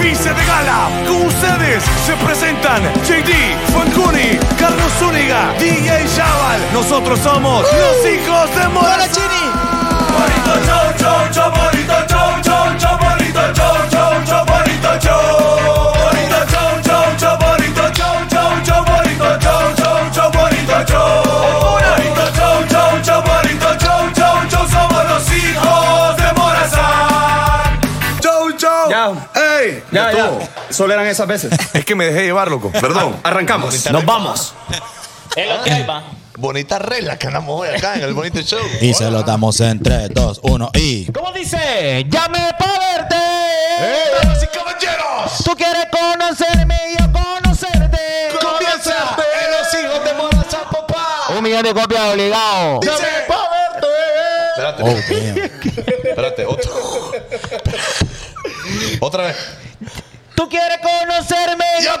Vice de gala. Con ustedes se presentan JD, Fancuni, Carlos Zúñiga, DJ Chaval. Nosotros somos los hijos de Mora. Bonito show, show, show, bonito show, show, show, bonito show, show, show, bonito show. Bonito show, show, show, bonito show, show, show, bonito show, show, show, bonito show. Bonito show, show, show, bonito show, show, show, somos los hijos de Morazán. Show, show. Ya. Ey. Ya, ya. Solo eran esas veces. Es que me dejé llevar, loco. Perdón. Arrancamos. Nos vamos. Es lo que hay, va. Eh, Bonita regla que andamos hoy acá en el bonito show. Y se lo damos en 3, 2, 1 y. ¿Cómo dice? Llame para verte. Eh, Damas y caballeros, Tú quieres conocerme y yo conocerte. comienza en los hijos de Morazán, papá. Un millón de copias obligado. Dice, Espérate, Oh, damn. espérate, otro. Otra vez. Tú quieres conocerme y yo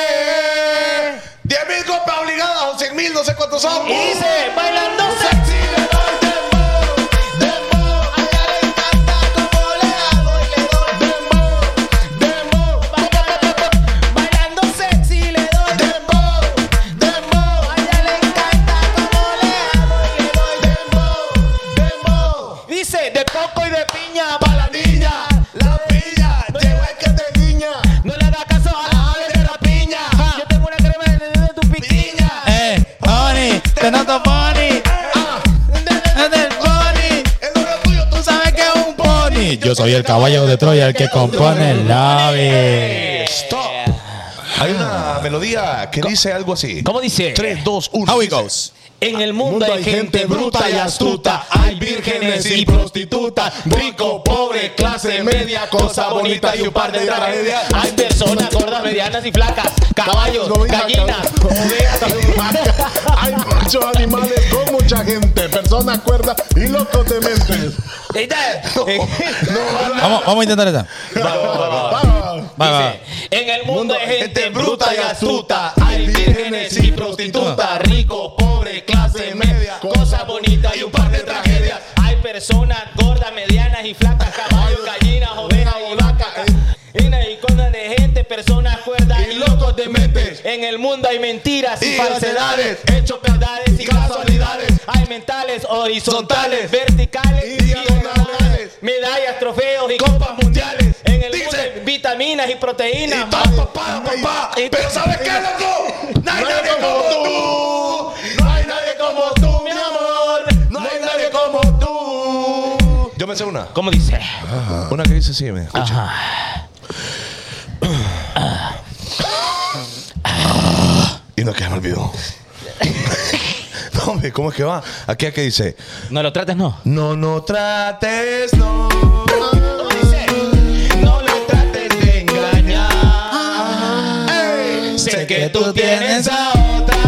conocerte. 10 mil copas obligadas o 100 mil, no sé cuántos son. Dice, bailando se- Sexy le doy dembow, dembow. A ella le encanta cómo le hago y le doy dembow, dembow. Bailando sexy le doy Dembow, dembow. A ella le encanta cómo le hago y le doy dembow, dembow. Dice, de poco y de piña Pa' la niña, la pilla, llegó el que te guiña. No le hagas caso a la aves de la piña Yo tengo una crema de, de- de tu piña Ah. Ah, Eh, honey, te noto funny. Es del funny. El nombre tuyo, tú sabes. ¿Sabes qué es un pony? Yo soy el caballo de Troya, el que compone el lobby. Stop. Hay una melodía que dice algo así. ¿Cómo dice? 3, 2, 1. How it goes. En el mundo, hay, gente bruta y astuta Hay vírgenes y prostitutas, rico, pobre, clase media, cosa bonita y un par de tragedias. Hay personas gordas, medianas y flacas Caballos, Ovejas, gallinas ovejas, vacas. Hay muchos animales con mucha gente, personas cuerdas y locos de mentes. Vamos, vamos a intentar esta. Ah, Va, va. En el mundo hay gente bruta y astuta, hay vírgenes y prostitutas, rico, pobre, clase media, cosas bonitas y un par de tragedias. Hay personas gordas, medianas y flacas, caballos, gallinas, ovejas y vacas. Hienas Y cosas de gente, personas cuerdas y locos de mentes. En el mundo hay mentiras y Y falsedades, falsedades, hechos, verdades y y casualidades. casualidades. Hay mentales horizontales, verticales y y diagonales. diagonales. Medallas, trofeos y Copas mundiales. en el mundo dice, hay vitaminas y y proteínas. papá, papá, papá. Y- Pero ¿sabes qué, loco? No hay nadie como tú. No hay nadie como tú, mi amor. No hay nadie como tú. Yo me sé una. Ah, ¿Cómo dice? Una que dice sí, me escucha. Y no, que me olvidó. no, hombre, ¿cómo es que va? Aquí a que dice, No lo trates, no. no, no trates, no. No lo trates de engañar. sé que tú tienes a otra.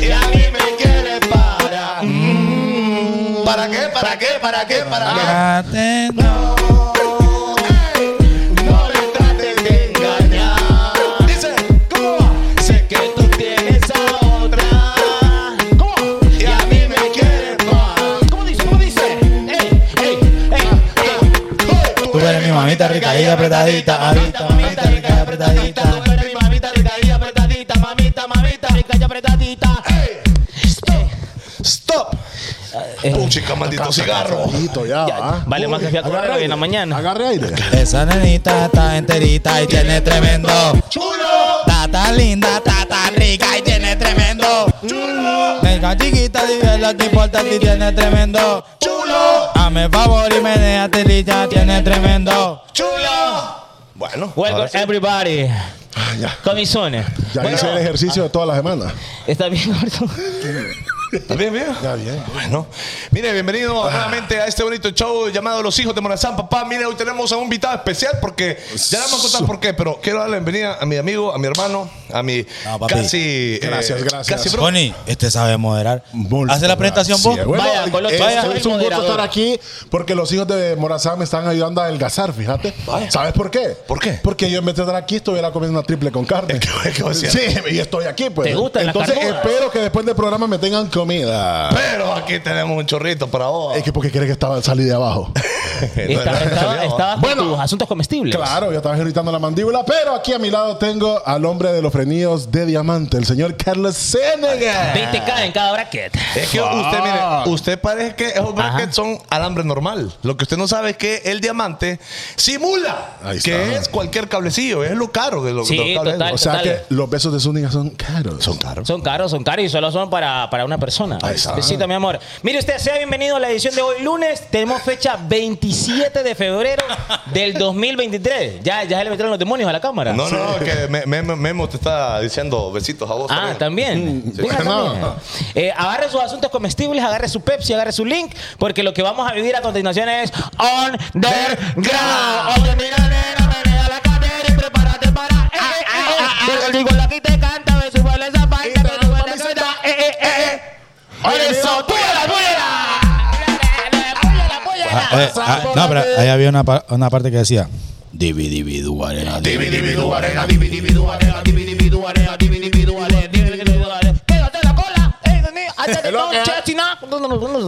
Y a mí me quieres para. Mm. ¿Para qué? ¿Para qué? ¿Para qué? ¿Para Atento. qué? No le trates de engañar. Dice, ¿cómo va? Sé que tú tienes a otra. ¿Cómo? Y a mí me quieres para. ¿Cómo dice? ¿Cómo dice? Ey, ey, ey, Tú eres mi mamita rica y apretadita, adicta, mamita rica y apretadita. Tú eres mi mamita rica y apretadita, mamita, mamita rica y apretadita. Stop. Puchica, maldito cigarro. Listo, ya, ¿ah? Vale más que fui a correr Agarre hoy en la aire, mañana. Agarre aire. Esa nenita está enterita y tiene tremendo. Chulo. Tata linda, tata rica y tiene tremendo. Venga chiquita, diverla, te importa si tiene tremendo. Chulo. A mi favor y menea, tirita, tiene tremendo. Chulo. Bueno, Welcome ahora sí. everybody. Ah, ya. Comisiones. Ya Bueno, hice el ejercicio de toda la semana. Está bien, Gordo. ¿Está bien, bien? Ya bien. Bueno, mire, bienvenido nuevamente a este bonito show llamado Los Hijos de Morazán, papá. Mire, hoy tenemos a un invitado especial porque ya le vamos a contar por qué, pero quiero darle la bienvenida a mi amigo, a mi hermano, a mi No, papi. casi. eh, Eh, Gracias, gracias. Casi bro. Connie, este sabe moderar. Multo, Hace la presentación vos. gracias. Bueno, Vaya, con los es, vaya, es un gusto moderador. estar aquí porque los hijos de Morazán me están ayudando a adelgazar, fíjate. ¿Sabes por qué? ¿Por qué? Porque yo en vez de estar aquí estuviera comiendo una triple con carne. Es que- es que vos sí, y estoy aquí, pues. ¿Te gustan las Entonces carnudas? espero que después del programa me tengan comida. Pero aquí tenemos un chorrito para vos. Es que porque quiere que estaba, salí de abajo. Estaba, estaba- estabas con Bueno. tus asuntos comestibles. Claro, yo estaba irritando la mandíbula, pero aquí a mi lado tengo al hombre de los frenillos de diamante, el señor Carlos Senegal. 20k en cada bracket. Es que usted, mire, usted parece que esos brackets Ajá. son alambre normal. Lo que usted no sabe es que el diamante simula Ahí está. que es cualquier cablecillo. Es lo caro de lo Sí, de los cables. total. O sea Dale. que los besos de Zúñiga son caros. Son caros. Son caros, son caros y solo son para, para una persona. está. Besito, mi amor. Mire usted, sea bienvenido a la edición de hoy lunes. Tenemos fecha 27 de febrero del 2023. Ya, ya se le metieron los demonios a la cámara. No, no, no, que me- me- Memo te está diciendo besitos a vos. Ah, también. Sí. Diga No. también. Eh, agarre sus asuntos comestibles, agarre su Pepsi, agarre su link, porque lo que vamos a vivir a continuación es On the Ground. Oye, mira, nena, menea la cadera y prepárate para. eh, eh, eh, eh. Porque el igual aquí te canta, ve, súbele esa vaina, ve, súbele esa vaina, eh, eh, eh, eh. Oye, eso, púyala, púyala. Púyala, púyala. Ah, eh, ah, no, pero ahí había una, pa- una parte que decía. Divi, divi, du, arena, divi".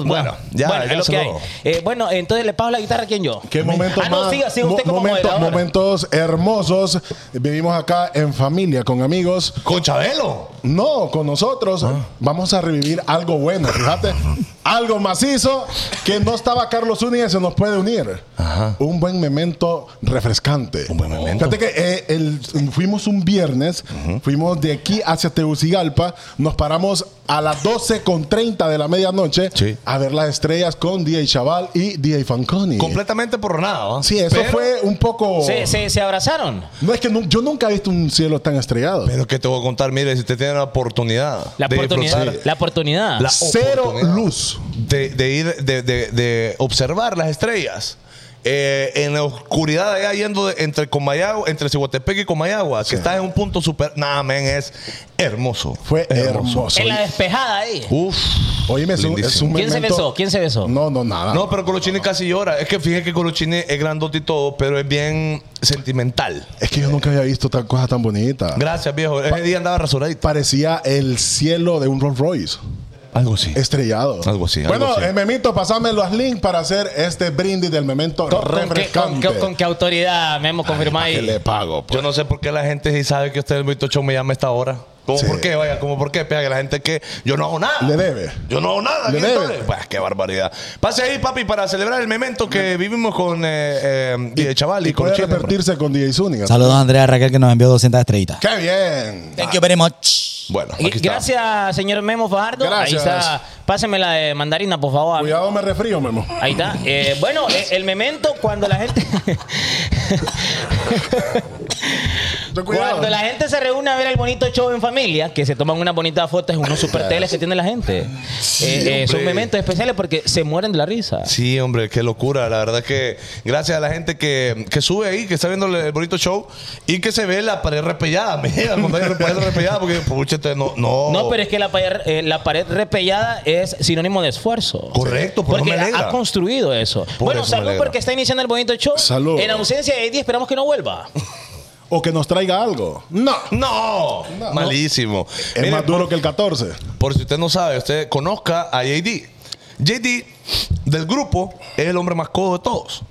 Bueno, ya, bueno, ya es lo que hay. sonó. Eh, bueno, entonces le paso la guitarra a quién yo. Qué momentos Ah, no, más- siga, siga usted mo- como momento- moderador. momentos hermosos. Vivimos acá en familia, con amigos. Con Chabelo. No, con nosotros Ah. vamos a revivir algo bueno, fíjate. algo macizo que no estaba Carlos Zúñiga y se nos puede unir. Un buen memento refrescante. Un buen memento. Fíjate que eh, el- fuimos un viernes, fuimos de aquí hacia Tegucigalpa, nos paramos a las 12 con 30 de la medianoche Sí. a ver las estrellas con DJ Chaval y DJ Fanconi. Completamente por nada. ¿va? Sí, eso Pero- fue un poco... ¿Se, se, se abrazaron. No es que nu- yo nunca he visto un cielo tan estrellado. Pero que te voy a contar, mire, si usted tiene la oportunidad La de oportunidad. disfrutar La oportunidad. La Cero oportunidad luz. De, de ir, de, de- de observar las estrellas. eh, en la oscuridad allá yendo de- entre Comayagua, entre Cihuatepec y Comayagua, que estás en un punto super. Nada, men, es hermoso. Fue hermoso. en la despejada ahí. Uf. Oíme, es un, Lindísimo. es un ¿Quién se momento- besó? ¿Quién se besó? No, no, nada. No, pero Colochini casi llora. Es que fíjate que Colochini es grandote y todo, pero es bien sentimental. Es que yo nunca había visto tal cosa tan bonita. Gracias, viejo. Ese día andaba rasuradito. Parecía el cielo de un Rolls Royce Algo así. estrellado. Algo así, algo Bueno, así. eh, Memito, pasame los links para hacer este brindis del memento ¿Con, con qué, con, refrescante. qué- con qué autoridad, Memo, confirma ¿Para qué le ahí? pago? pues? Yo no sé por qué la gente sí sabe que usted el Mito Show me llama a esta hora. ¿Cómo Sí. por qué? Vaya, ¿cómo por qué? Pega que la gente que yo no hago nada. Le debe. Yo no hago nada. Le ¿qué debe. tal? Pues qué barbaridad. Pase ahí, papi, para celebrar el memento que vivimos con eh, eh, DJ Chaval y, con Puede Chino, bro. repetirse con DJ Zúñiga. Saludos a Andrea Raquel que nos envió 200 estrellitas. ¡Qué bien! Thank you very much. Bueno, Y- aquí está. Gracias, señor Memo Fajardo. Gracias. Ahí está. Páseme la de mandarina, por favor. Cuidado, me refrío, Memo. Ahí está. Eh, bueno, eh, el memento cuando la gente. Ten cuidado. cuando la gente se reúne a ver el bonito show en familia, que se toman unas bonitas fotos en unos super teles que tiene la gente. Eh, eh, son hombre. mementos especiales porque se mueren de la risa. Sí, hombre, qué locura. La verdad que gracias a la gente que, que sube ahí, que está viendo el bonito show y que se ve la pared repellada. Mira, cuando hay pared repellada, porque pucha, entonces no, no. No, pero es que la pared, eh, la pared repellada es sinónimo de esfuerzo. Correcto, por eso porque me ha alegra. construido eso. bueno, eso me salud alegra. porque está iniciando el bonito show. Salud. En ausencia de Eddie, esperamos que no vuelva. O que nos traiga algo. No. No, No. malísimo. Es Mire, más duro que el 14. Por si usted no sabe, usted conozca a JD. JD del grupo es el hombre más codo de todos.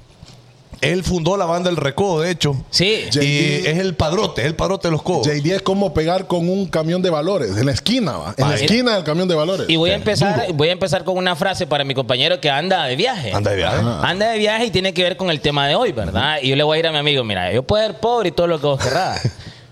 Él fundó la banda El Recodo, de hecho. Sí. JD. Y es el padrote, es el padrote de los codos. JD es como pegar con un camión de valores. En la esquina, va. En la Vaya. esquina del camión de valores. Y voy a empezar, voy a empezar con una frase para mi compañero que anda de viaje. Anda de viaje. Anda de viaje y tiene que ver con el tema de hoy, ¿verdad? Y yo le voy a ir a mi amigo, mira, yo puedo ser pobre y todo lo que vos querrás.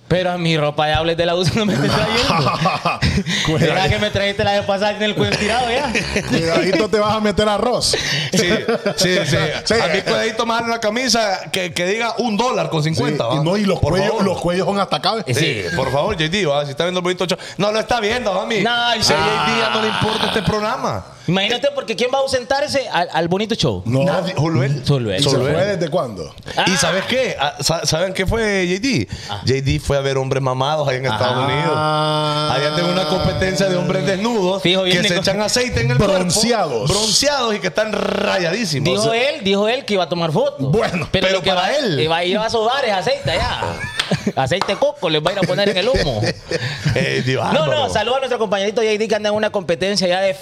Pero a mi ropa de hables de la uso no me estoy trayendo. ¿Verdad que me trajiste la de pasar en el cuello tirado ya? Cuidadito te vas a meter arroz. Sí, sí, sí. Sí. A mí cuidadito más una camisa que, que diga un dólar con Sí, 50. y ¿va? no, y los Por cuellos, favor. los cuellos son atacables. Es- Sí, por favor, JD, ¿va? si está viendo el bonito show. No lo está viendo, mami. Ah. No, a y se- JD ya no le importa este programa. Imagínate, porque ¿quién va a ausentarse al, al bonito show? No. Nadie- Solo él. Solo él. ¿Y Solo se fue él. desde cuándo? ¿Y sabes qué? Ah, sa- ¿Saben qué fue JD? Ah. JD fue a ver hombres mamados ahí en Ah. Estados Unidos. Allá tengo una competencia de hombres desnudos Fijo, que viene se con- echan aceite en el Bronceados. cuerpo, bronceados y que están rayadísimos. Eh, Dijo O sea, él, dijo él que iba a tomar fotos. Bueno, pero lo que para va- él. Ah. Que va a ir a esos bares aceite allá. aceite de coco les va a ir a poner en el humo. eh, Dios, No, bárbaro. no, saludo a nuestro compañerito JD que anda en una competencia ya de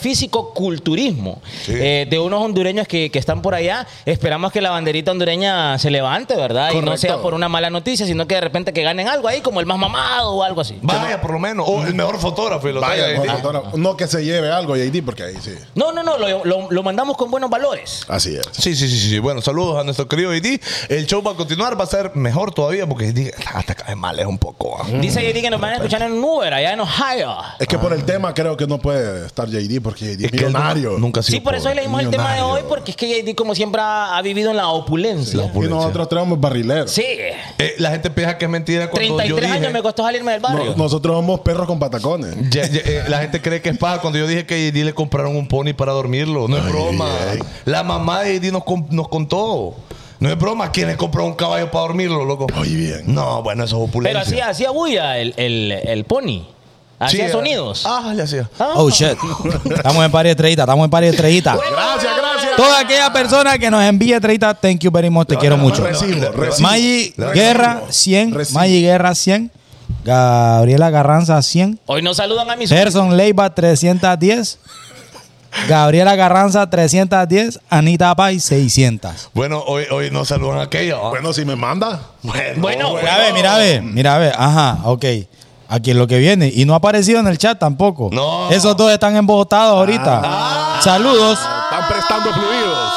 físico-culturismo eh, de unos hondureños que, que están por allá. Esperamos que la banderita hondureña se levante, ¿verdad? Y no Correcto. sea por una mala noticia, sino que de repente que ganen algo ahí, como el más mamado o algo así. Vaya, por lo menos. O el mejor fotógrafo. y lo Vaya, trae JD. fotógrafo. no que se lleve algo, JD, porque ahí sí. No, no, no, lo, lo- lo mandamos con buenos valores. Así es. Sí, sí, sí, sí, sí. Bueno, saludos a nuestro querido JD. El show va a continuar, va a ser mejor todavía porque JD hasta cae mal, es un poco. ah. Dice JD que nos van a escuchar en un Uber allá en Ohio. Es que por el tema creo que no puede estar JD porque JD es millonario. nunca- nunca ha Sí, sido por eso pobre. hoy leímos el tema de millonario. hoy, porque es que JD como siempre ha, ha vivido en la opulencia. Y nosotros tenemos barrileros. Sí. Eh, la gente piensa que es mentira cuando yo 33 dije- años me costó salirme del No- barrio. nosotros somos perros con patacones. Ya, ya, eh, la gente cree que es paja cuando yo dije que a JD le compraron un pony para dormirlo. No es broma. ay. La mamá de JD nos, com- nos contó. No es broma. ¿Quién le compró un caballo para dormirlo, loco? Muy bien. No, bueno, eso es Pero opulencia. hacía, hacía bulla el, el, el pony. Sí, Hacía eh, sonidos. Ah, le hacía. Ah. Oh shit. Estamos en par de estrellitas, estamos en par de estrellitas. Gracias, gracias. Toda aquella persona que nos envíe estrellitas, thank you very much, te quiero mucho. Recibo, recibo. Maggi Recibo. Guerra 100, Recibo. Maggi Guerra 100, Gabriela Garranza 100, Hoy no saludan a mis Gerson Leiva 310, Gabriela Garranza 310, Anita Pay 600. Bueno, hoy, hoy no saludan a aquello. ¿ah? Bueno, si me manda. Bueno, Bueno, Mira a ver, mira a ver, mira a ver, ajá, ok. Aquí es lo que viene. Y no ha aparecido en el chat tampoco. No. Esos dos están embotados ahorita. Saludos. Están prestando fluidos.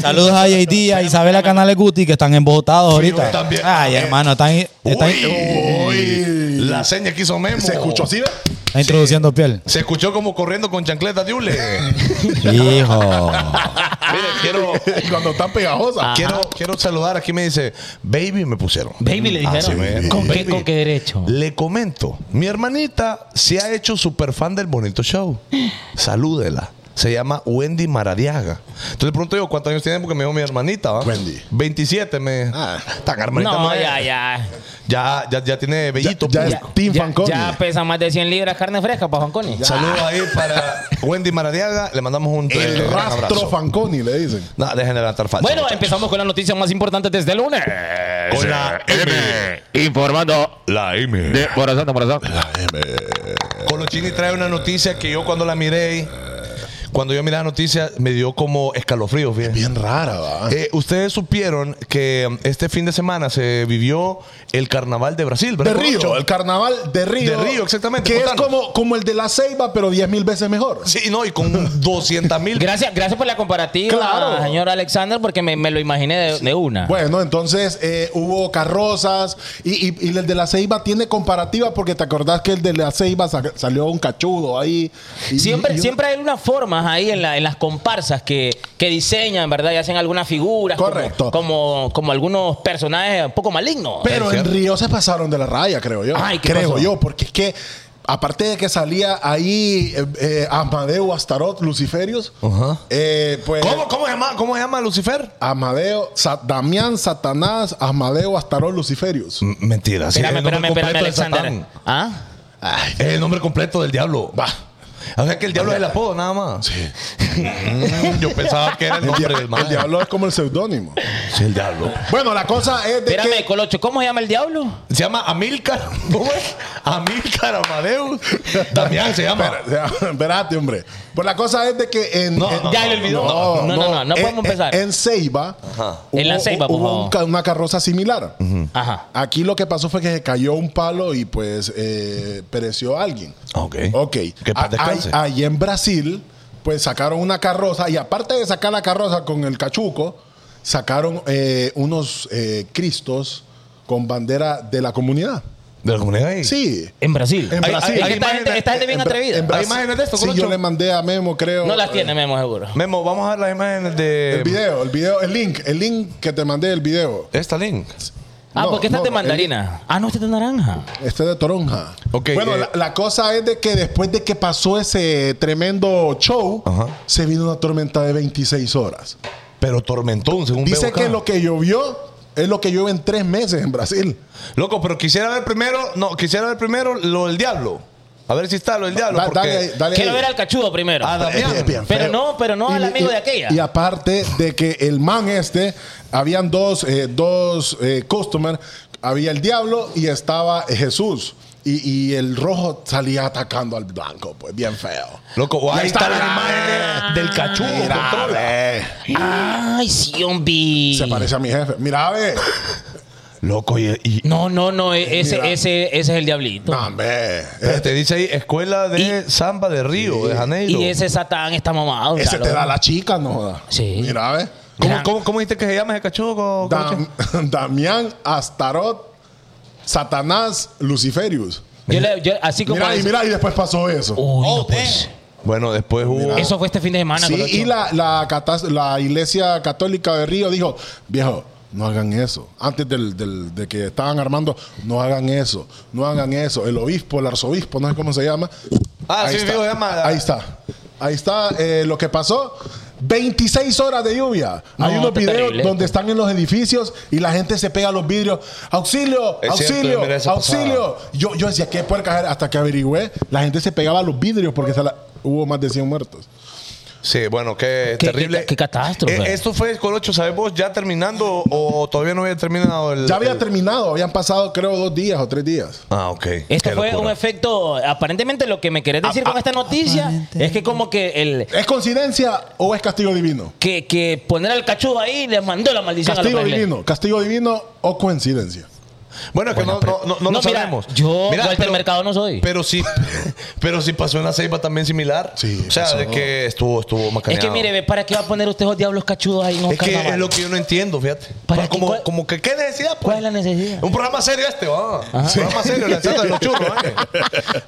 Saludos a JD, a Isabela Canales Guti, que están embotados ahorita. también. Ay, hermano, están, están- Uy, la seña que hizo Memo. ¿Se escuchó así? ve? están introduciendo piel. Se escuchó como corriendo con chancletas de hule. Mire, Hijo. quiero, Cuando están pegajosas. quiero, quiero saludar. Aquí me dice, baby me pusieron. Baby le Ah, sí, dijeron. baby. ¿Con, qué, Baby. ¿Con qué derecho? Le comento, mi hermanita se ha hecho super fan del Bonito Show. Salúdela. Se llama Wendy Maradiaga. Entonces le pregunto yo, ¿cuántos años tiene? Porque me dijo mi hermanita, ¿va? Wendy. 27 me... Ah. Tan hermanita No, más. ya, ya. Ya, ya, ya tiene bellito. pues. ya público. es Team ya, Fanconi. ya pesa más de 100 libras carne fresca para Fanconi. Saludos ahí para Wendy Maradiaga. Le mandamos un, eh, El gran rastro abrazo. Fanconi, le dicen. No, dejen de levantar falso. Bueno, empezamos con las noticias más importantes desde el lunes. con la M. Informando La M. de corazón a corazón. Colochini trae una noticia que yo cuando la miré, cuando yo miré la noticia, me dio como escalofrío, fíjense. Bien rara, va. Eh, ustedes supieron que um, este fin de semana se vivió el carnaval de Brasil, De ¿verdad? Río, Colocho? el carnaval de Río. De Río, exactamente, Que es contanos. como, como el de la Ceiba, pero 10 mil veces mejor. Sí, no, y con 200 mil. Gracias, gracias por la comparativa, Claro. señor Alexander, porque me, me lo imaginé de, de una. Bueno, entonces eh, hubo carrozas y, y- y el de la Ceiba tiene comparativa porque te acordás que el de la Ceiba sa- salió un cachudo ahí. Y- Siempre, y- y- siempre hay unas formas ahí en, la- en las comparsas que, que diseñan, ¿verdad? Y hacen algunas figuras. como- Correcto. Como, como, algunos personajes un poco malignos. Pero en Río se pasaron de la raya, creo yo. Ay, ¿qué creo pasó? yo, porque es que aparte de que salía ahí eh, eh, Amadeo Astaroth, Luciferios, Ajá. eh, pues ¿Cómo, cómo, se llama, ¿Cómo se llama Lucifer? Amadeo, Sa- Damián, Satanás, Amadeo Astaroth, Luciferios. M- Mentira, sí, Eh, espérame, el nombre espérame, espérame, completo de Alexander. Satán. ¿Ah? Ay, es el nombre completo del diablo. Va. O sea que el diablo es el apodo, nada más. Sí. yo pensaba que era el El, nombre dia- del mal. el diablo es como el seudónimo. Sí, el diablo. Bueno, la cosa es de Espérame, que Colocho, ¿cómo se llama el diablo? Se llama Amilcar. ¿Cómo es? Amilcar Amadeus. Damián se llama. Espera, o sea, espérate, hombre. Pues la cosa es de que en. No, en- no, Ya le olvidó. No, no, no, no, no En- podemos empezar. eh, En, en Ceiba. En la Ceiba, por hubo favor. un ca- una carroza similar. Ajá. Aquí lo que pasó fue que se cayó un palo y pues eh, pereció alguien. Ok. Ok. Ah, Que paz A- descanse. ahí- ahí en Brasil, pues sacaron una carroza y aparte de sacar la carroza con el cachuco, sacaron eh, unos eh, cristos con bandera de la comunidad. ¿De la comunidad ahí? Sí. En Brasil. En Ay, Brasil. ay, Hay esta, imágenes- gente, esta gente bien En Bra- atrevida. en Brasil. ¿Hay imágenes de esto, Sí, Colocho? yo le mandé a Memo, creo. no las eh, tiene, Memo, seguro. Memo, vamos a ver las imágenes de. El video, el video, el link, el link que te mandé, el video. Esta link. Ah, No, porque esta no, es de el- mandarina. Ah, no, esta es de naranja. Este es de Toronja. Ok, bueno, eh. la, la cosa es de que después de que pasó ese tremendo show, Ajá. se vino una tormenta de 26 horas. Pero tormentón, según Dice BBK. que lo que llovió es lo que llueve en tres meses en Brasil. Loco, pero quisiera ver primero. No, quisiera ver primero lo del diablo. A ver si está lo del diablo. Da- porque- dale, ahí, dale. Quiero ahí. ver al cachudo primero. Ah, Damián. Es bien Pero feo. no, pero no al amigo de aquella. Y aparte de que el man este, habían dos, eh, dos eh, customers, había el diablo y estaba Jesús. Y, y el rojo salía atacando al blanco, pues bien feo. Loco, Y ahí está la ve, imagen de- del cachudo. Mira, controla. ve. Ay, sí, hombre. Se parece a mi jefe. Mira, ve. Loco, y, y- No, no, no, e- ese, Mira. ese, ese es el diablito. No, ve. te dice ahí, escuela de samba de Río, de Janeiro. Y ese satán está mamado. Ese claro. te da la chica, no joda. Sí. Mira, ve. ¿Cómo, Gran- cómo, cómo dijiste que se llama ese cachudo? Dam- Damián Astarot, Satanás, Luciferius. Yo le- yo- así como. Mira, y es- mira, y después pasó eso. Uy, no, Oh, pues. Bueno, después hubo. Eso fue este fin de semana. Sí, Colocho. y la, la, catas- la iglesia católica de Río dijo, viejo, no hagan eso. Antes del, del- de que estaban armando, no hagan eso, no hagan eso. El obispo, el arzobispo, no sé cómo se llama. Ah, sí, está. digo, se llama- Ahí está. Ahí está eh, lo que pasó. 26 horas de lluvia. No, Hay unos está videos terrible. donde están en los edificios y la gente se pega a los vidrios. ¡Auxilio! Es cierto, yo ¡Auxilio! miré esa ¡Auxilio! Yo, yo decía, ¿qué puerca era? Hasta que averigüé, la gente se pegaba a los vidrios porque se la- hubo más de 100 muertos. Sí, bueno, qué, Qué- terrible. qué- pues. qué catástrofe. Eh, esto fue Colocho, ¿sabes vos? ¿Ya terminando o todavía no había terminado el.? Ya había el- terminado, habían pasado creo dos días o tres días. Ah, ok. Esto Qué fue locura. un efecto. Aparentemente, lo que me querés decir con esta noticia es que, como que el. ¿Es coincidencia o es castigo divino? Que, que poner al cachudo ahí les mandó la maldición a Castigo los brasileños. divino, castigo divino o coincidencia. Bueno, es que no, no, no, no lo No, mira, sabemos. yo Walter Mercado no soy. Pero sí, pero sí pasó en la ceiba también similar. Sí, O sea, pasó. de que estuvo, estuvo Es macaneado. que mire, ve, ¿para qué va a poner usted los diablos cachudos ahí en un Es que carnaval? es lo que yo no entiendo, fíjate. ¿Para qué? Pues como, ¿Cuál- como que, ¿qué necesidad? ¿Cuál pues? es la necesidad? Un programa serio este, va. Un programa serio, la chata de los churros, ¿eh?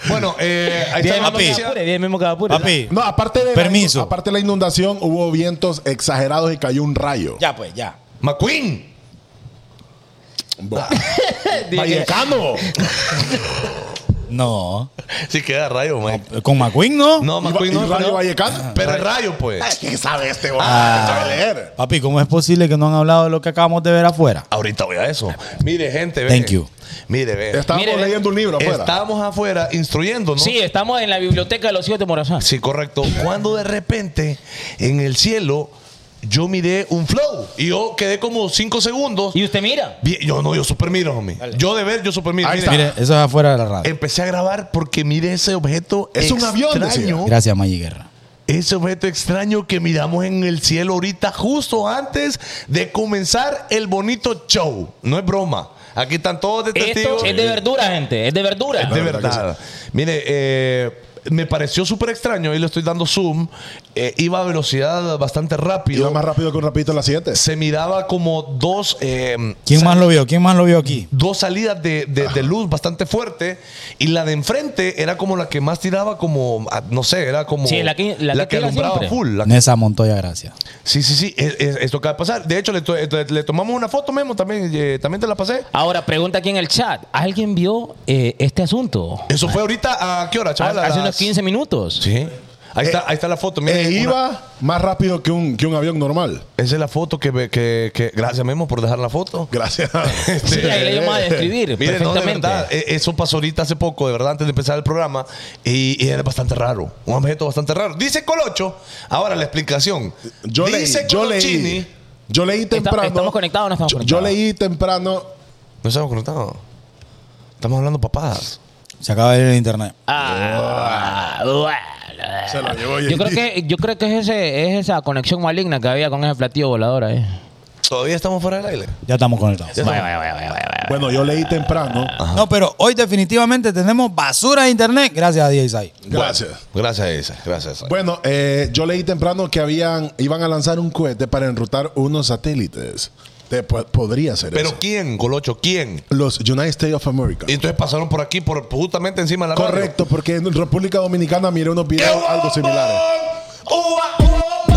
Bueno, eh, ahí está Bien, la papi. noticia. Apure, bien mismo que apure. Papi, No, aparte de, Permiso. La, aparte de la inundación, hubo vientos exagerados y cayó un rayo. ya pues, ya. McQueen. Bah. Dije- Vallecano. No. Sí queda rayo, man. Con McQueen, ¿no? No, ¿Y, McQueen no. Ah. y Rayo pero- Vallecano? Pero el rayo, pues. ¿Quién sabe este? güey? Ah. ¿Sabe leer? Papi, ¿cómo es posible que no han hablado de lo que acabamos de ver afuera? Ahorita voy a eso. Mire, gente, ve. Thank you. Mire, ve. Estábamos Mire, leyendo un libro afuera. Estábamos afuera instruyéndonos. Sí, estamos en la biblioteca de los hijos de Morazán. Sí, correcto. Cuando de repente en el cielo yo miré un flow y yo quedé como cinco segundos. Y usted mira. Bien, Yo no, yo super miro, homie. Yo de ver, yo super miro. Ahí está. Mire, Mire, eso es afuera de la radio. Empecé a grabar porque miré ese objeto Es un avión, extraño. decía. Gracias, Maggi Guerra. Ese objeto extraño que miramos en el cielo ahorita, justo antes de comenzar el bonito show. No es broma. Aquí están todos de testigos. Esto es de verdura, gente. Es de verdura. De verdad que verdad. Mire, eh, me pareció súper extraño. Ahí le estoy dando zoom. Eh, iba a velocidad bastante rápido. Iba más rápido que un rapidito a las 7. Se miraba como dos. eh, ¿Quién sal- más lo vio? ¿Quién más lo vio aquí? Dos salidas de, de- de luz bastante fuerte y la de enfrente era como la que más tiraba como, ah, no sé, era como Sí, la que- la que tira alumbraba siempre. full. la- Nessa Montoya, gracias. sí, sí, sí, es- es- esto acaba de pasar. De hecho, le, to- le- le tomamos una foto mismo, también, eh, también te la pasé. Ahora, pregunta aquí en el chat. ¿Alguien vio eh, este asunto? Eso fue ahorita, ¿a qué hora, chaval? Ah, Hace A unos las- 15 minutos. Sí. Ahí, está, ahí está la foto. mira, Eh, una- iba más rápido que un, que un avión normal. Esa es la foto que, ve- que, que- Gracias, Memo, por dejar la foto. Gracias. Sí, ahí le íbamos a describir Miren, no, de perfectamente. verdad, eh, eso pasó ahorita hace poco, de verdad, antes de empezar el programa, y, y era bastante raro, un objeto bastante raro. Dice Colocho, ahora la explicación. Yo leí, Dice yo Colochini- leí, yo leí temprano. estamos conectados o no estamos yo, conectados? Yo leí temprano. No estamos conectados. Estamos hablando papadas. Se acaba de ir el internet. eh, Ah, bueno. Se la llevó Ah, yo creo JD. que yo creo que es ese es esa conexión maligna que había con ese platillo volador ahí. Todavía estamos fuera del aire. Ya estamos conectados. Vaya, vaya, vaya, vaya, vaya. Bueno, yo leí temprano. Ah, No, pero hoy definitivamente tenemos basura de internet gracias a DJ Sai. Gracias. Gracias a esa, gracias a esa. Bueno, eh, yo leí temprano que habían iban a lanzar un cohete para enrutar unos satélites. Te po- podría ser eso. Pero ¿quién, Colocho? ¿Quién? Los United States of America. Y entonces pasaron por aquí, por justamente encima de la radio. Correcto, porque en República Dominicana miré unos videos algo similares. Uva, uva, uva.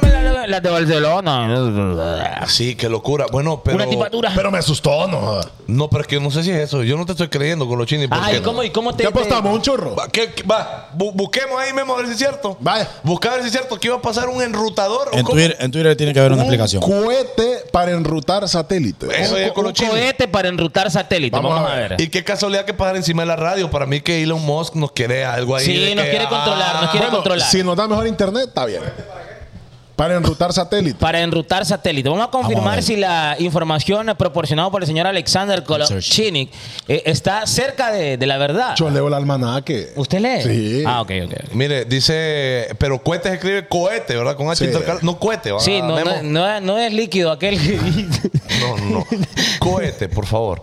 de, las de Barcelona. Sí, qué locura. Bueno, pero. Una tipatura. Pero me asustó, no. joda. No, pero es que yo no sé si es eso. Yo no te estoy creyendo con los chinis. ¿por Ay, qué no? ¿cómo, ¿y cómo te...? ¿Qué apostamos? ¿Un churro? Va, ¿qué- qué- va, bu- busquemos ahí mismo a ver si es cierto. Vaya. Busca a ver si es cierto que iba a pasar un enrutador. o En cómo- Twitter, en Twitter tiene que haber una Un explicación. cohete para enrutar satélite. Eso te- es con Un los chinis. cohete para enrutar satélite. Vamos, a ver. Y qué casualidad que pasar encima de la radio. Para mí que Elon Musk nos quiere algo ahí. Sí, de nos que, ah, quiere controlar, nos quiere Bueno, controlar. si nos da mejor internet, está bien. Para enrutar satélite. Para enrutar satélite. Vamos a confirmar ver. si la información proporcionada por el señor Alexander Kolochinik eh, está cerca de, de la verdad. Yo leo el almanaque. ¿Usted lee? Sí. Ah, ok, ok. ok. Mire, dice, pero cohete se escribe cohete, ¿verdad? Con H Sí. intercal- No cohete, ¿verdad? Sí, no, Ah, Memo? no, no- no es líquido aquel. No, no. cohete, por favor.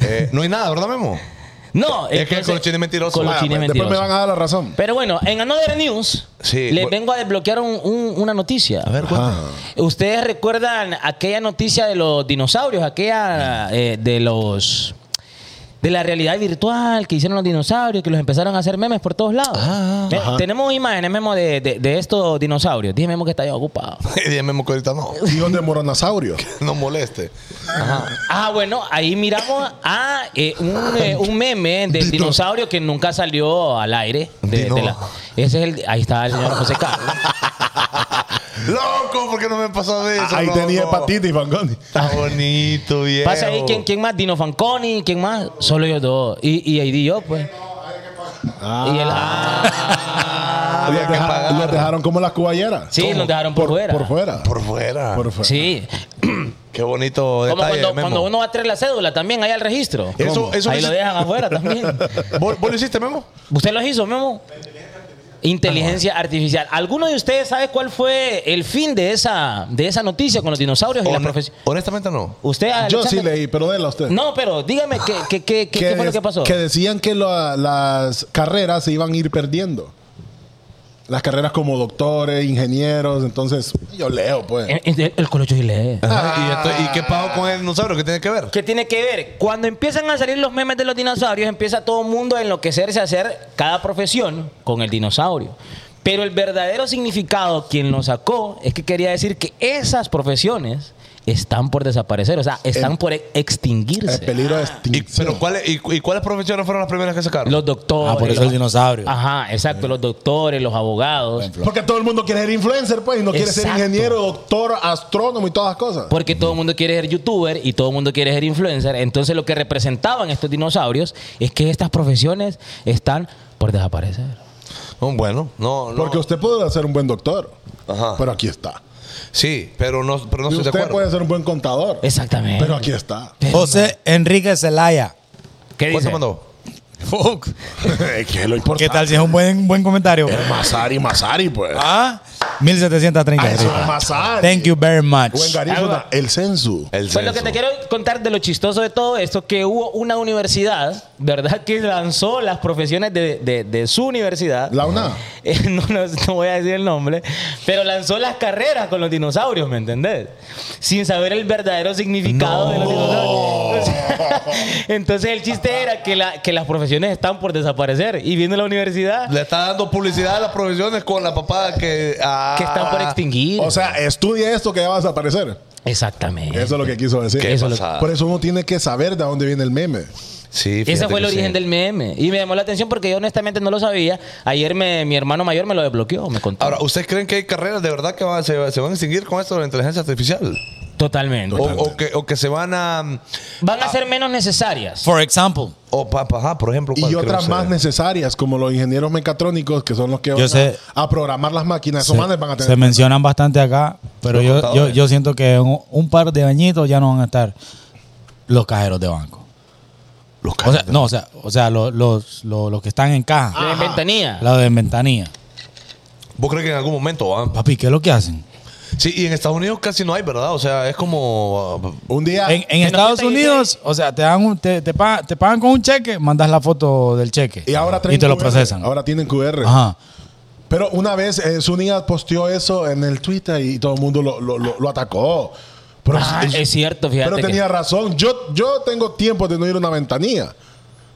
Eh, no hay nada, ¿verdad, Memo? no, Es que entonces- Colochini es mentiroso. Colochini Ah, es Después mentiroso. me van a dar la razón. Pero bueno, en Another News Sí, les bu- vengo a desbloquear un- un- una noticia. ver, Ah. ¿Ustedes recuerdan aquella noticia de los dinosaurios? Aquella eh, de los. De la realidad virtual que hicieron los dinosaurios, que los empezaron a hacer memes por todos lados. Ve, Tenemos imágenes, Memo, de, de- de estos dinosaurios. Dime, Memo, que está ya ocupado. Y dice Memo que ahorita no. Y donde moronasaurio. No moleste. Ah, bueno, ahí miramos a eh, un, eh, un meme del dinosaurio que nunca salió al aire. de- Dino. de la- ese es el, ahí está el señor José Carlos. Loco, ¿por qué no me pasó de eso? Ahí loco? tenía hepatitis, Van Gogh. Está bonito, bien. Pasa ahí, ¿quién, ¿quién más? Dino Fanconi, ¿quién más? Solo ellos dos. Y, y ahí di yo, pues. Y el, ah. Ah, Había los, que deja- pagar. los dejaron como las cuballeras. Sí, ¿Cómo? los dejaron por fuera. Por fuera. Por fuera. Por fuera. Sí. Qué bonito Como detalle, cuando, Memo. cuando uno va a traer la cédula también, ahí al registro. Eso, eso ahí lo hiciste- dejan afuera también. ¿Vos, vos lo hiciste, Memo? ¿Usted los hizo, Memo? Inteligencia artificial. ¿Alguno de ustedes sabe cuál fue el fin de esa, de esa noticia con los dinosaurios y la Hone- profesión? Honestamente, no. ¿Usted, Yo sí Alexander? leí, pero déla usted. No, pero dígame qué, qué, qué, qué- qué fue lo de- que pasó. Que decían que la- las carreras se iban a ir perdiendo. Las carreras como doctores, ingenieros, entonces yo leo, pues. El, el, el colocho sí lee. Ah, ¿Y, esto- ¿Y qué pasó con el dinosaurio? ¿Qué tiene que ver? ¿Qué tiene que ver? Cuando empiezan a salir los memes de los dinosaurios, empieza todo el mundo a enloquecerse a hacer cada profesión con el dinosaurio. Pero el verdadero significado, quien lo sacó, es que quería decir que esas profesiones están por desaparecer, o sea, están En- por e- extinguirse. El peligro de ¿Y, extinción. pero ¿cuáles, y, y cuáles profesiones fueron las primeras que sacaron? Los doctores. Ah, por eso el dinosaurio. Ajá, exacto, los doctores, los abogados. Porque todo el mundo quiere ser influencer, pues, y no quiere ser Exacto. ingeniero, doctor, astrónomo y todas las cosas. Pues, Porque todo el mundo quiere ser youtuber y todo el mundo quiere ser influencer. Entonces lo que representaban estos dinosaurios es que estas profesiones están por desaparecer. No, bueno, no, no. Porque usted puede ser un buen doctor, Ajá. pero aquí está. Sí, pero no, pero no Y estoy de usted acuerdo. puede ser un buen contador, Exactamente. pero aquí está. José Enrique Zelaya. ¿Qué ¿Cuál dice? te mandó? Fuck. que es lo ¿Qué importante. tal si es un buen, buen comentario? Masari, Masari, pues. Ah, 1730. Ah, eso Rica. es Masari. Thank you very much. Buen garífuna. El censo. El Pues lo que censo. te quiero contar de lo chistoso de todo esto, que hubo una universidad, ¿verdad? Que lanzó las profesiones de, de- de su universidad. La UNA. Eh, no, no- no voy a decir el nombre, pero lanzó las carreras con los dinosaurios, ¿me entendés? Sin saber el verdadero significado de los dinosaurios. Entonces, entonces el chiste era que, la- que las profesiones están por desaparecer y viendo la universidad Le está dando publicidad a las profesiones con la papada que. ah, que están por extinguir. O sea, estudia esto que ya va a desaparecer. Exactamente. Eso es lo que quiso decir. Qué Eso lo- pasada. Por eso uno tiene que saber de dónde viene el meme. Sí, Ese fíjate fue el que origen sí. del meme. Y me llamó la atención porque yo honestamente no lo sabía. Ayer me, mi hermano mayor me lo desbloqueó, me contó. Ahora, ¿ustedes creen que hay carreras de verdad que van- se, se van a extinguir con esto de la inteligencia artificial? Totalmente. O, o que, o que se van a. ah. Van a ser menos necesarias. For example, O pa, pa- ajá, por ejemplo. Y ¿cuál creen otras más ustedes? necesarias, como los ingenieros mecatrónicos, que son los que van Yo a- sé. a, programar las máquinas. Esos se, manes van a se tener. mencionan bastante acá, pero Los yo, yo, contadores. yo siento que en un, un par de añitos ya no van a estar los cajeros de banco. Los O sea, caras. no, o sea, o sea lo- los, lo- los que están en caja, La ventanilla. los de ventanilla. ¿Vos crees que en algún momento van? Papi, ¿qué es lo que hacen? Sí, y en Estados Unidos casi no hay, ¿verdad? O sea, es como. ah, Un día. En, en nos Estados quitan y- Unidos, o sea, te, dan un- te, te pa- te pagan con un cheque, mandas la foto del cheque y ahora traen te lo QR. procesan. Ahora tienen QR. Ajá. Pero una vez eh, Zúñiga posteó eso en el Twitter y todo el mundo lo, lo- lo- lo atacó. Pero, Ah, es cierto, fíjate Pero que- tenía razón. Yo, yo tengo tiempo de no ir a una ventanilla.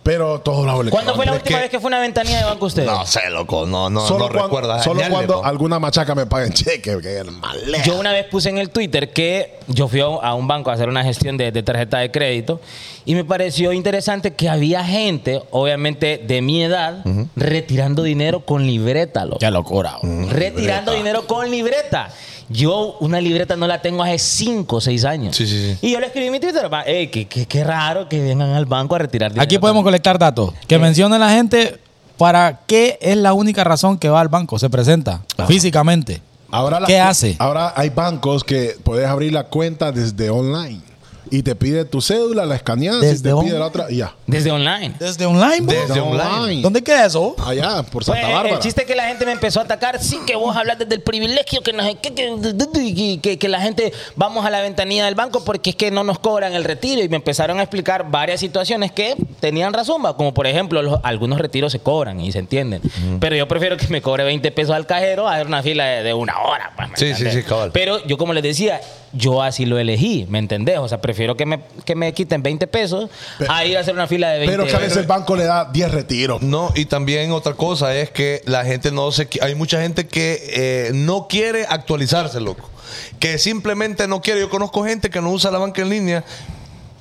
Pero todo bravo le ¿Cuándo quedó. fue la hombre, última que- vez que fue una ventanilla de banco usted? No sé, loco. No, no, Solo, no cuan- recuerdas. solo dañarle, cuando po. alguna machaca me pague en cheque, que el malea. Yo una vez puse en el Twitter que yo fui a un- a un banco a hacer una gestión de, de tarjeta de crédito y me pareció interesante que había gente, obviamente de mi edad, retirando dinero con libreta. loco. Qué locura. bro. Mm, Retirando dinero con libreta. Yo una libreta no la tengo hace 5 o 6 años. Sí, sí, sí. Y yo le escribí en mi Twitter, va, "Ey, qué, qué- qué raro que vengan al banco a retirar dinero. Aquí podemos colectar datos. Que mencione la gente para qué es la única razón que va al banco. Se presenta físicamente. Ahora la- ¿Qué hace? Ahora hay bancos que puedes abrir la cuenta desde online. Y te pide tu cédula, la escaneas y Desde te pide on- la otra. y Ya. Desde online. Desde online, bro. Desde online. ¿Dónde queda eso? Allá, por Pues, Santa el- Bárbara. el chiste es que la gente me empezó a atacar. Sí, que vos hablas desde el privilegio, que, no sé qué, que, que- que- que la gente vamos a la ventanilla del banco porque es que no nos cobran el retiro. Y me empezaron a explicar varias situaciones que tenían razón, va, como por ejemplo, los- algunos retiros se cobran y se entienden. Pero yo prefiero que me cobre 20 pesos al cajero a hacer una fila de, de una hora. pues, ¿me Sí, sí, entendés? sí, cabal. Pero yo, como les decía, yo así lo elegí, ¿me entendés? O sea, prefiero que me, que me quiten 20 pesos a ir a hacer una fila de 20 pero que a veces el banco le da 10 retiros. No, y también otra cosa es que la gente no se. qui- Hay mucha gente que eh, no quiere actualizarse, loco. Que simplemente no quiere. Yo conozco gente que no usa la banca en línea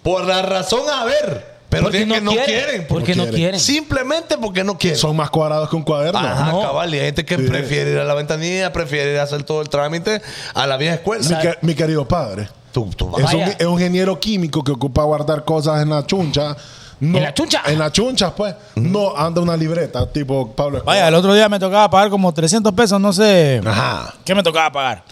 por la razón a ver. Pero Porque es que no no quieren. quieren. Porque no no quieren. Simplemente porque no quieren. Son más cuadrados que un cuaderno. Ajá, No. cabal. Y hay gente que prefiere ir a la ventanilla, prefiere ir a hacer todo el trámite a la vieja escuela. Pues, Mi, que- mi querido padre. Tú- tú- Es un, pues Vaya. es un ingeniero químico que ocupa guardar cosas en la chuncha. No- ¿En la chuncha? En la chuncha, pues. No anda una libreta, tipo Pablo Escobar. Vaya, el otro día me tocaba pagar como 300 pesos, no sé. Ajá. ¿Qué me tocaba pagar?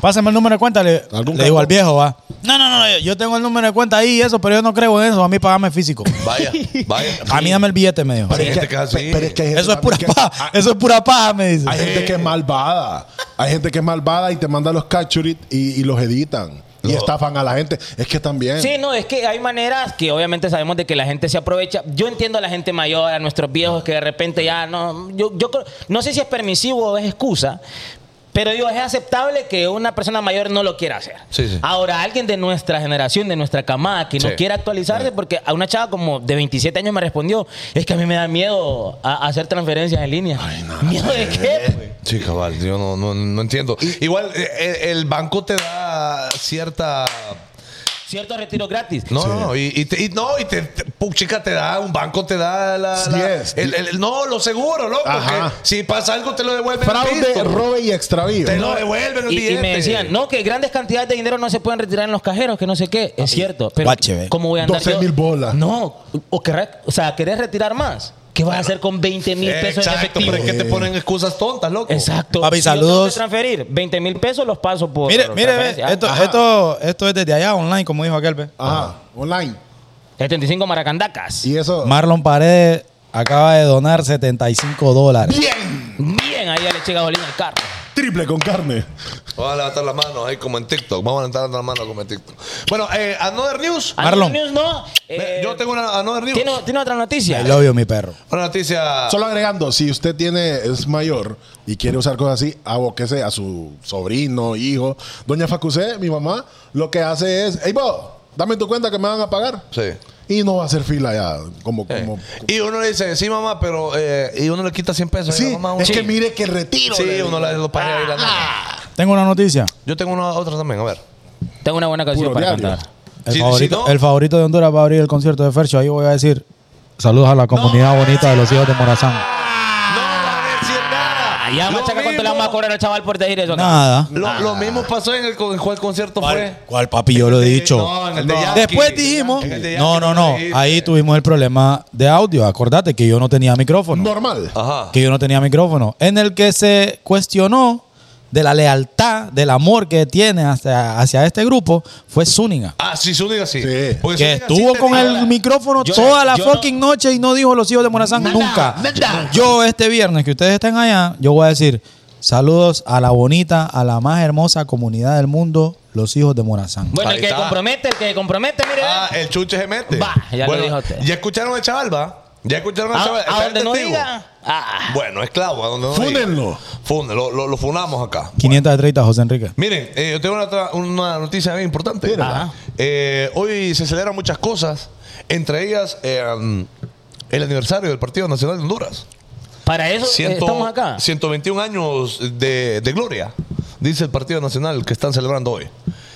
Pásame el número de cuenta, le, ¿Algún le digo cartón? al viejo, va. No, no, no, no, yo- yo tengo el número de cuenta ahí y eso, pero yo no creo en eso, a mí pagame físico. Vaya, vaya. A mí dame el billete, me dijo. Pero Hay es gente que- que es así. pe- pero es que hay gente este Eso es pura también que- paja, eso es pura paja, me dice. Hay gente que es malvada. Hay gente que es malvada y te manda los capturit y, y los editan. Y estafan a la gente. Es que también. Sí, no, es que hay maneras que obviamente sabemos de que la gente se aprovecha. Yo entiendo a la gente mayor, a nuestros viejos que de repente ya no. Yo, yo creo- no sé si es permisivo o es excusa. Pero digo, es aceptable que una persona mayor no lo quiera hacer. Sí, sí. Ahora, alguien de nuestra generación, de nuestra camada, que no Sí. quiera actualizarse, porque a una chava como de 27 años me respondió, es que a mí me da miedo a- a hacer transferencias en línea. ¿Miedo de qué? pues? Sí, cabal, yo no, no, no entiendo. Igual, eh, el, banco te da cierta. Cierto retiro gratis. No, no, no, y, y te, y no, y te, te- puchica, te da, un banco te da la. la- Yes. el- el- no, lo seguro, loco. Ajá. que si pasa algo, te lo devuelven. Fraude, listo. robe y extravío. Te lo devuelven el Y- y, billete. me decían, no, que grandes cantidades de dinero no se pueden retirar en los cajeros, que no sé qué. Es cierto. Pero guache, ve. ¿cómo voy a andar 12 yo? mil bolas. No. O, querrá- o sea, ¿querés retirar más? ¿Qué vas a hacer con 20 mil pesos en Exacto, efectivo? pero es que te ponen excusas tontas, loco. Exacto. Papi, Si yo tengo que saludos. transferir 20 mil pesos los paso por Mire, por mire, ve, transferencia. esto, Ajá. esto, esto es desde allá online, como dijo aquel. ve. Ajá. Online. 75 maracandacas. Y eso. Marlon Paredes acaba de donar 75 dólares. Bien. Bien, ahí ya le llega Bolín al carro. Triple con carne. Vamos a levantar las manos ahí como en TikTok. Vamos a levantar las manos como en TikTok. Bueno, eh, Another News. Marlon. Anonymous, no. Eh, Yo tengo una Another News. ¿tiene, tiene otra noticia? I love you, mi perro. Una noticia. Solo agregando, si usted tiene, es mayor y quiere usar cosas así, abóquese a su sobrino, hijo. Doña Facusé, mi mamá, lo que hace es, hey, vos, dame tu cuenta que me van a pagar. Sí. Y no va a hacer fila ya, como... Eh, como Y uno le dice, sí, mamá, pero. eh, y uno le quita 100 pesos. sí, Y la mamá, es sí. que mire que retiro. Sí, le- uno le lo paga ahí la Ah. nada. Tengo una noticia. Yo tengo una otra también, a ver. Tengo una buena canción Puro para diario. cantar. El, Si- favorito, si no- el favorito de Honduras va a abrir el concierto de Fercho. Ahí voy a decir saludos a la comunidad bonita de los hijos de Morazán. No va a decir nada. Allá, Lo Ah, machaca, ¿cuánto le vamos a mismo- cobrar al chaval por decir eso? acá? Nada. Ah. Lo, lo mismo pasó en el, con- en cuál concierto ¿Cuál, fue. cuál, papi? Yo lo he dicho. No, en el de No. Yankee. Después dijimos. En el de Yankee No, no, no. dijiste. Ahí tuvimos el problema de audio. Acordate que yo no tenía micrófono. Normal. Ajá. Que yo no tenía micrófono. En el que se cuestionó de la lealtad, del amor que tiene hacia, hacia este grupo, fue Zúñiga. Ah, sí, Zúñiga sí. Sí. Porque Que Pues Zúñiga sí estuvo te con dijo- el micrófono Yo- toda la yo fucking noche y no dijo los hijos de Morazán nunca. Yo este viernes que ustedes estén allá, yo voy a decir saludos a la bonita, a la más hermosa comunidad del mundo, los hijos de Morazán. Bueno, Ahí el que está. compromete, el que compromete, mire. eh. Ah, el chuche se mete. Va, ya lo Bueno, dijo usted. Ya escucharon al chaval, va. Ya escucharon al Ah, A- chaval. a Está el donde no testigo. diga. Ah. Bueno, esclavo, a donde no Fúnenlo. diga. Fúnenlo. Lo, lo funamos acá. 530, José Enrique. Miren, eh, yo tengo una, otra- una noticia bien importante. Tírala. Ajá. Eh, hoy se celebran muchas cosas, entre ellas eh, um, el aniversario del Partido Nacional de Honduras. Para eso eh, Ciento- estamos acá. 121 años de, de gloria, dice el Partido Nacional que están celebrando hoy.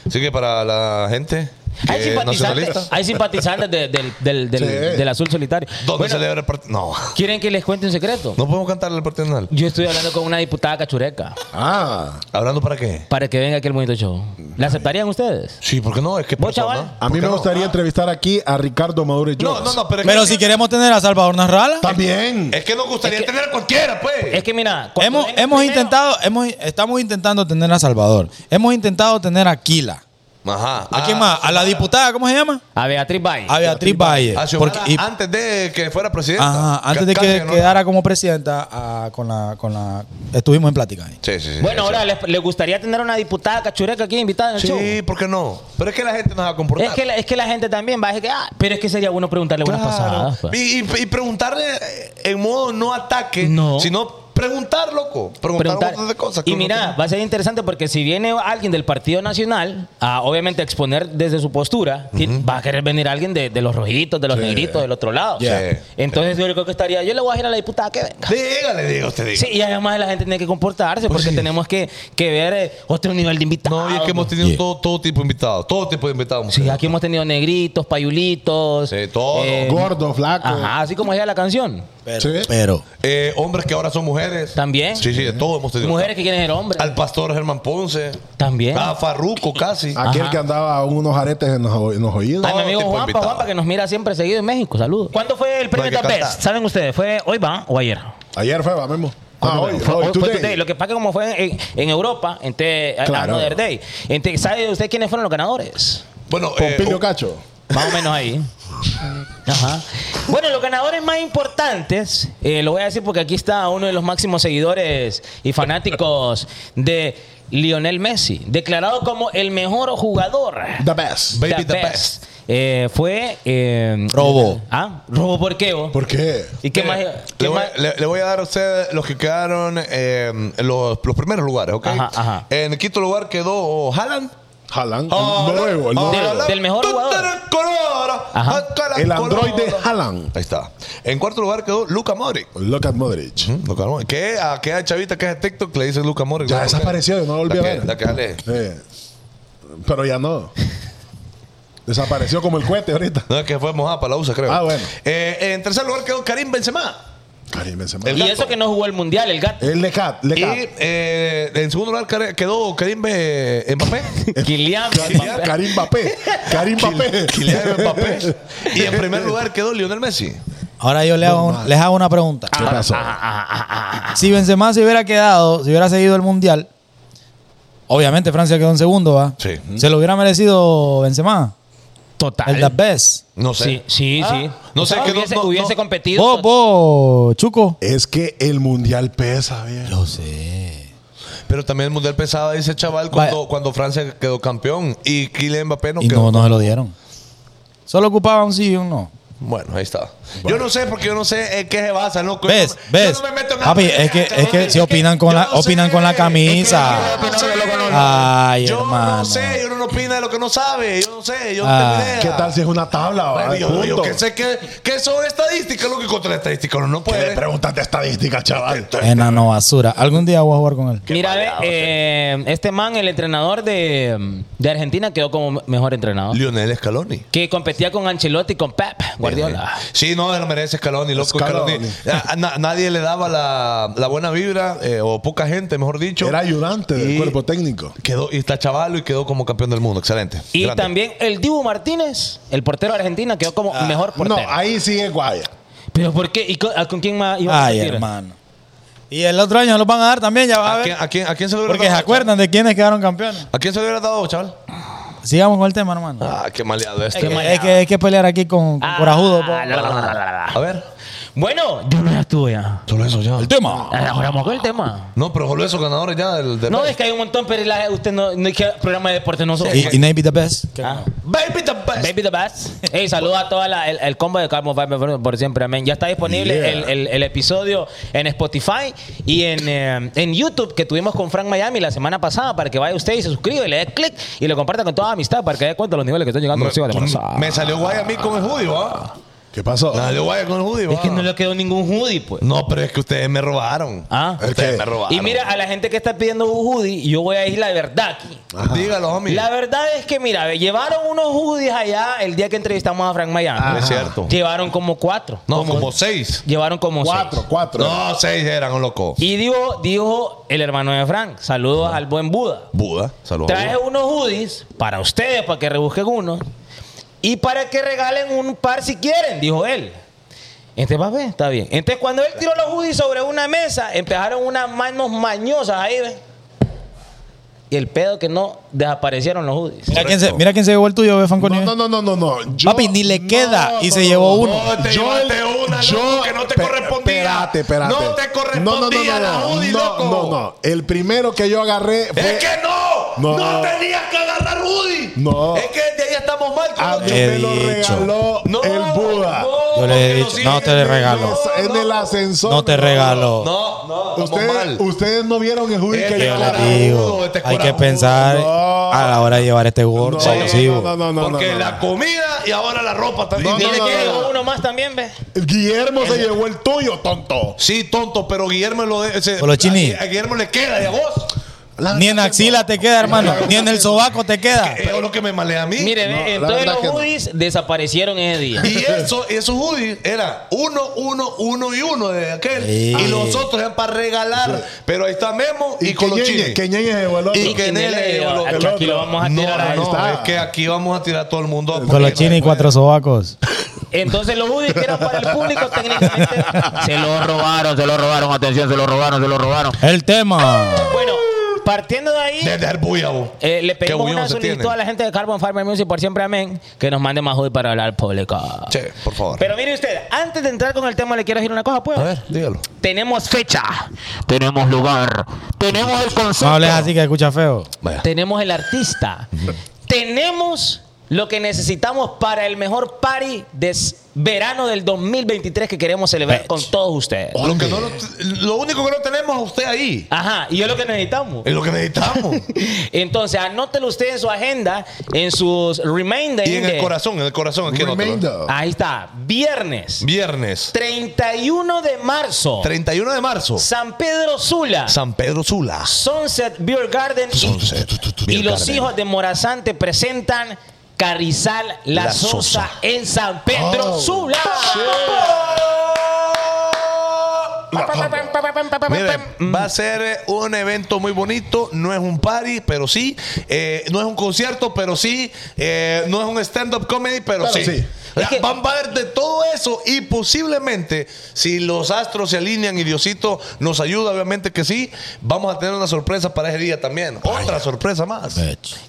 Así que para la gente que Hay es nacionalista, simpatizantes, hay simpatizantes de- del, del, del, Sí. del azul solitario. ¿dónde Bueno, celebra el Partido? No, ¿Quieren que les cuente un secreto? no podemos cantarle al Partido Nacional. Yo estoy hablando con una diputada cachureca Ah, ¿Hablando para qué? para que venga aquí al Bonito Show. ¿La aceptarían ustedes? Sí, ¿por qué no? Es que ¿Vos, persona- chaval? a mí me gustaría entrevistar aquí a Ricardo Maduro y Ah. No, Jones. no, Eh, no, pero es Pero que, si queremos tener a Salvador Nasralla, También. es que nos gustaría Es que- tener a cualquiera, pues. Es que mira, cuando hemos, venga hemos primero- intentado, hemos, estamos intentando tener a Salvador. Hemos intentado tener a Aquila. Ajá. ¿A quién más? A la diputada, ¿cómo se xiomara. llama? A Beatriz Bay. A Beatriz Valle. Ah, A Xiomara, Porque- y- antes de que fuera presidenta. ajá, antes de Casi que no- quedara como presidenta, ah, con, la, con la. Estuvimos en plática ahí. Sí, sí, sí. Bueno, sí. ahora les, les gustaría tener una diputada cachureca aquí invitada en el Sí, show. ¿por qué no? Pero es que la gente nos va a comportar. Es que, la, es que la gente también va a decir que, ah, pero es que sería bueno preguntarle Claro. buenas Ah, pasadas. pues". pues. pa. Y, y- y preguntarle eh, en modo no ataque, No. sino preguntar, loco. Preguntar, Preguntar. un montón de cosas. que y uno mira, va a ser interesante porque si viene alguien del Partido Nacional, a, obviamente a exponer desde su postura, ti- va a querer venir alguien de, de los rojitos, de los negritos, del otro lado. Yeah. Sí. Entonces yo creo que estaría, yo le voy a decir a la diputada que venga. tiene. Dígale, diga usted, diga. Sí, y además la gente tiene que comportarse porque Pues sí. tenemos que, que ver eh, otro nivel de invitados. No, y es que hemos tenido Yeah. todo, todo tipo de invitados. Todo tipo de invitados. hemos Sí, tenido. aquí hemos tenido negritos, payulitos. eh, Sí, todo. Gordo, flaco. Ajá, así como decía la canción. Sí. Pero. Eh, hombres que ahora son mujeres. También. Sí, sí, de todo hemos tenido. Mujeres que quieren ser hombres. Al Ah, pastor Germán Ponce. También. A Farruco casi. Aquel Ajá. que andaba unos aretes en los, en los oídos. A mi todo amigo tipo de Juanpa, invitado. Juanpa, que nos mira siempre seguido en México. Saludos. ¿Cuándo fue el premio hay que Top Best? cantar. Ah, ¿Saben ustedes? ¿Fue hoy va o ayer? Ayer fue, vamos. Ah, hoy, Fue- hoy, fue today. today. Lo que pasa que como fue en, en Europa, entonces, Claro. another day. Entonces, ¿sabe usted quiénes fueron los ganadores? Bueno, eh, Pompilio o- Cacho. Más o menos ahí. Ajá. Bueno, los ganadores más importantes, eh, lo voy a decir porque aquí está uno de los máximos seguidores y fanáticos de Lionel Messi, declarado como el mejor jugador. The best. Baby the best. Eh, fue. eh, Robo. Ah, robo por qué. vos? ¿Por qué? ¿Y qué Mire, más? qué eh, Le voy, más- le- le voy a dar a usted los que quedaron eh, los, los primeros lugares, ¿ok? Ajá, ajá. En el quinto lugar quedó oh, Haaland. Haaland. Haaland, Noruego, el Haaland, noruego. Del- del mejor Tottenham jugador. Colora, Ajá. Alcalá El androide Colora. Haaland. Ahí está. En cuarto lugar quedó Luca Modric. Look at Modric. Mm, Luka Modric. Que a aquella chavita que es de TikTok le dice Luca Modric. Ya ¿no? desapareció, yo no lo volví La a que- ver. la que sale. Eh, pero ya no. Desapareció como el cohete ahorita. No, es que fue mojada para la USA, creo. Ah, bueno. Eh, en tercer lugar quedó Karim Benzema. Karim Benzema. El- y eso que no jugó el mundial, el gato. El Lecat. Y Lecat. eh, en segundo lugar care- quedó Karim Be- Mbappé. Kylian Mbappé. Karim Mbappé. Karim Mbappé. Kylian Mbappé. Y en primer lugar quedó Lionel Messi. Ahora yo le hago un- les hago una pregunta. ¿Qué pasó? Ah, Si Benzema se hubiera quedado, si hubiera seguido el mundial, obviamente Francia quedó en segundo, ¿va? Sí. Se lo hubiera merecido Benzema, Total. el das best. No sé. Ah, Sí, sí, sí. No sé, que no- hubiese, no- hubiese no- competido. Vos, pues, vos, Chuco. Es que el mundial pesa, bien. Lo sé. Pero también el mundial pesaba ese chaval cuando, Vaya. cuando Francia quedó campeón y Kylian Mbappé no Y quedó. no, no se lo dieron. Solo ocupaba un sí y un no. Bueno, ahí está. Yo no sé porque yo no sé en qué se basa, loco. ¿Ves? Yo no- ¿Ves? yo no me meto en nada. Papi, es que, es que si opinan con yo la, no opinan sé. con la Es que camisa. yo no sé. Ay, yo hermano. no sé, yo no opino de lo que no sabe. Yo no sé, yo no Ah. tengo idea. ¿Qué tal si es una tabla? va? Bueno, yo, yo Punto. que sé que, que son estadísticas, lo que contra la estadística uno no ¿Qué puede. le preguntas de estadística, chaval? Enano basura. Algún día voy a jugar con él. Mira, ve, eh, este man, el entrenador de, de Argentina, quedó como mejor entrenador. Lionel Scaloni. Eh, Que competía con Ancelotti y con Pep Guardiola. Sí, no, lo merece Scaloni, loco. Scaloni. Scaloni. A- a- na- nadie le daba la, la buena vibra, eh, o poca gente, mejor dicho. Era ayudante del Y- cuerpo técnico. Quedó, y está chavalo y quedó como campeón del mundo. Excelente. Y Grande. también el Dibu Martínez, el portero argentino, quedó como Ah, mejor No, portero. ahí sigue Guaya. ¿Pero por qué? ¿Y con, a- con quién más iba a Ay, competir? hermano. Y el otro año los van a dar también, ya va a ¿A ver. quién, a, quién, a quién se lo hubiera Porque se dado? acuerdan de quiénes quedaron campeones. ¿A quién se lo hubiera dado, chaval? Sigamos con el tema, hermano. Ah, qué maleado Es este. que, es que- es que pelear aquí con, con corajudo. po. Ah, la, la, la, la, la. A ver. Bueno, yo no ya estuve ya. Solo eso ya. tema. Ahora vamos con el tema. No, pero solo esos ganadores ya del. del- No, es que hay un montón, pero la- usted no, no es que programa de deporte no somos. Y, y Navy the best. Ah. Baby the best. Baby the best. Hey, saluda a toda la, el, el combo de Carmo Five por, por siempre, amén. Ya está disponible Yeah. el, el- el episodio en Spotify y en, eh, en YouTube que tuvimos con Frank Miami la semana pasada para que vaya usted y se suscriba y le dé click y lo comparta con toda amistad para que dé cuenta de los niveles que están llegando los hijos de Mm, Me, Morazán. me salió guay a mí con el judío, ¿ah? ¿Qué pasó? No, yo vaya con el hoodie, Es que va. no le quedó ningún hoodie, pues. No, pero es que ustedes me robaron. Ah. ustedes Ok. me robaron. Y mira, a la gente que está pidiendo un hoodie, yo voy a ir la verdad aquí. dígalo, homie. La verdad es que, mira, ve, llevaron unos hoodies allá el día que entrevistamos a Frank Mayano. Ah, Ajá. Ah, Es cierto. Llevaron como cuatro. No, como seis. Llevaron como Cuatro, seis. cuatro. No, seis eran, loco. Y dijo, dijo el hermano de Frank, saludos al buen Buda. Buda, Oh. saludos. Traje unos hoodies para ustedes, para que rebusquen uno. Y para que regalen un par si quieren, dijo él. Entonces, va a ver, está bien. Entonces, cuando él tiró los hoodies sobre una mesa, empezaron unas manos mañosas ahí, ¿ves? Y el pedo que no desaparecieron los hoodies. Ah. Mira quién, se, mira quién se llevó el tuyo, ve, Fanconi. No, no, no, no, no, no. Yo- Papi, ni le no, queda y no, se no, llevó no, uno. no. No, te Yo- llevaste una, yo- loco, que no te pe- correspondía. Espérate, espérate. No te correspondía la hoodie, no, loco. No, no, El primero que yo agarré fue... ¡Es que no! ¡No, No. tenías que agarrar Woody! No. Es que de ahí estamos mal. A mí coño. He me lo dicho. regaló No, el Buda. no, Yo le he porque dicho, nos no siguen te le en- regalo. En el ascensor. No te me lo regalo. No, no, estamos mal. Ustedes, ustedes no vieron el hoodie Este que Yo yo corajudo, le digo, este hay que corajudo. pensar No. a la hora de llevar este gordo No, abusivo. no, no, no, no, porque no, no. la comida y ahora la ropa también. No, no, Y le no, quedó no, no. uno más también, ¿ves? Guillermo se llevó el tuyo, tonto. Sí, tonto, pero Guillermo lo de, ese- Pero, Chini. a, a Guillermo le queda, ¿y a vos? La Ni en verdad que no. axila te queda, hermano. Ni en el sobaco te queda. Es lo que me malea a mí. Mire, No, ve, la entonces verdad los que no. hoodies desaparecieron ese día. Y eso, esos hoodies era uno, uno, uno y uno de aquel. Sí. Y los otros eran para regalar. Pero ahí está Memo y, Y que Ñeñe, Colochini. que Ñeñe se llevó el otro. Y que Nele Nele llevó llevó- lo- aquí el aquí Ah, lo otro. vamos a No, tirar a Ah, no, esto. está. es que aquí vamos a tirar a todo el mundo. a- Con los chinos y cuatro sobacos. Entonces los hoodies que eran para el público técnicamente se los robaron, se los robaron, atención, se los robaron, se los robaron. El tema. Bueno, partiendo de ahí, Desde el buyabo. eh, le Qué pedimos bullón una se solicitud tiene. a la gente de Carbon Farmer Music por siempre amén que nos mande más hoodies para hablar al público. Che, por favor. Pero mire usted, antes de entrar con el tema le quiero decir una cosa, pues. a ver, dígalo. Tenemos fecha, tenemos lugar, tenemos el concepto. No hables así que escucha feo. Vaya. Tenemos el artista. Tenemos lo que necesitamos para el mejor party de s- verano del 2023 que queremos celebrar con todos ustedes. Lo, que no lo, lo único que no tenemos a usted ahí. Ajá, y es lo que necesitamos. Es lo que necesitamos. Entonces, anótelo usted en su agenda, en sus reminders. y en el corazón, en el corazón. aquí nosotros. Remainder. Ahí está, viernes Viernes 31 de marzo, 31 de marzo. San Pedro Sula. San Pedro Sula. Sunset Beer Garden y- Sunset y Beer los Garden. hijos de Morazante presentan Carrizal La, La Sosa, Sosa. Oh. en San Pedro Sula. Miren, va a ser eh, un evento muy bonito. No es un party, pero sí. Eh, no es un concierto, pero sí. Eh, no es un stand-up comedy, pero, Pero sí. sí. La- Es que- Van a ver de todo eso y posiblemente, si los astros se alinean y Diosito nos ayuda, obviamente que sí, vamos a tener una sorpresa para ese día también. Otra sorpresa más.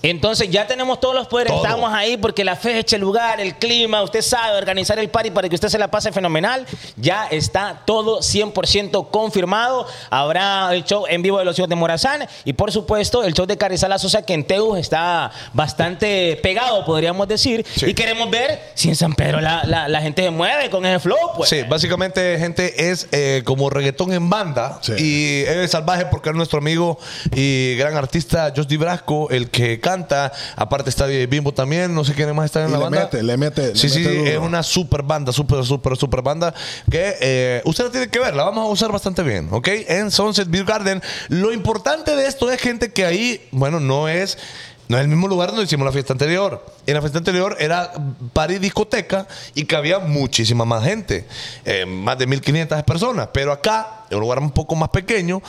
Entonces ya tenemos todos los poderes, Todo. estamos ahí porque la fecha, el lugar, el clima, usted sabe organizar el party para que usted se la pase fenomenal. Ya está todo 100% confirmado. Habrá el show en vivo de los hijos de Morazán y por supuesto el show de Carrizal La Sosa que en Teus está bastante pegado, podríamos decir. Sí. Y queremos ver si en San Pedro la, la- la gente se mueve con ese flow. Pues. Sí, básicamente, gente, es eh, como reggaetón en banda. Sí. Y es salvaje porque es nuestro amigo y gran artista Josdi Brasco, el que canta. Aparte está DJ Bimbo también. No sé quién más está en Y la le banda. mete, le mete, le Sí, sí, mete duro. es una super banda, super, super, super banda. Que eh, usted la tiene que ver, la vamos a usar bastante bien, ¿ok? En Sunset Beer Garden. Lo importante de esto es, gente, que ahí, bueno, no es. No es el mismo lugar donde hicimos la fiesta anterior. En la fiesta anterior era party discoteca y que había muchísima más gente, eh, más de 1500 personas. Pero acá, en un lugar un poco más pequeño,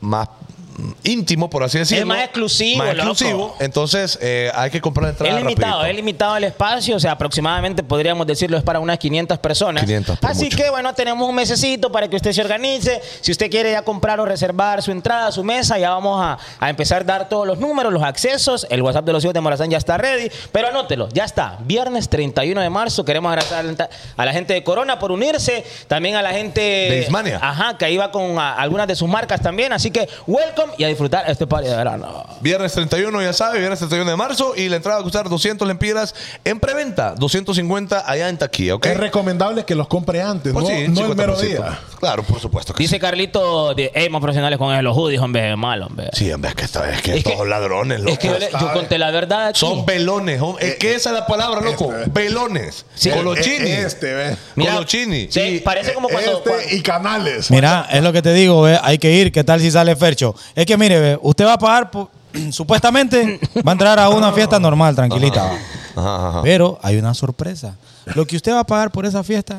más mm, íntimo, por así decirlo. más exclusivo, Más loco. exclusivo. Entonces, eh, hay que comprar Es entradas limitado, rapidito. es limitado el espacio, o sea, aproximadamente podríamos decirlo, es para unas 500 personas. 500 por Así mucho. que bueno, tenemos un mesecito para que usted se organice. Si usted quiere ya comprar o reservar su entrada, su mesa, ya vamos a, a empezar a dar todos los números, los accesos. El WhatsApp de los hijos de Morazán ya está ready, pero anótelo, ya está. Viernes 31 de marzo, queremos agradecer a la gente de Corona por unirse, también a la gente De Ismania. Ajá, que ahí va con a- algunas de sus marcas también. Así que welcome Kingdom y a disfrutar este party de verano. Viernes 31, ya sabe, viernes 31 de marzo. Y la entrada va a costar 200 lempiras en preventa, 250 allá en taquilla, ¿ok? Es recomendable que los compre antes, Pues no, sí, no el 50%. mero día. Claro, por supuesto que Dice Carlito, de- hey, más profesionales con los hoodies, hombre, malo, hombre. sí. Sí, hombre, es que esta vez que Es que- estos ladrones, loco. es que yo, le- yo ¿sabes? conté la verdad. aquí. Son velones, hom- es que esa es la palabra, loco. Eh, Este, Velones. Sí. Con los Eh, chinis. Este, ve. Mira, Colochini. sí, parece como cuando. cuando- Este y canales. Mira, es lo que te digo, ve, hay que ir. ¿Qué tal si sale Fercho? Es que mire, ve, usted va a pagar, pu- supuestamente va a entrar a una fiesta normal, tranquilita. va. Ajá, ajá. Pero hay una sorpresa. Lo que usted va a pagar por esa fiesta,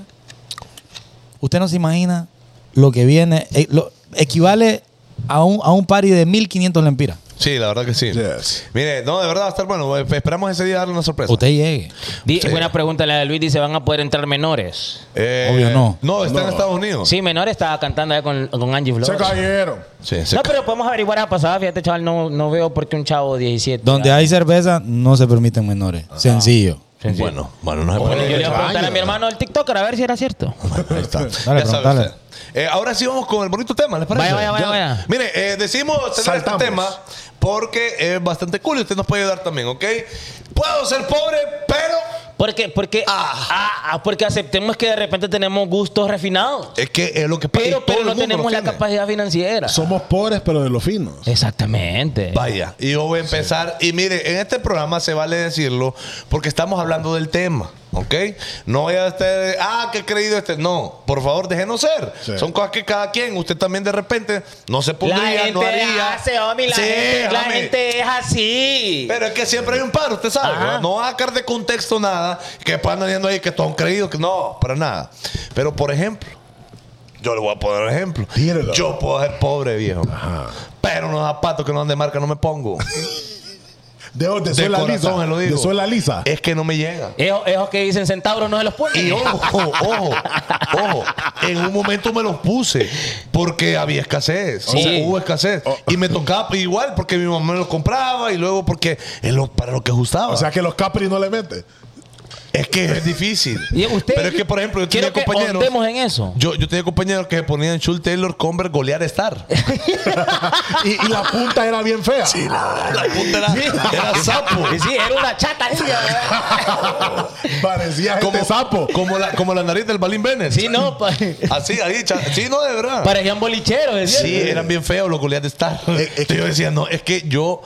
usted no se imagina lo que viene. eh, lo- equivale a un, a un party de 1500 lempiras. Sí, la verdad que sí. Yes. Mire, no, de verdad va a estar bueno. Pues, Esperamos ese día darle una sorpresa. Usted llegue. Di- Sí. Buena pregunta la de Luis, dice, ¿van a poder entrar menores? Eh, Obvio no. No, está en No. Estados Unidos. Sí, menores estaba cantando allá con, con Angie Flores. Se cayeron. Sí, sí. No, pero podemos averiguar a pasada, fíjate, chaval, no, no veo por qué un chavo de 17. Donde hay cerveza, no se permiten menores. Sencillo. Sencillo. Bueno, bueno, no se puede. Bueno, yo le iba a Ocho preguntar a años. mi hermano el TikToker a ver si era cierto. Ahí está. Dale, Ya sabe preguntale. usted. Eh, ahora sí vamos con el bonito tema, ¿les parece? Vaya, vaya, vaya, Ya. vaya. Mire, eh, decimos tener Saltamos. este tema porque es bastante cool y usted nos puede ayudar también, ¿ok? Puedo ser pobre, pero Porque, porque, Ah. ah, ah, porque aceptemos que de repente tenemos gustos refinados. es que es lo que pasa. Pero, pero no tenemos la capacidad financiera. Somos pobres, pero de los finos. Eh. Exactamente. Vaya, y yo voy a empezar. Y mire, en este programa se vale decirlo porque estamos hablando del tema, ¿ok? No vaya a estar, ah, qué creído este. No, por favor, déjenos ser. Sí. Son cosas que cada quien, usted también de repente no se pondría, la no gente haría. hace, homie, la, Sí, gente, la homie. gente es así. Pero es que siempre hay un par, usted sabe. Ajá. ¿no? No va a sacar de contexto nada, que pasan diciendo ahí que son creídos, que no, para nada. Pero por ejemplo, yo le voy a poner un ejemplo. Tírelo. Yo puedo ser pobre, viejo. Ah. Pero unos zapatos que no son de marca no me pongo. Dedos de, De suela corazón lisa. se lo digo. Eh. De suela lisa. es que no me llegan. Esos, esos que dicen centauros no se los ponen. Y ojo, ojo, ojo. En un momento me los puse porque había escasez. O Sí. sea, hubo escasez. Oh. Y me tocaba igual porque mi mamá me los compraba y luego porque es lo- para lo que ajustaba. O sea que los Capri no le meten. Es que es difícil. Y usted- Pero es que, por ejemplo, yo quiero tenía que compañeros. ahondemos en eso. Yo, yo tenía compañeros que se ponían Schultz, Taylor, Converse, golear Star. Y, y la punta era bien fea. La punta era, era sapo. Y sí, era una chata. así, ¿verdad? Parecía como sapo. Como la, como la nariz del Balín Vélez. Este sí, no, pa- Así, ahí, cha- sí, no, de verdad. parecían bolicheros. decían. Sí, eran bien feos los golear Star. Es- es Entonces yo decía, no, es que yo.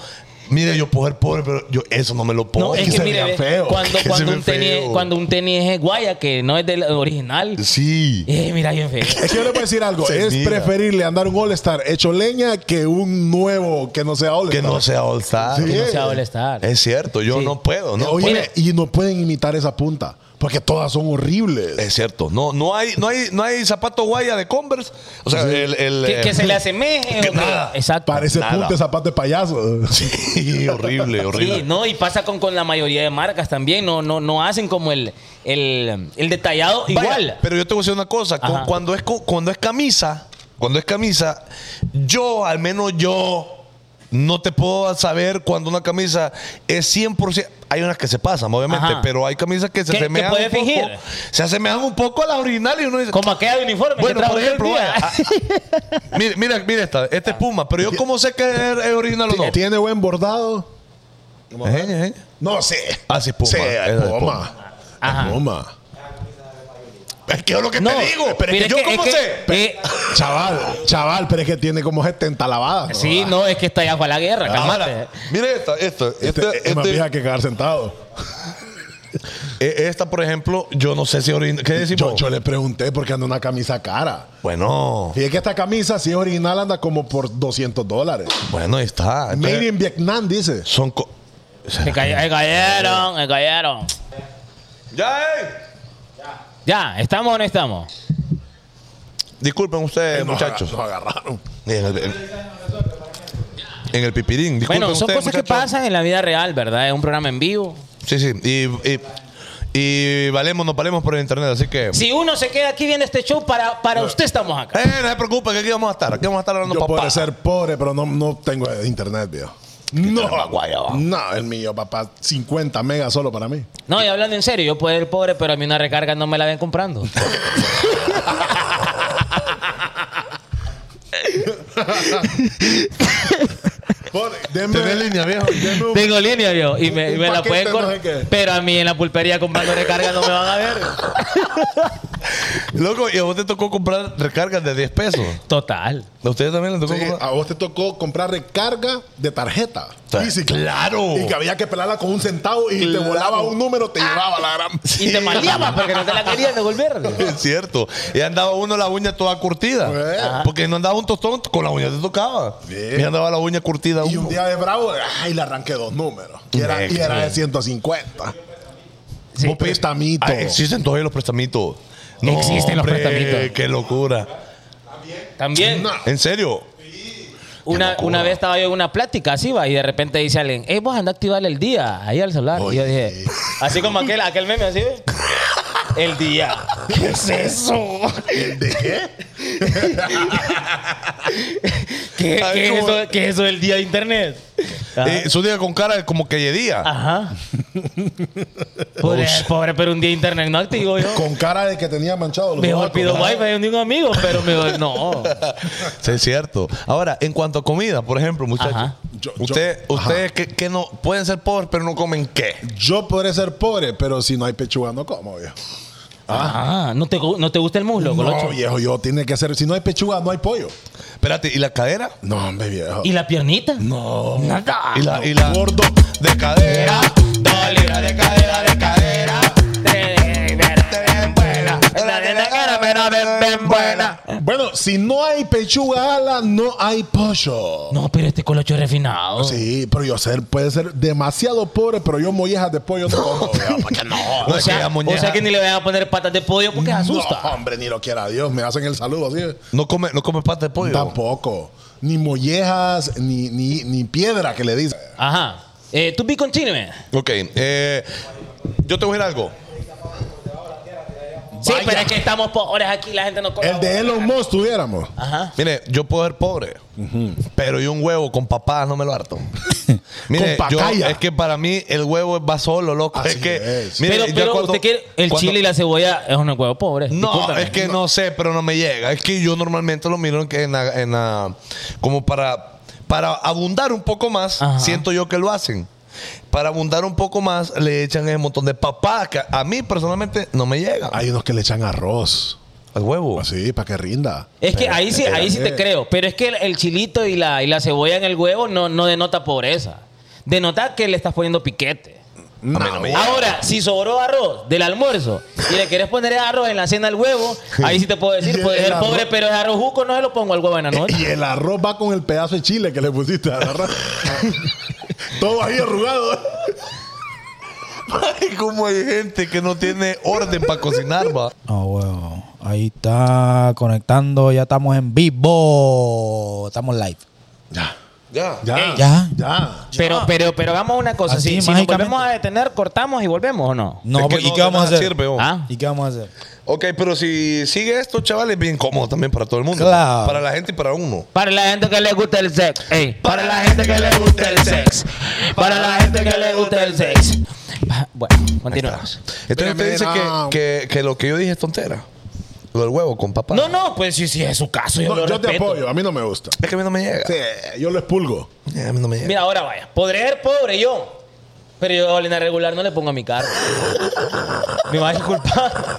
Mire, yo puedo ser pobre, pero yo eso no me lo No, pongo. es que que se mire, veía ve, feo, cuando, que se cuando, ve un tenis, feo. cuando un tenis es guaya, que no es del original, Sí. eh, mira bien feo. Es que yo le voy a decir algo. Se es mira. preferible andar un All-Star hecho leña que un nuevo que no sea Que All-Star. no sea All Star. Sí. Que no sea All-Star. Es cierto, yo Sí. no puedo. No pues. Oye, Mire. y no pueden imitar esa punta. Porque todas son horribles. Es cierto, no, no hay, no hay, no hay zapato guaya de Converse. O sea, el, el, Que, eh, que se le asemeje. que hombre. nada. Exacto. Parece Nada. punta de zapato de payaso. Sí, horrible, horrible. Sí, no, y pasa con, con la mayoría de marcas también. No, no, no hacen como el, el, el detallado Vaya, igual. Pero yo te voy a decir una cosa, cu- Ajá. cuando es cu- cuando es camisa, cuando es camisa, yo, al menos yo, no te puedo saber cuando una camisa es 100%. Hay unas que se pasan, obviamente, Ajá. pero hay camisas que se ¿Qué- qué asemejan puede un poco- fingir? se asemejan un poco a la original y uno dice, Como aquella de uniforme. que Bueno, trajo por aquel ejemplo, día. vaya, ah, mira, mira, mira esta, este es Puma, pero yo cómo sé que es, es original o no. Tiene buen bordado. Ejé, ejé. No sé. Ah, sí, es Puma. Sí, Es es de Puma. Ajá. Es Puma. Es que es lo que No, te digo, pero es mira, que yo es cómo que- sé. eh, Chaval, chaval, pero es que tiene como 70 lavadas. ¿no? Ah. sí, no, es que está ya para la guerra. Ahora, cálmate. mire esta, esta, Este, esta, es más este- vieja que quedar sentado. Eh, Esta, por ejemplo, yo no sé si original. ¿Qué decimos? Yo, yo le pregunté porque anda una camisa cara. Bueno, Fíjate que esta camisa, si es original, anda como por 200 dólares. bueno, ahí está. Entonces, Made in Vietnam, dice. son. co- Se cay- se cayeron, se cayeron. ¡Ya, eh! Ya, ¿estamos o no estamos? Disculpen ustedes, Eh, Nos muchachos. aga- nos agarraron. En el, en- en el pipirín. Disculpen Bueno, son ustedes, cosas que muchachos. pasan en la vida real, ¿verdad? Es un programa en vivo. Sí, sí. Y, y, y valemos, nos valemos por el internet, así que. Si uno se queda aquí viendo este show, para, para usted estamos acá. Eh, no se preocupen, que aquí vamos a estar. Aquí vamos a estar hablando Yo papá. puedo ser pobre, pero no, no tengo internet, viejo. la guaya, va. No, no, el mío, papá, 50 megas solo para mí. No, y hablando en serio, yo puedo ir pobre, pero a mí una recarga no me la ven comprando. Por- denme- Tenés línea, viejo. denme un- Tengo línea yo y me, Un- y un me la paquete, pueden no cortar. sé qué. pero a mí en la pulpería comprando recarga no me van a ver. Loco, y a vos te tocó comprar recargas de 10 pesos. Total. ¿A ustedes también les tocó Sí, comprar? a vos te tocó comprar recarga de tarjeta. Sí. Física. claro. Y que había que pelarla con un centavo y te volaba un número, te llevaba la gran. Y te maleaba porque no te la querían devolver. Es cierto. Y andaba uno la uña toda curtida. Eh. Ajá. Porque no andaba un tostón, con la uña te tocaba. Bien. Y andaba la uña curtida. Y uno. un día de bravo, ay, le arranqué dos números. Y era, y era de 150. un prestamito. Ah, existen todavía los prestamitos. No, Existen los hombre, prestamitos. Qué locura. También. ¿En serio? Una, una vez estaba yo en una plática así, va, y de repente dice alguien, eh, vos anda a activar el día ahí al celular. Y yo dije, así como aquel, aquel meme así, ¿ve? el día. ¿Qué es eso? ¿De qué? ¿Qué, Ay, qué es, como- eso, qué es eso del día de internet? Ajá. Eh, es un día con cara como que de día. Ajá. Pobre, pobre, pero un día de internet no activo yo. Con cara de que tenía manchado los Mejor ojos. pido wifi de un amigo, pero mejor no. Sí, es cierto. Ahora, en cuanto a comida, por ejemplo, muchachos. Ajá. Yo- yo- Usted, ustedes que, que no pueden ser pobres, pero no comen qué. Yo podré ser pobre, pero si no hay pechuga, no como, viejo. Ah, ¿no te, gu- no te gusta el muslo, No, Colocho? viejo, yo tiene que ser. Si no hay pechuga, no hay pollo. Espérate, ¿y la cadera? No, hombre, viejo. ¿Y la piernita? No. Nada. Y la, y la Gordo. de cadera. Dos libras de cadera, de cadera. Bueno, si no hay pechuga ala, no hay pollo. No, pero este colocho es refinado. Sí, pero yo ser, puede ser demasiado pobre, pero yo mollejas de pollo no como, viejo, porque no. No, O es que sea, la o muñeca- sea que ni le van a poner patas de pollo porque asusta. No, hombre, ni lo quiera Dios, me hacen el saludo así. no come, no come pata de pollo. Tampoco. Ni mollejas, ni, ni, ni piedra que le dicen. Ajá. Eh, ¿Tú vi con chile, me? Ok, eh, yo te voy a decir algo. Sí, Vaya. pero es que estamos pobres aquí, la gente no come. El de Elon Musk tuviéramos. Ajá. Mire, yo puedo ser pobre, pero yo un huevo con papadas no me lo harto. Mire, Con yo- pacaya. es que para mí el huevo va solo, loco. Así es que, es. mire, pero yo pero cuando- usted quiere. El cuando- chile y la cebolla es un huevo pobre. No, Discúlpame. es que no. sé, pero no me llega. Es que yo normalmente lo miro en que en la- en la- como para, para abundar un poco más, Ajá. siento yo que lo hacen. Para abundar un poco más, le echan un montón de papadas que a- a mí personalmente no me llega. Hay unos que le echan arroz. Al huevo. Así, para que rinda. Es que ahí sí, Pero- ahí sí te creo. Pero es que el, el chilito y la, y la cebolla en el huevo no, no denota pobreza. Denota que le estás poniendo piquete. No, Ahora, si sobró arroz del almuerzo y le quieres poner arroz en la cena al huevo, ahí sí te puedo Y decir, el- puede el ser arroz- pobre, pero el arroz juco no se lo pongo al huevo en la noche. Y el arroz va con el pedazo de chile que le pusiste al arroz. Todo ahí arrugado. Como hay gente que no tiene orden para cocinar, va. No, huevo. Ah, Ahí está conectando. Ya estamos en vivo. Estamos live. Ya. Ya. Ya. Ya. Ya. Pero, pero, pero hagamos una cosa. Así, si, si nos mágicamente. volvemos a detener, cortamos y volvemos o no. No, Es que pues, ¿y no, qué de vamos a nada hacer? sirve, vos. ¿Ah? ¿Y qué vamos a hacer? Ok, pero si sigue esto, chavales, bien cómodo también para todo el mundo. Claro. Para la gente y para uno. Para la gente que le gusta el sexo. ey. Para la gente que le gusta el sexo. Para la gente que le gusta el sexo. Pa- Bueno, continuamos. Entonces Espérame, usted dice no. que, que- que lo que yo dije es tontera. Lo del huevo con papá. No, no, pues sí, sí, es su caso. Yo, No, lo yo te respeto. apoyo, a mí no me gusta. Es que a mí no me llega. Sí, yo lo expulgo. A mí no me llega. Mira, ahora vaya. Podré ser pobre yo. Pero yo a la regular no le pongo a mi carro. Me va a disculpar.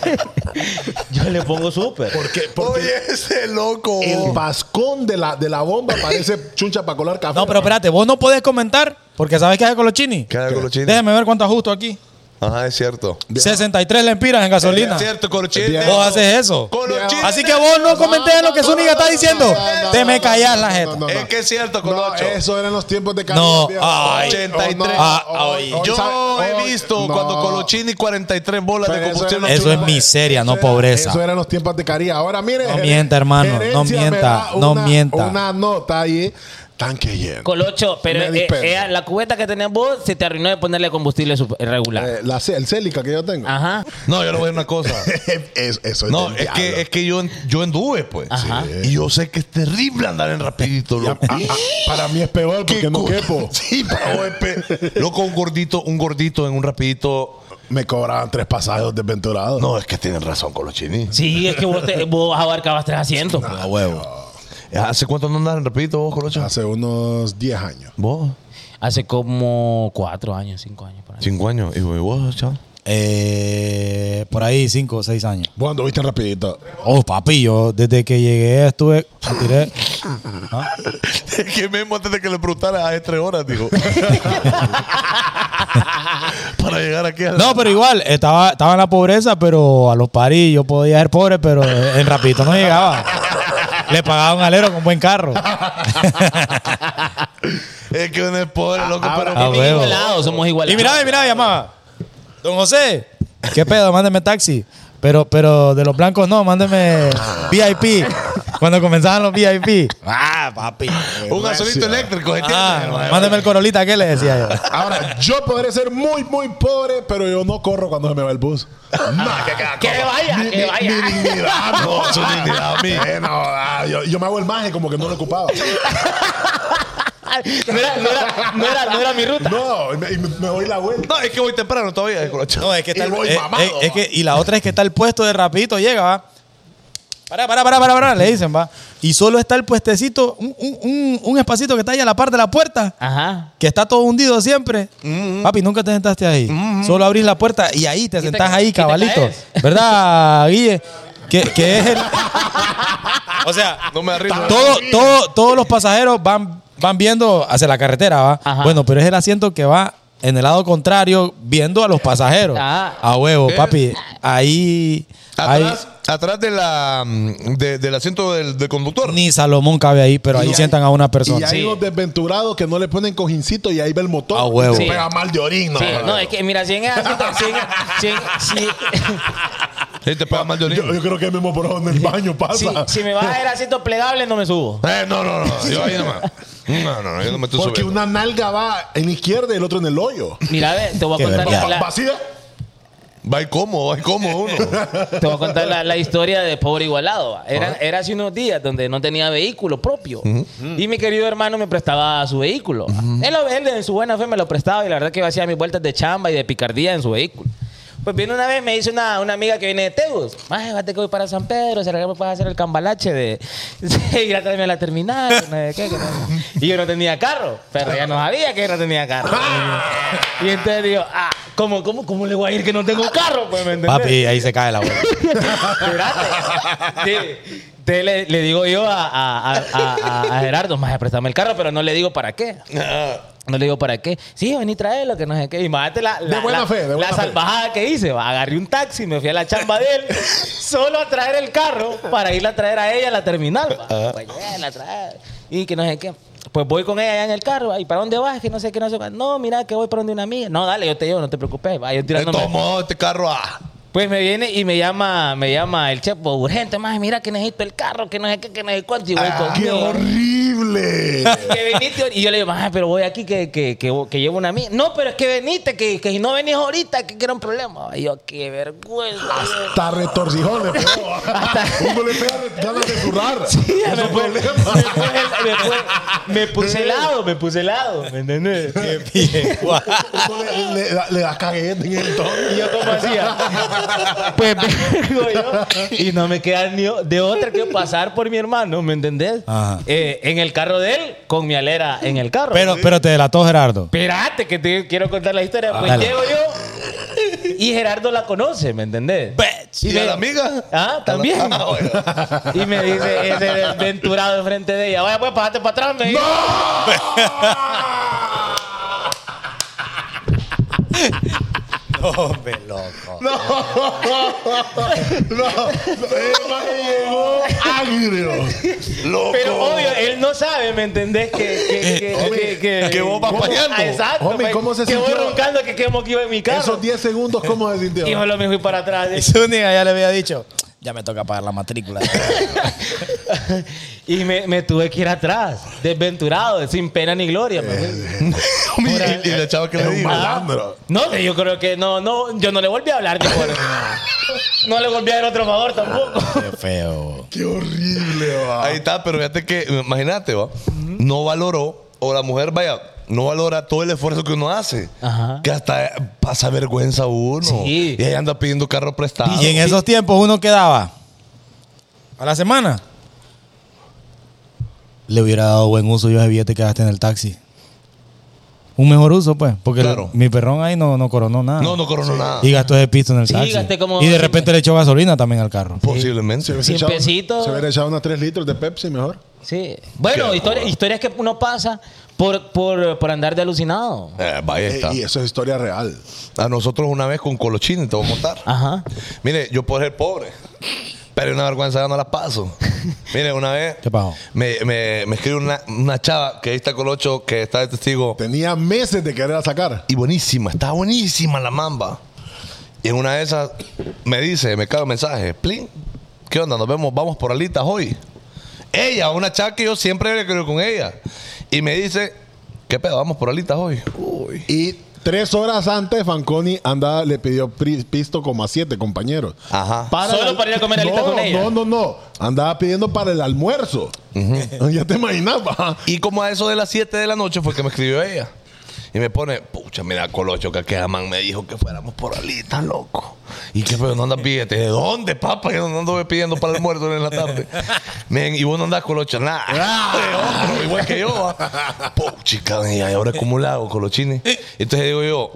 yo le pongo súper. Porque, porque Oye, oh. ese loco. el vascón de la, de la bomba parece chuncha para colar café. No, pero espérate, vos no podés comentar porque sabes que hay con los chinis. ¿Qué hago con los chinos? Déjame ver cuánto ajusto aquí. Ajá, es cierto. 63 lempiras en gasolina. Es cierto, con los chinos. Vos haces eso. Con los Bien. chinos. Así que vos no comentés lo que Zúñiga está diciendo. Te me callas la gente. jeta. Es que es cierto, Colocho. eso eran los tiempos de No, viejo. ay, 83. Oh, no, Ah, oh, ay. oh, Yo ¿sabe? he Oh, visto no. cuando Colochini 43 bolas de Pero eso combustible. era- Eso es no, miseria, no eso era- pobreza. Eso eran los tiempos de Caría. Ahora mire. No ger- mienta, hermano, no gerencia me mienta, da no mienta. Una nota ahí, tanque lleno. Colocho, pero Me eh, disperso. eh, la cubeta que tenías vos se te arruinó de ponerle combustible sup- regular. Eh, la, ce- el célica que yo tengo. Ajá. No, yo le voy a decir una cosa. Es- eso es No, Pues del es que, diablo. es que yo, yo anduve, pues. Ajá. Y yo sé que es terrible andar en rapidito, loco. Ah, ah, para mí es peor porque Qué no cosa. quepo. Sí, para OEP. Loco, un gordito, un gordito en un rapidito. Me cobraban tres pasajes desventurados. No, es que tienen razón con los chinis. Sí, es que vos, te, vos abarcabas tres asientos. pues. A huevo. Ah, ¿Hace cuánto no andas en repito vos, Colocho? Hace unos 10 años. ¿Vos? Hace como cuatro años, cinco años. Por ahí. Cinco años. ¿Y vos, chaval? Eh, por ahí, cinco o seis años. Vos anduviste rapidito. Oh, papi, yo desde que llegué estuve. me tiré- que mismo antes de que le preguntara hace tres horas, dijo. Para llegar aquí a la- No, pero igual, estaba, estaba en la pobreza, pero a los paris yo podía ser pobre, pero en rapidito no llegaba. Le pagaba un alero con buen carro. Es que uno es pobre, loco, pero. ah, Somos huevo. igualados, somos igualados. Y miraba, y miraba, llamaba. Don José, ¿qué pedo? Mándeme taxi. Pero, pero de los blancos no, mándeme VIP. Cuando comenzaban los VIP. Ah, papi. un gasolito Gracias. eléctrico, Ah, ¿entiendes? mándeme el corolita, ¿qué le decía yo? Ahora, yo podré ser muy, muy pobre, pero yo no corro cuando se me va el bus. No, Ah, que, Que vaya, mi, que mi- vaya. mi dignidad, no, su dignidad, mi. Eh, no, ah, yo, yo me hago el maje como que no lo he ocupado. No era, no era, no era, no era mi ruta. No, y me, y me doy la vuelta. No, es que voy temprano todavía, el Colocho. No, es que está Y el- voy eh, mamado, eh, es va. que- y la otra es que está el puesto de rapidito, llega, va. Pará, pará, pará, pará, pará, le dicen, va. Y solo está el puestecito, un, un- un- un espacito que está ahí a la par de la puerta, Ajá. que está todo hundido siempre. Papi, nunca te sentaste ahí. Solo abrís la puerta y ahí te te sentás ca- y ahí, te cabalito. caes. ¿Verdad, Guille? Que, que es el- O sea, No me eh. arrimo. todo, todo- todos los pasajeros van, van viendo hacia la carretera, ¿va? Ajá. Bueno, pero es el asiento que va en el lado contrario, viendo a los pasajeros. Ah. A huevo, ¿Qué? papi. Ahí, ahí Atrás, atrás de la, mm, de- del asiento del, del conductor. ni Salomón cabe ahí, pero ahí Y sientan a una Y persona. hay Sí. unos desventurados que no le ponen cojincito y ahí va el motor. A huevo. Y se Sí. pega mal de orín. No, Sí, no, es que mira, si en el asiento, si en, si en- si- Sí, te paga mal de yo, yo creo que el mismo por en el baño pasa. si- si me vas a el asiento plegable, no me subo. Eh, no, no, no. Yo ahí nomás. No, no, no. Yo no me estoy Porque subiendo. una nalga va en la izquierda y el otro en el hoyo. Mira, ve, te voy Qué a contar, verga. la, ¿Vacía? Va y como, va y como uno. te voy a contar la, la historia de pobre igualado. va. Era, era hace unos días donde no tenía vehículo propio. Y mi querido hermano me prestaba su vehículo. va. él, lo- él en su buena fe me lo prestaba y la verdad que yo hacía mis vueltas de chamba y de picardía en su vehículo. Pues vino una vez, me dice una, una amiga que viene de Tegus. Más, fíjate que voy para San Pedro, será que me puedes hacer el cambalache de, de ir a traerme a la terminal. que no sé qué, que no sé qué. Y yo no tenía carro, pero ya no sabía que no tenía carro. Y entonces digo, ah, ¿cómo, cómo, ¿cómo le voy a ir que no tengo carro? Pues, ¿me entendés? Papi, ahí se cae la huevo. Espérate. Sí. Entonces le, le digo yo a, a, a- a- a Gerardo, más préstame el carro, pero no le digo para qué. Ah. No le digo para qué. Sí, vení traerlo, que no sé qué. Imagínate la, la, De buena la- fe, de la buena fe. salvajada que hice. va. Agarré un taxi, me fui a la chamba de él, solo a traer el carro para ir a traer a ella a la terminal. Ah. va. Pues, eh, la trae. Y que no sé qué. Pues voy con ella allá en el carro. va. ¿Y para dónde vas? Que no sé qué, no sé qué. No, mira, que voy para donde una amiga. No, dale, yo te llevo, no te preocupes. Va, yo Te tirándome. tomó este carro a. Pues me viene y me llama, me llama el chepo, urgente, más mira que necesito el carro, que no sé qué, que no sé cuánto, y voy Ah, ¡Qué conmigo. horrible! Que veniste, y yo le digo, "Ah, pero voy aquí que, que, que, que llevo una mía. No, pero es que veniste, que, que si no venís ahorita, que, que era un problema. Y yo, qué vergüenza. Ah, Hasta retorcijón le pegó. Uno le pega ganas de zurrar. es un problema. Me puse- me puse- me puse helado, me puse helado, ¿me entendés? Uno le, le, da- le da caguete en el todo. Y yo como hacía, pues vengo yo y no me queda ni o- de otra que pasar por mi hermano, ¿me entendés? Ajá. Eh, en el carro de él, con mi alera en el carro. Pero, pero te delató Gerardo. Espérate, que te quiero contar la historia. Ah, pues dale. llego yo y Gerardo la conoce, ¿me entendés? ¿Y me- a la amiga? Ah, también. Ah, bueno. y me dice ese desventurado enfrente de ella. Vaya, pues, pasate para atrás. Me dice. El maje llegó agrio. Loco. Eh, Pero obvio, él no sabe, ¿me entendés? Que, que, que, Homie, que, que- que vos vas ¿Cómo? pateando. Ah, Exacto. Homie, pues, ¿cómo se que voy sintió? roncando que quemo que iba en mi carro. Esos 10 segundos, ¿cómo se sintió? Híjole, me fui para atrás. Y Zúñiga ya le había dicho, ya me toca pagar la matrícula. y me, me tuve que ir atrás, desventurado, sin pena ni gloria. me Eh. fui. Y, y la chava que le digo. Malandro. No, que yo creo que no, no, yo no le volví a hablar, ni por- No le volví a dar otro favor tampoco. Qué feo. Qué horrible, va. Ahí está, pero fíjate que, imagínate, ¿va? no valoró, o la mujer, vaya, no valora todo el esfuerzo que uno hace. Ajá. Que hasta pasa vergüenza uno. Sí. Y ahí anda pidiendo carro prestado. Y en esos tiempos uno quedaba a la semana le hubiera dado buen uso yo a ese billete que gasté en el taxi. Un mejor uso, pues. Porque Claro. mi perrón ahí no, no coronó nada. No, no coronó nada. Y gastó ese pisto en el Sí, taxi. gasté como- y de repente le echó gasolina también al carro. Se Posiblemente. hubiera Cien echado- pesitos. Se hubiera echado unos 3 litros de Pepsi mejor. Sí. Bueno, Qué historia- joda. historias que uno pasa por, por, por andar de alucinado. Eh, vaya Eh, está. y eso es historia real. A nosotros una vez con Colochini te voy a contar. Ajá. Mire, yo puedo ser pobre, pero una vergüenza no la paso. Mire, una vez ¿Qué pasó? me, me, me escribe una, una chava que ahí está Colocho, que está de testigo, Tenía meses de querer sacar. y buenísima, está buenísima la mamba. Y en una de esas me dice, me cae un mensaje, plin, ¿qué onda? Nos vemos, vamos por alitas hoy. Ella, una chava que yo siempre había querido con ella. Y me dice, ¿qué pedo? Vamos por alitas hoy. Uy. Y tres horas antes, Fanconi andaba, le pidió pri- pisto como a siete compañeros. Ajá. Solo para ir a comer alitas no, con ella. No, no, no. Andaba pidiendo para el almuerzo. ya te imaginabas. Y como a eso de las 7 de la noche fue que me escribió ella. Y me pone, pucha, mira, Colocho, que aquella man me dijo que fuéramos por alitas, loco. Y que, pero no andas billete. ¿De dónde, papá? Yo no ando pidiendo para el almuerzo en la tarde. Men, y vos no andas, Colocho, nada. De otro, igual que yo. ¿va? Pucha, cabrón, y ahora cómo la hago, Colochini. Entonces digo yo,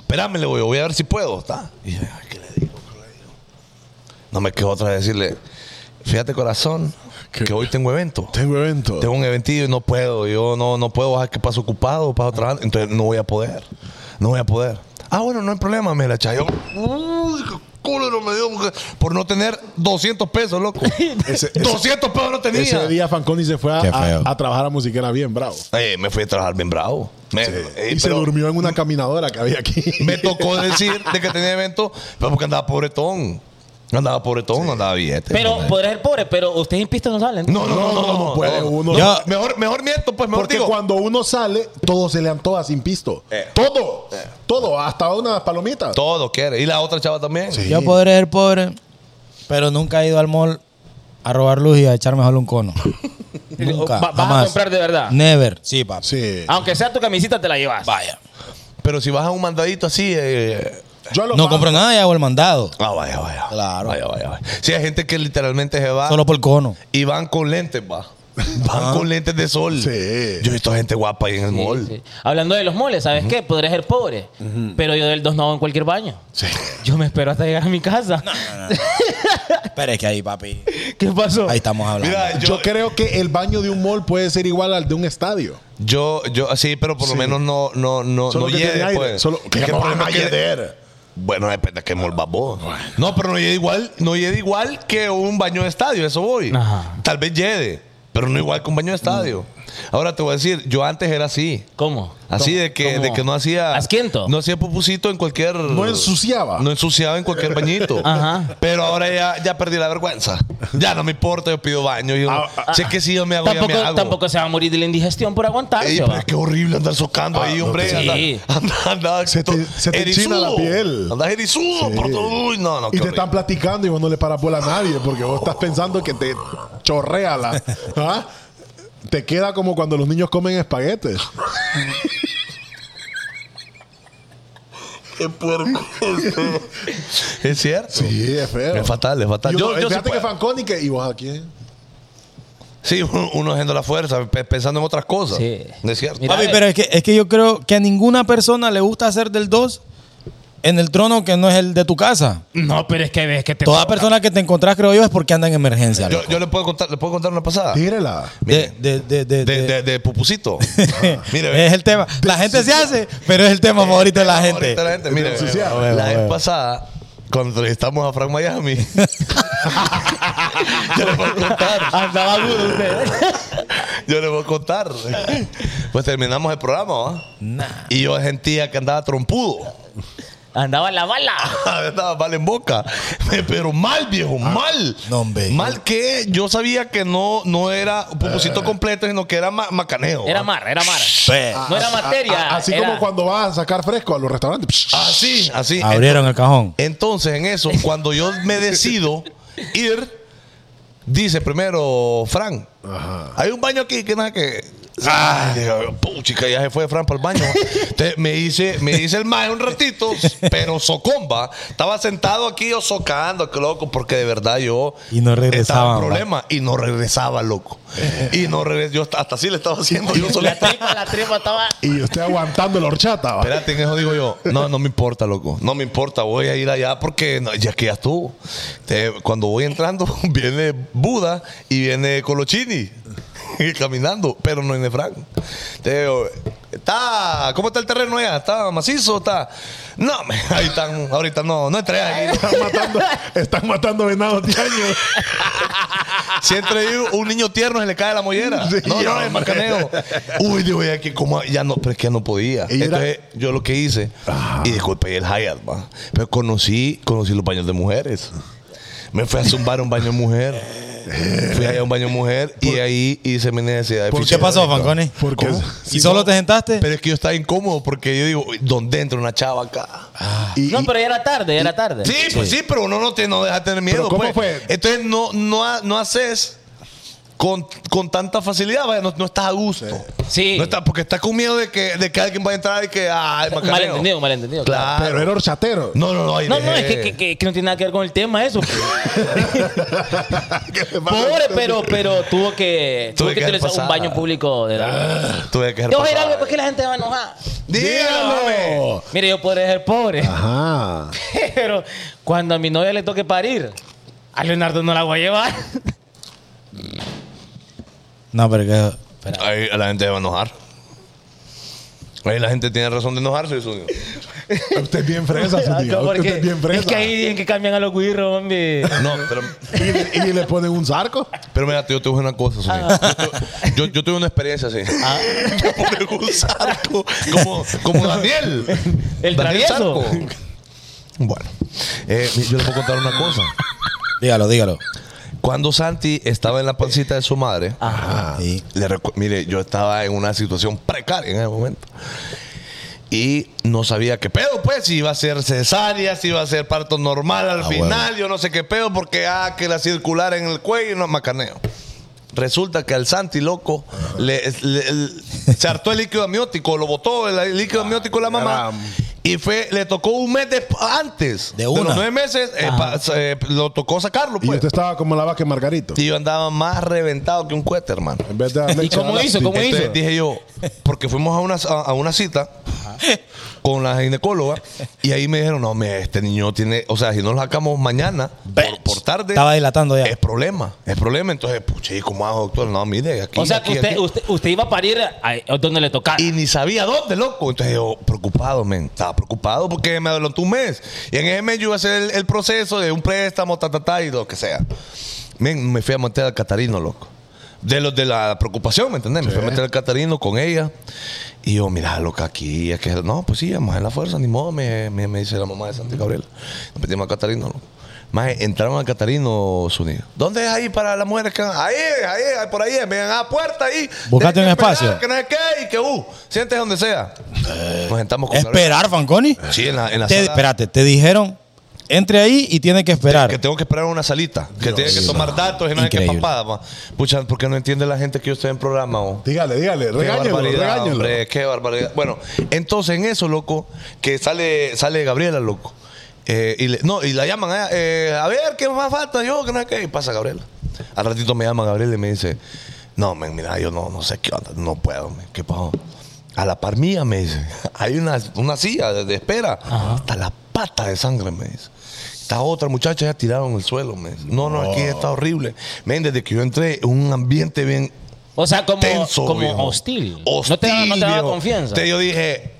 espérame, le voy, voy a ver si puedo, ¿está? Y yo, "Ay, ¿qué le digo? ¿Qué le digo?". No me quedó otra de decirle, fíjate, corazón, que hoy tengo evento. Tengo evento. Tengo un eventillo y no puedo. Yo no, no puedo bajar que paso ocupado, paso trabajando. Entonces no voy a poder. No voy a poder. Ah, bueno, no hay problema, me la chayo. Uy, qué culo me dio porque- por no tener 200 pesos, loco. Ese- ese- 200 pesos no tenía. Ese día Fanconi se fue a, Qué a- feo. a trabajar a musiquera bien bravo. Eh, me fui a trabajar bien bravo. Me, eh, y se pero durmió en una caminadora que había aquí. Me tocó decir de que tenía evento, pero porque andaba pobretón. Andaba pobretón, no andaba billete. Pero pues, podrás ser pobre, pero ustedes en pisto no salen. no, no, no, no, no, no, puede uno. No, mejor, mejor miento, pues mejor Porque digo. cuando uno sale, todo se le antoja sin pisto. Eh. Todo. Todo. Hasta unas palomitas. Todo quiere. Y la otra chava también. Sí. Yo podré ser pobre, pero nunca he ido al mall a robar luz y a echar mejor un cono. nunca. Va- vas a jamás. comprar de verdad. Never. Sí, papi. Sí. Ah, Aunque sea tu camisita, te la llevas. Vaya. Pero si vas a un mandadito así, eh, Yo a los No más- compro nada y hago el mandado. Ah, vaya, vaya. Claro. Vaya, vaya, vaya. Sí, hay gente que literalmente se va Solo por cono. y van con lentes, va. Van con lentes de sol. Ah. Sí. Yo he visto gente guapa ahí en el Sí, mall. sí. Hablando de los moles, ¿sabes qué? Podré ser pobre, pero yo del 2 no hago en cualquier baño. Sí. Yo me espero hasta llegar a mi casa. Pero es que ahí, papi. ¿Qué pasó? Ahí estamos hablando. Mira, yo, Yo creo que el baño de un mall puede ser igual al de un estadio. yo, yo, sí, pero por lo Sí. menos no, no, no, Solo no que tiene hiede, aire. pues. Solo- Es que el no problema van a es que- hieder. Bueno, depende de qué mall vas vos. No, pero no hiede igual, no hiede igual que un baño de estadio, eso voy. Ajá. Mm. Tal vez llegue, pero no igual que un baño de estadio. Ahora te voy a decir, yo antes era así. ¿Cómo? Así ¿Cómo? de que, ¿Cómo? de que no hacía. Asquiento. No hacía pupusito en cualquier. No ensuciaba. No ensuciaba en cualquier bañito. Ajá. Pero ahora ya, ya perdí la vergüenza. Ya no me importa, yo pido baño. Yo, Ah, ah, sé que si yo me hago, tampoco, ya me hago. tampoco se va a morir de la indigestión por aguantarse. Ey, va. pero qué horrible andar socando ahí, hombre. te- Anda, Sí. anda, anda- Ah, Se te- se te enchina la piel. Andas erizudo. Sí. por todo. Uy, no, no, y qué te horrible. están platicando y vos no le paras bola a nadie porque vos estás pensando que te chorrea la. ¿Ah? Te queda como cuando los niños comen espaguetes. Qué puerco. es cierto. Sí, es feo. Es fatal, es fatal. Y uno- Yo- yo sí fíjate que puedo. Fanconi que. ¿Y vos a quién? Sí, uno, uno haciendo la fuerza, pe- pensando en otras cosas. Sí. Es cierto. Mira, Papi, pero es que, es que yo creo que a ninguna persona le gusta hacer del 2 en el trono que no es el de tu casa. No, pero es que ves que te. Toda persona que te encontrás, creo yo, es porque anda en emergencia. Yo, loco. pues. yo le puedo contar, le puedo contar una pasada. Tírela. De- de- de- de- de, de- de, de pupusito. Este, es el tema. La gente se hace, pero es el tema favorito de la gente. Ahorita la gente, mire, Sí, sí, sí. la vez pasada, cuando entrevistamos a Frank Miami, yo le voy a contar. Andaba agudo usted. Yo le voy a contar. Pues terminamos el programa, ¿va? Y yo sentía que andaba trompudo. Andaba la bala. Estaba mal en boca. Pero mal, viejo, mal. Ah, no, hombre. Mal que yo sabía que no, no era un Eh. pupusito completo, sino que era ma- macaneo. Era ¿va? mar, era mar. Ve. No era materia. A- a- así era- como cuando vas a sacar fresco a los restaurantes. Psh, Así, así. Abrieron el cajón. Entonces, en eso, cuando yo me decido ir, dice primero Frank, hay un baño aquí que nada que. Ay, digo, puchica, ya se fue Fran para el baño. Entonces, me dice, me dice el mae un ratito, pero socomba. Estaba sentado aquí yo socando, que loco, porque de verdad yo Y no regresaba, estaba en va. problema y no regresaba, loco. Y no regresaba, yo hasta- hasta así le estaba haciendo yo La solito. tripa, la tripa estaba. Y usted aguantando la horchata. va. Espérate, en eso digo yo. No, no me importa, loco. No me importa, voy a ir allá porque no, ya que ya estuvo. Te- cuando voy entrando, viene Buda y viene Colochini y caminando, pero no viene Frank. Te digo, está, ¿cómo está el terreno allá? ¿Está macizo? ¿Está? No, me- ahí están, ahorita no, no entré ahí. Están matando, están matando venados de año. Si entra ahí un niño tierno se le cae la mollera. Sí, no, no, hombre. el macaneo. Uy, digo, ya que como ya no, pero es que ya no podía. Y era- Entonces, yo lo que hice, y disculpe, el Hyatt, va. Pero conocí, conocí los baños de mujeres. Me fui a zumbar a un baño de mujer. Fui allá a un baño de mujer y ahí hice mi necesidad. de ¿Por qué fisiológica. pasó, Fanconi? Porque ¿Cómo? ¿Y solo te sentaste? Pero es que yo estaba incómodo porque yo digo, "Uy, ¿dónde entra una chava acá? y- No, y- pero ya era tarde, ya era tarde. Sí, pues sí, pero uno no, te, no deja tener miedo. ¿Pero cómo pues. fue? Entonces no, no, ha- no haces con, con tanta facilidad, vaya, no, no estás a gusto. Sí. No estás- porque estás con miedo de que, de que alguien va a entrar y que. Ah, Un Malentendido, un malentendido. Claro. pero era horchatero. No, no, no. ahí No, no, dejé. es que, que- que- que no tiene nada que ver con el tema eso. Pobre, pero, pero tuvo que, tuvo Tuve que que Ah, utilizar pasar. un baño público. De la... Tuve que Yo voy a ir algo porque la gente va a enojar. Dígalo. hombre. Mire, yo podré ser pobre, Ajá. pero cuando a mi novia le toque parir, a Leonardo no la voy a llevar. No, pero que. pues. Ahí la gente se va a enojar. Ahí la gente tiene razón de enojarse. Eso. Ah, Usted es bien fresa, su tío. Ah, Porque Usted es bien fresa. es que ahí dicen que cambian a los guirros, hombre. No, pero, y, y le ponen un zarco. pero mira, yo te voy a decir una cosa. Zúñiga. Ah. Yo, tu- yo- yo tuve una experiencia así. Yo tuve un sarco, como, como Daniel. El Daniel travieso. Zarco. Bueno, eh, yo le puedo contar una cosa. Dígalo, dígalo. Cuando Santi estaba en la pancita de su madre, Sí. le recu- mire, yo estaba en una situación precaria en ese momento. Y no sabía qué pedo, pues, si iba a ser cesárea, si iba a ser parto normal Ah, al final, yo no sé qué pedo, porque ah, que la circular en el cuello y no macaneo. Resulta que al Santi, loco, le, le- le- se hartó el líquido amniótico, lo botó el líquido Ah, amniótico la mamá. Y fue, le tocó un mes de- antes. De los una. Ah. nueve meses, eh, pa- eh, lo tocó sacarlo, Y pues. usted estaba como la vaca Margarito. Y yo andaba más reventado que un cohete, hermano. En vez de darle ¿Y cómo chala- "Este, hizo? ¿Cómo hizo? Entonces dije yo, porque fuimos a una, a, a una cita con la ginecóloga y ahí me dijeron, no, mire, este niño tiene, o sea, si no lo sacamos mañana, por, por tarde, Estaba dilatando ya. es problema, es problema. Entonces, puche, ¿y ¿cómo hago, doctor? No, mire, aquí, O sea, que aquí, usted, aquí". usted, usted iba a parir a- a donde le tocaba. Y ni sabía dónde, loco. Entonces yo, preocupado, men. Estaba preocupado porque me adelantó un mes. Y en ese mes yo iba a hacer el, el proceso de un préstamo, ta, ta, ta, y lo que sea. Men, me fui a meter al Catarino, loco. De los de la preocupación, ¿me entendés? Me fui a meter al Catarino con ella. Y yo, mira, loca, aquí, aquí. No, pues sí, vamos en la fuerza, ni modo, me, me, me dice la mamá de Santa Gabriela. Nos metimos al Catarino, loco. Más entraron al Catarino Zuniga. ¿Dónde es ahí para las mujeres que van? Ahí, es, ahí, es, por ahí, es. me dan a la puerta ahí. Buscate Tienen un que esperar, espacio. que no sé qué, y que uh, sientes donde sea. Nos sentamos con ¿Esperar, Fanconi? Gabriel. Sí, en la, en la Eh, Te- sala. espérate, te dijeron, entre ahí y tiene que esperar. Que tengo que esperar una salita. Que tiene que tomar datos y no hay que Increíble. papada. ma. Pucha, porque no entiende la gente que yo estoy en programa. o? Dígale, dígale. Qué Regáñelo, barbaridad, regáñelo. hombre, qué barbaridad. Bueno, entonces en eso, loco, que sale, sale Gabriela, loco. Eh, y le- no, y la llaman allá, eh, a ver, ¿qué más falta? Yo, que no sé qué. Y pasa Gabriela. Al ratito me llama Gabriela y me dice, no, men, mira, yo no, no sé qué onda, no puedo, men, ¿qué pasó? A la par mía, me dice, hay una, una silla de, de espera. Hasta la pata de sangre, me dice. Esta otra muchacha ya tiraron en el suelo, me dice. No, no, aquí está horrible. Men, desde que yo entré, un ambiente bien O sea, como, tenso, como viejo. hostil. Hostil, No te daba, no te daba viejo. confianza. Entonces yo dije,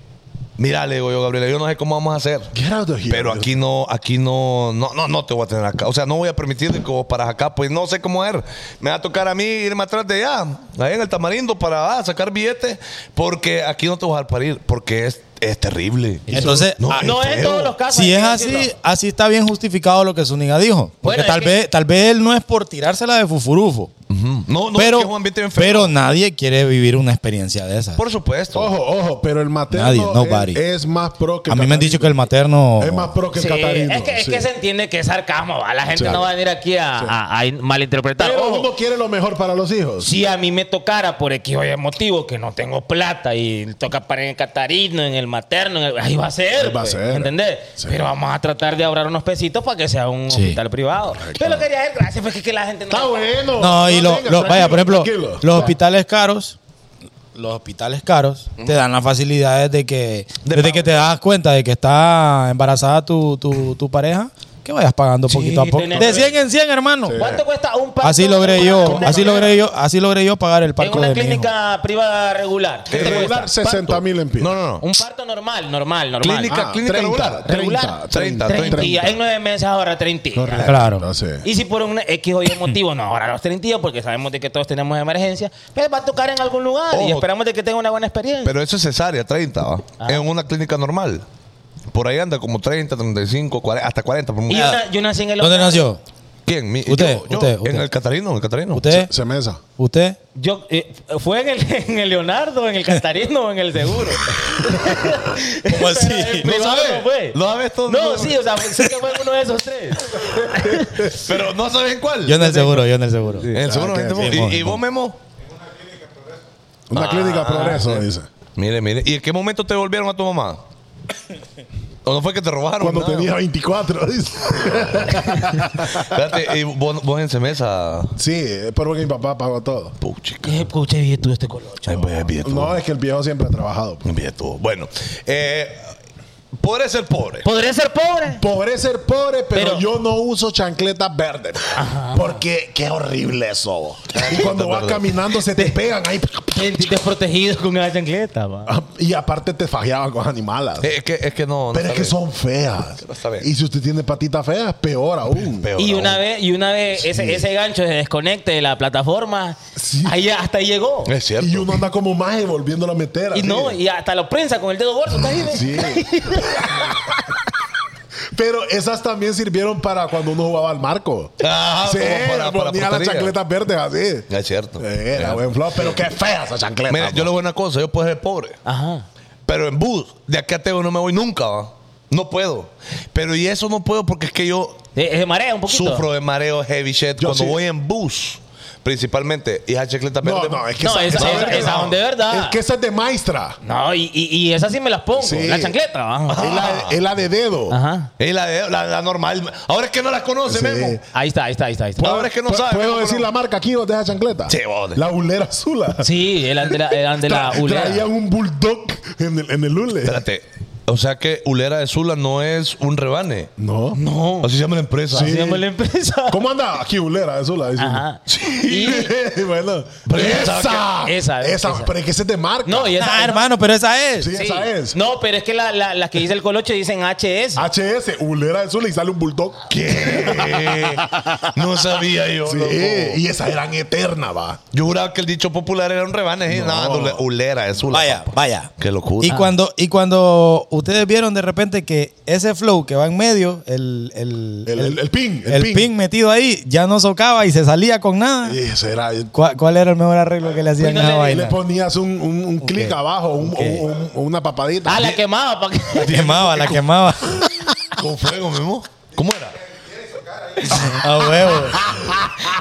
mira, le digo yo, Gabriela, yo no sé cómo vamos a hacer. Get out of here. Pero aquí no, aquí no, no, no, no te voy a tener acá. O sea, no voy a permitir que vos paras acá, pues no sé cómo es. Me va a tocar a mí irme atrás de allá, ahí en el tamarindo, para ah, sacar billetes, porque aquí no te vas a dejar parir, porque es, es terrible. Entonces, ah, no es es en feo. todos los casos. si hay es que así, decirlo. así está bien justificado lo que Zuniga dijo. Porque Bueno, es tal, que- vez, tal vez él no es por tirársela de fufurufo. No, no, pero, es que es un ambiente bien feo. pero nadie quiere vivir una experiencia de esa. Por supuesto. Ojo, ojo, pero el materno Nadie, es- nobody. es, más pro que A mí me han dicho que el materno. Es más pro que el Sí, catarino. es que, es sí. que se entiende que es sarcasmo, ¿va? la gente Sí. no va a venir aquí a, a- a in- malinterpretar. Pero Ojo, uno quiere lo mejor para los hijos. si a mí me tocara por X o Y motivo que no tengo plata y toca para en el catarino, en el materno, en el- ahí va a ser. Ahí va a pues, ser. ¿Entendés? Sí. Pero vamos a tratar de ahorrar unos pesitos para que sea un Sí. hospital privado. Yo lo quería hacer, gracias, porque es que la gente no. Está bueno. No, y lo- venga, lo- vaya, por ejemplo, tranquilo, tranquilo. los hospitales caros, los hospitales caros te dan las facilidades de que desde que te das cuenta de que está embarazada tu, tu, tu pareja, que vayas pagando poquito a poco. tenés- De 100 en 100, hermano. ¿Cuánto cuesta un parto? Así logré en yo, una- así logré yo, así logré yo pagar el En parto una de mi hijo. clínica privada regular. ¿Qué te regular cuesta? 60 mil en pie. No, no, no. Un parto normal, normal, normal. Clínica, Ah, clínica 30, regular. 30, 30, 30 días. 30. En nueve meses ahora 30. Correcto. Claro. No sé. Y si por un e, X o Y motivo, no, ahora los 30 días, porque sabemos de que todos tenemos emergencia, pues va a tocar en algún lugar y Ojo. esperamos de que tenga una buena experiencia. Pero eso es cesárea, 30, ¿va? Ah. En una clínica normal. Por ahí anda como 30, 35, 40, hasta 40 por y mucho. una, yo nací en el ¿Dónde hogar. nació? ¿Quién? Mi- Usted, yo- yo, usted, En usted. el Catarino, en el Catarino. ¿Usted? Se mesa. ¿Usted? Yo, eh, fue en el, en el Leonardo, en el Catarino o en el Seguro. ¿Cómo así? Pero en ¿No privado sabes? fue. ¿No sabes todo? pues. No, sí, o sea, sé que fue en uno de esos tres. Pero no saben cuál. Yo en el seguro, yo en el seguro. En el seguro, Ah, gente, ok, ¿y- sí, ¿Y, bueno. vos, Memo? Una clínica progreso, dice. Mire, mire. ¿Y en qué momento te volvieron a tu mamá? ¿O no fue que te robaron? Cuando Nada. tenía 24, dice. Espérate, y vos, vos en Semesa. sí, es porque mi papá pagó todo. Puchica. ¿Qué escuché bien tú este color? Ay, pues, es bien tú, No, es que el viejo siempre ha trabajado. es bien tú. Bueno, eh, pobre ser pobre. ¿Podría ser pobre? Pobre ser pobre, pero, Pero- yo no uso chancletas verdes. Porque qué horrible eso. Y cuando vas verdes. caminando se te pegan ahí. Sentí desprotegido con esa chancleta, va. Y aparte te fajeaban con animalas. Eh, Es que, es que no. no Pero es que sabe. son feas. No está bien. Y si usted tiene patitas feas, peor aún. Peor Y una aún. vez, y una vez ese, ese gancho se desconecte de la plataforma, ahí hasta ahí llegó. Es cierto. Y uno anda como más y volviéndola a meter. Y así. no, y hasta lo prensa con el dedo gordo. ¿estás ahí, ve? Sí. Pero esas también sirvieron para cuando uno jugaba al marco. Ah, sí, como para- para ponía Eh, las portería. chancletas verdes así. Es cierto. Era buen flow, pero qué fea esa chancleta. Mira, yo po. le voy a una cosa, yo puedo ser pobre, Ajá. pero en bus, de acá a Teo no me voy nunca, ¿va? No puedo. Pero y eso no puedo porque es que yo Eh, eh, Se marea un poquito. sufro de mareo heavy shit Yo cuando sí. voy en bus, principalmente. Y esa chicleta No, verde- no, es que No, esa- es esa- de esa son de verdad. Es que esa es de maestra. No, y, y, y esas sí me las pongo. Sí. La chancleta, va. Es Ah. la, es la de dedo. Ajá. Y la, de- la- la normal. Ahora es que no la conoce, Sí. Memo. Ahí está, ahí está, ahí está. Ahí está. Ahora es que no ¿Puedo- sabe. ¿Puedo Memo, decir no. la marca aquí donde es esa chancleta? Sí, vos. La ulera azul. Sí, el de la, el de la ulera. Traían un bulldog en el, en el hule. Espérate. O sea que Ulera de Sula no es un rebane. No. No. Así se llama la empresa. Se Sí. llama la empresa. ¿Cómo anda? Aquí ulera azul. dice. Ajá. Sí. bueno. Pero yo esa, pensaba que- esa, esa, esa. Pero es que esa es de marca. No, y esa. Ah, hermano, pero esa es. Sí, sí. esa es. No, pero es que la- la- las que dice el colocho dicen HS. Ah, HS, ulera azul y sale un bulldog. ¿Qué? No sabía yo. Sí, loco. y esas eran eternas, va. Yo juraba que el dicho popular era un rebane. ¿eh? No, ule- Ulera de Sula. Vaya, papá. vaya. Qué locura. Y cuando, y cuando ustedes vieron de repente que ese flow que va en medio, el, el, El, el, el pin. el pin. metido ahí, ya no socaba y se salía con nada. Y ese era. ¿Cuál, cuál era el mejor arreglo que le hacían Pues no a esa le- Y le vaina? ponías un, un, un clic abajo, un, un- un- una papadita. Ah, la quemaba. pa' que- La quemaba, la quemaba. Con fuego, Memo. ¿Cómo era? A huevo.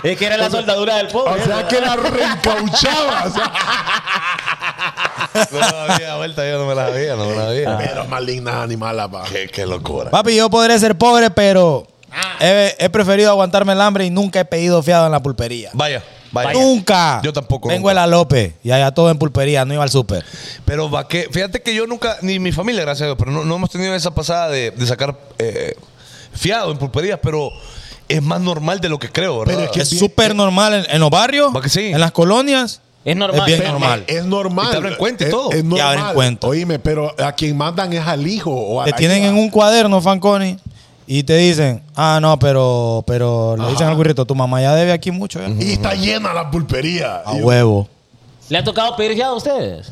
es que era la soldadura del pobre. O sea que la reencauchabas. No me la había vuelta, yo no me la había, no me la había. Pero malignas animales, va. Qué, qué locura. Papi, yo podré ser pobre, pero Ah. he, he preferido aguantarme el hambre y nunca he pedido fiado en la pulpería. Vaya, vaya. Nunca. Yo tampoco, Vengo nunca. a la López y allá todo en pulpería, no iba al súper. Pero va que, fíjate que yo nunca, ni mi familia, gracias a Dios, pero no, no hemos tenido esa pasada de, de sacar eh, fiado en pulperías, pero es más normal de lo que creo, ¿verdad? Pero es que Es súper normal en, en los barrios, Va que sí. en las colonias. Es normal. Es bien Pero- normal. Es normal. Y te abren cuenta y Es- todo. Es, Y normal. abren cuenta. Oíme, pero a quien mandan es al hijo o a Te la tienen hija. en un cuaderno, Fanconi, y te dicen, ah, no, pero, pero le dicen al burrito, tu mamá ya debe aquí mucho. ya". Y está llena la pulpería. A Y- huevo. ¿Le ha tocado pedir fiado a ustedes?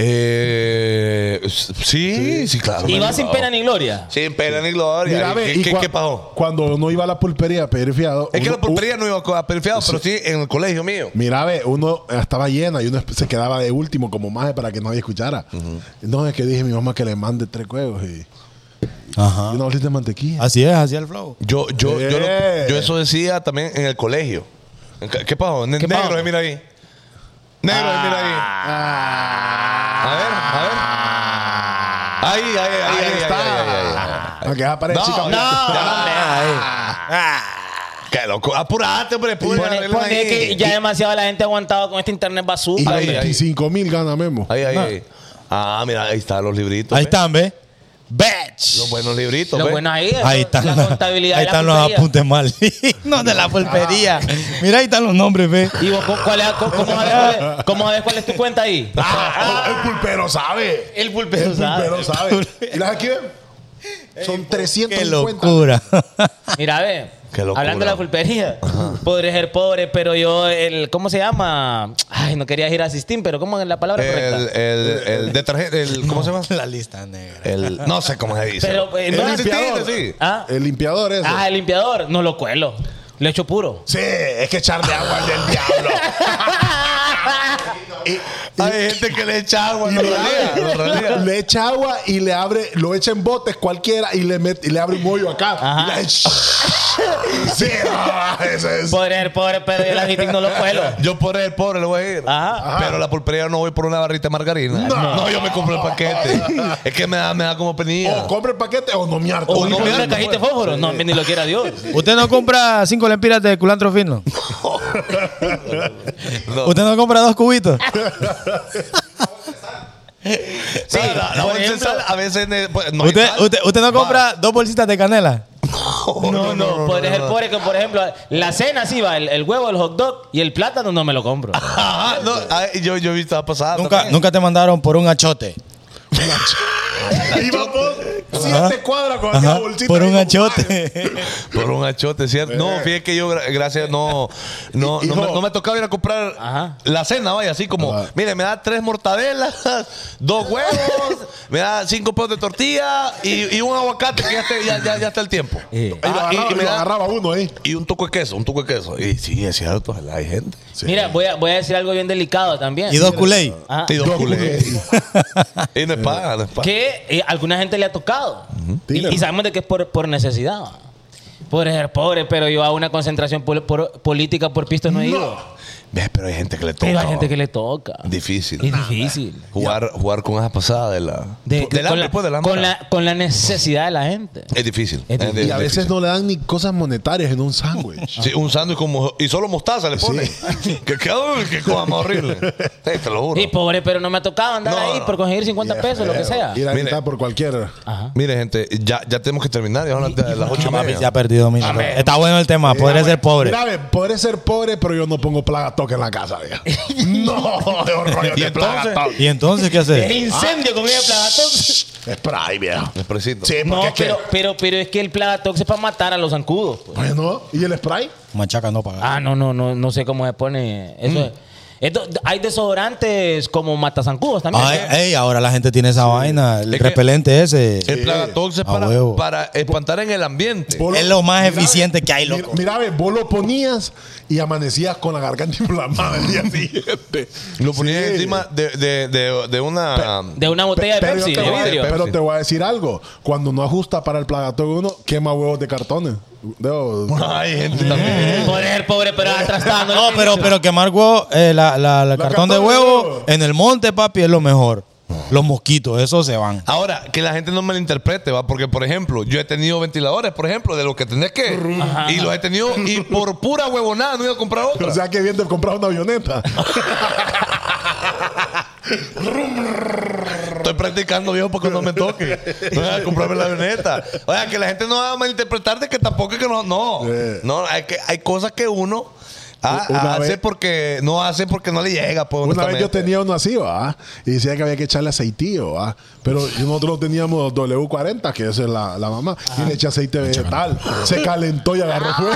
Eh, sí, sí, claro. Y me va lo sin hago. pena ni gloria. Sin pena ni gloria. Mira, ¿Y ve, ¿Qué, y qué- cua- qué pasó? Cuando no iba a la pulpería a pedir fiado. Es que uno- la pulpería no iba a perfiado, pero sí en el colegio mío. Mira, ve, uno estaba llena y uno se quedaba de último como maje para que nadie escuchara. Entonces que dije a mi mamá que le mande tres huevos y, y una bolsita de mantequilla. Así es, así es el flow. Yo, yo, yo, lo- Eh. yo eso decía también en el colegio. ¿En ca- ¿Qué pasó? Ne- negro, pasó? eh, mira ahí. Negro, eh, mira ahí. A ver, a ver. Ahí, ahí, ahí, ahí, está. ahí, ahí, ahí, ahí, ahí. Aunque esa pared No, chica- no. Qué loco. Apurate, hombre. apura, Pone, arregla pone ahí. que ya demasiado la gente ha aguantado con este internet Y basura. Ahí, ahí. 25 mil gana Memo. Ahí, ahí, ahí. Ah, mira, ahí están los libritos. Ahí ve. están, ¿ves? Batch. Los buenos libritos. Lo ve. bueno ahí es Ahí la- están, la los- contabilidad. ahí de la están los pulpería. apuntes malignos de la pulpería. Mira, ahí están los nombres, ve. ¿Y vos cu- cuál es, cu- cómo, sabes cuál es, cómo sabes cuál es tu cuenta ahí? Ah, el pulpero sabe. El pulpero Pulpero sabe. ¿Y las aquí? Son 350. Qué locura. Mira, ve. Qué locura. Hablando de la pulpería, podré ser pobre, pero yo, el, ¿cómo se llama? Ay, no quería ir a asistir, pero ¿cómo es la palabra El, correcta? el, el detergente. El, ¿Cómo se llama? La lista negra. El, no sé cómo se dice. Pero, eh, no, el el asistente, limpiador. sí. ¿Ah? El limpiador es. ah, el limpiador. No lo cuelo. Lo echo puro. Sí, es que echarle agua al del diablo. Hay gente que le echa agua, no realía, no realía. le echa agua y le abre, lo echa en botes cualquiera y le mete, y le abre un hoyo acá. Ajá. Y la- sí, no, eso es. Podré ser pobre, pero yo el asistir no lo cuelo. Yo por el pobre le voy a ir. Ajá. Pero la pulpería no voy por una barrita de margarina. No, yo me compro el paquete. es que me da, me da como penilla. O compra el paquete o no miarto. ¿O no no, me no, trajiste fósforo? No, ni lo quiera Dios. ¿Usted no compra cinco lempiras de culantro fino? No. ¿Usted no compra dos cubitos? Sí, la, la por bolsa de ejemplo. sal a veces ne- pues, no hay ¿Usted, sal. usted, usted no compra dos bolsitas de canela? No, No, no, podré ser pobre, que por ejemplo, la cena sí va, el, el huevo, el hot dog y el plátano no me lo compro. Ah, Ajá, no, ay, yo, yo he visto pasada. Nunca, nunca te mandaron por un achote. Y vamos Ajá. siete cuadras con Ajá, aquella bolsita. por ahí un como- achote. Por un achote, ¿cierto? No, fíjate que yo, gra- gracias, no, no, no, Eh. Hijo. me, no me tocaba ir a comprar Ajá. la cena, vaya, así como, Ajá. mire, me da tres mortadelas, dos huevos, me da cinco pesos de tortilla y, y un aguacate que ya, esté- ya, ya- ya está el tiempo. Eh. Ahí lo Ah, agarraba, y, y me lo da- agarraba uno ahí. y un toco de queso, un toco de queso. Y sí, es cierto, hay gente. Mira, ah, voy a, voy a decir algo bien delicado también. y dos culé. Ajá. Y dos Dos culés. culés. y no es paga, no es paga. que eh, alguna gente le ha tocado. y, Dile. y sabemos de que es por, por necesidad. va. Por ser pobre, pero yo a una concentración pol- por- política por pisto no he ido. Ves, pero hay gente que le toca. Pero hay gente que le toca. Difícil. Es difícil. Jugar, jugar con esa pasada de la. De- del con, hambre, la, pues, del hambre. con la- con la necesidad de la gente. Es difícil. Es difícil. Y a veces no le dan ni cosas monetarias en un sándwich. Sí, un sándwich como. Y solo mostaza le pone. que queda que cosa más horrible. Sí, te lo juro. Y pobre, pero no me ha tocado andar No, ahí no. por conseguir 50 pesos, lo que sea. Y la Mire. mitad por cualquier. Ajá. Mire, gente, ya, ya tenemos que terminar. Ya son las- las ocho y Papi, media. ya ha perdido mi Está bueno el tema. Podría ser pobre. Mira, ve, podré ser pobre, pero yo no pongo plaga toque en la casa, vieja. no, es un rollo Y de plaga entonces. toque. ¿Y entonces qué El hacer? incendio con el plagatox. Spray, vieja. Expresito. Sí, porque No, es que- pero, pero, pero es que el plagatox es para matar a los zancudos. pues. Bueno, ¿y el spray? Machaca no paga. Ah, no, no, no, no sé cómo se pone. Eso es- esto- hay desodorantes como matazancudos también. Ay, ¿no? ey, ahora la gente tiene esa vaina. El Es que- repelente ese. El plaga tox es A para, huevo. para espantar en el ambiente. Vos Es lo más eficiente que hay, mi- loco. Mira, ve, vos lo ponías y amanecías con la garganta inflamada el día siguiente. Lo ponías Sí. encima de, de, de, de una. De una Pe- botella de pero, Pepsi, yo de te voy a- vidrio. pero Pepsi. te voy a decir algo. Cuando no ajusta para el plagato uno, quema huevos de cartones. Debo- Hay gente también. Poder, pobre, pero atrastando. No, pero, pero quemar huevo, eh, la, la- el cartón de huevo en el monte, papi, es lo mejor. Los mosquitos, esos se van. Ahora, que la gente no me lo interprete, ¿va? Porque, por ejemplo, yo he tenido ventiladores, por ejemplo, de los que tenés que. Y los he tenido, y por pura huevonada no iba a comprar otro. O sea que bien de comprar una avioneta. Estoy practicando, viejo, para que no me toque. No voy a comprarme la avioneta. O sea, que la gente no va a malinterpretar de que tampoco es que no. No, Sí. no hay, que, hay cosas que uno ah, Una hace vez- porque no hace porque no le llega. Pues, Una vez yo honestamente. tenía uno así, ¿va? Y decía que había que echarle aceitío, ¿va? Pero nosotros teníamos W40, que esa es la, la mamá, y le eché aceite vegetal. Se calentó y agarró Ah. fuego.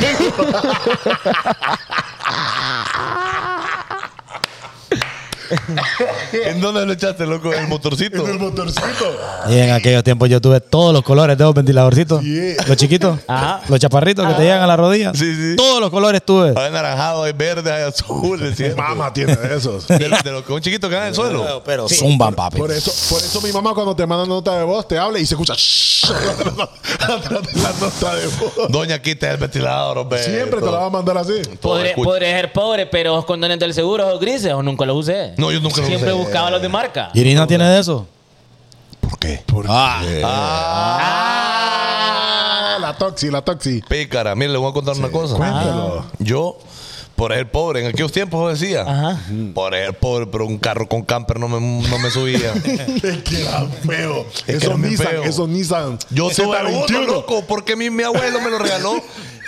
¿En dónde lo echaste, loco? El motorcito. En el motorcito. Y en aquellos tiempos yo tuve todos los colores de los ventiladorcitos. Los chiquitos, los chaparritos que te llegan a la rodilla. Sí, sí. Todos los colores tuve. Hay naranjado, hay verde, hay azul. Mi decía. mamá tiene de esos. De, lo- de lo que un chiquito cae en el suelo. Pero zumban, papi. Por eso, por eso mi mamá cuando te manda nota de voz te habla y se escucha shhh atrás de la nota de voz. Doña quita el ventilador, hombre. Siempre te la va a mandar así. Todo Podré, escucha. podré ser pobre, pero los condones del seguro o grises o nunca los usé. No, yo nunca los Siempre usé. buscaba los de marca. Irina tiene de eso. ¿Por qué? Por Ah. Ah, Eh. la toxi, la toxi. Pícara, mire, le voy a contar una cosa. Ah. cuéntalo. Yo, por el pobre, en aquellos tiempos yo decía, Ajá. por el pobre, pero un carro con camper no me, no me subía. Es que era feo. que Esos era bien Nissan, feo. esos Nissan. Yo tuve uno, 21. loco, porque mi, mi abuelo me lo regaló.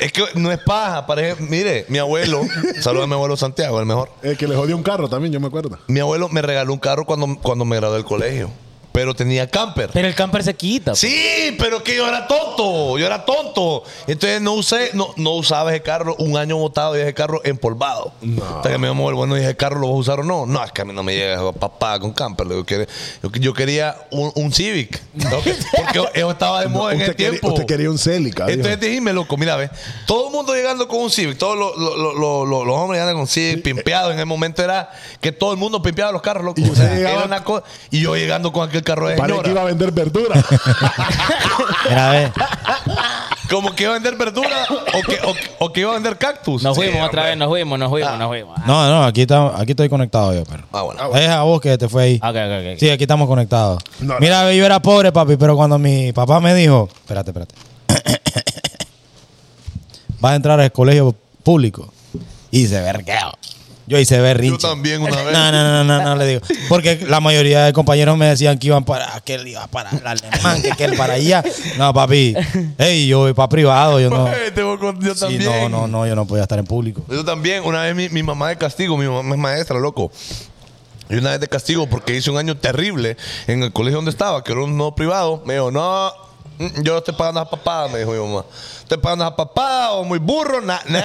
es que no es paja, parece, mire, mi abuelo, saluda a mi abuelo Santiago, el mejor. El que le jodió un carro también, yo me acuerdo. Mi abuelo me regaló un carro cuando, cuando me gradué del colegio, pero tenía camper. Pero el camper se quita. Sí, pero que yo era tonto, yo era tonto. Entonces no usé, no, no usaba ese carro, un año botado y ese carro empolvado. Hasta que mi mamá, bueno, dije, ¿el carro lo vas a usar o no? No, es que a mí no me llega papá con camper. Yo quería, yo, yo quería un, un Civic, ¿no? porque yo estaba de moda en usted, el quería, tiempo. usted quería un Celica. dijo. Entonces dime, loco, mira, ve, todo el mundo llegando con un Civic, todos los, los- los- los- los- los hombres andan con Civic, pimpeados. En el momento era que todo el mundo pimpeaba los carros, loco. Y O sea, usted llegaba- era una cosa. Y yo llegando con aquel carro de Parece señora. que iba a vender verdura. Mira, ve. Como que iba a vender verdura o que, o que- o que iba a vender cactus. Nos Sí, fuimos otra hombre. vez, nos fuimos, nos fuimos, nos fuimos. No, no, aquí, estamos- aquí estoy conectado yo, perro. Ah, bueno. Es a vos que te fue ahí. Ah, ok, ok, ok. Sí, aquí estamos conectados. No, no. Mira, yo era pobre, papi, pero cuando mi papá me dijo, espérate, espérate. Vas a entrar al colegio público. Hice vergueo. Yo hice berrinche. Yo también una vez. No, no, no, no, no, le digo. Porque la mayoría de compañeros me decían que iban para, que él iba para el alemán, que aquel para allá. No, papi. Ey, yo voy para privado, yo no. Pues, te voy con- yo Sí, también. no, no, no, yo no podía estar en público. Yo también, una vez mi, mi mamá de castigo, mi mamá es maestra, loco. Y una vez de castigo, porque hice un año terrible en el colegio donde estaba, que era un no privado, me dijo, no, mm, yo estoy pagando a papá, me dijo mi mamá. Estoy pagando a papá o muy burro, na, na".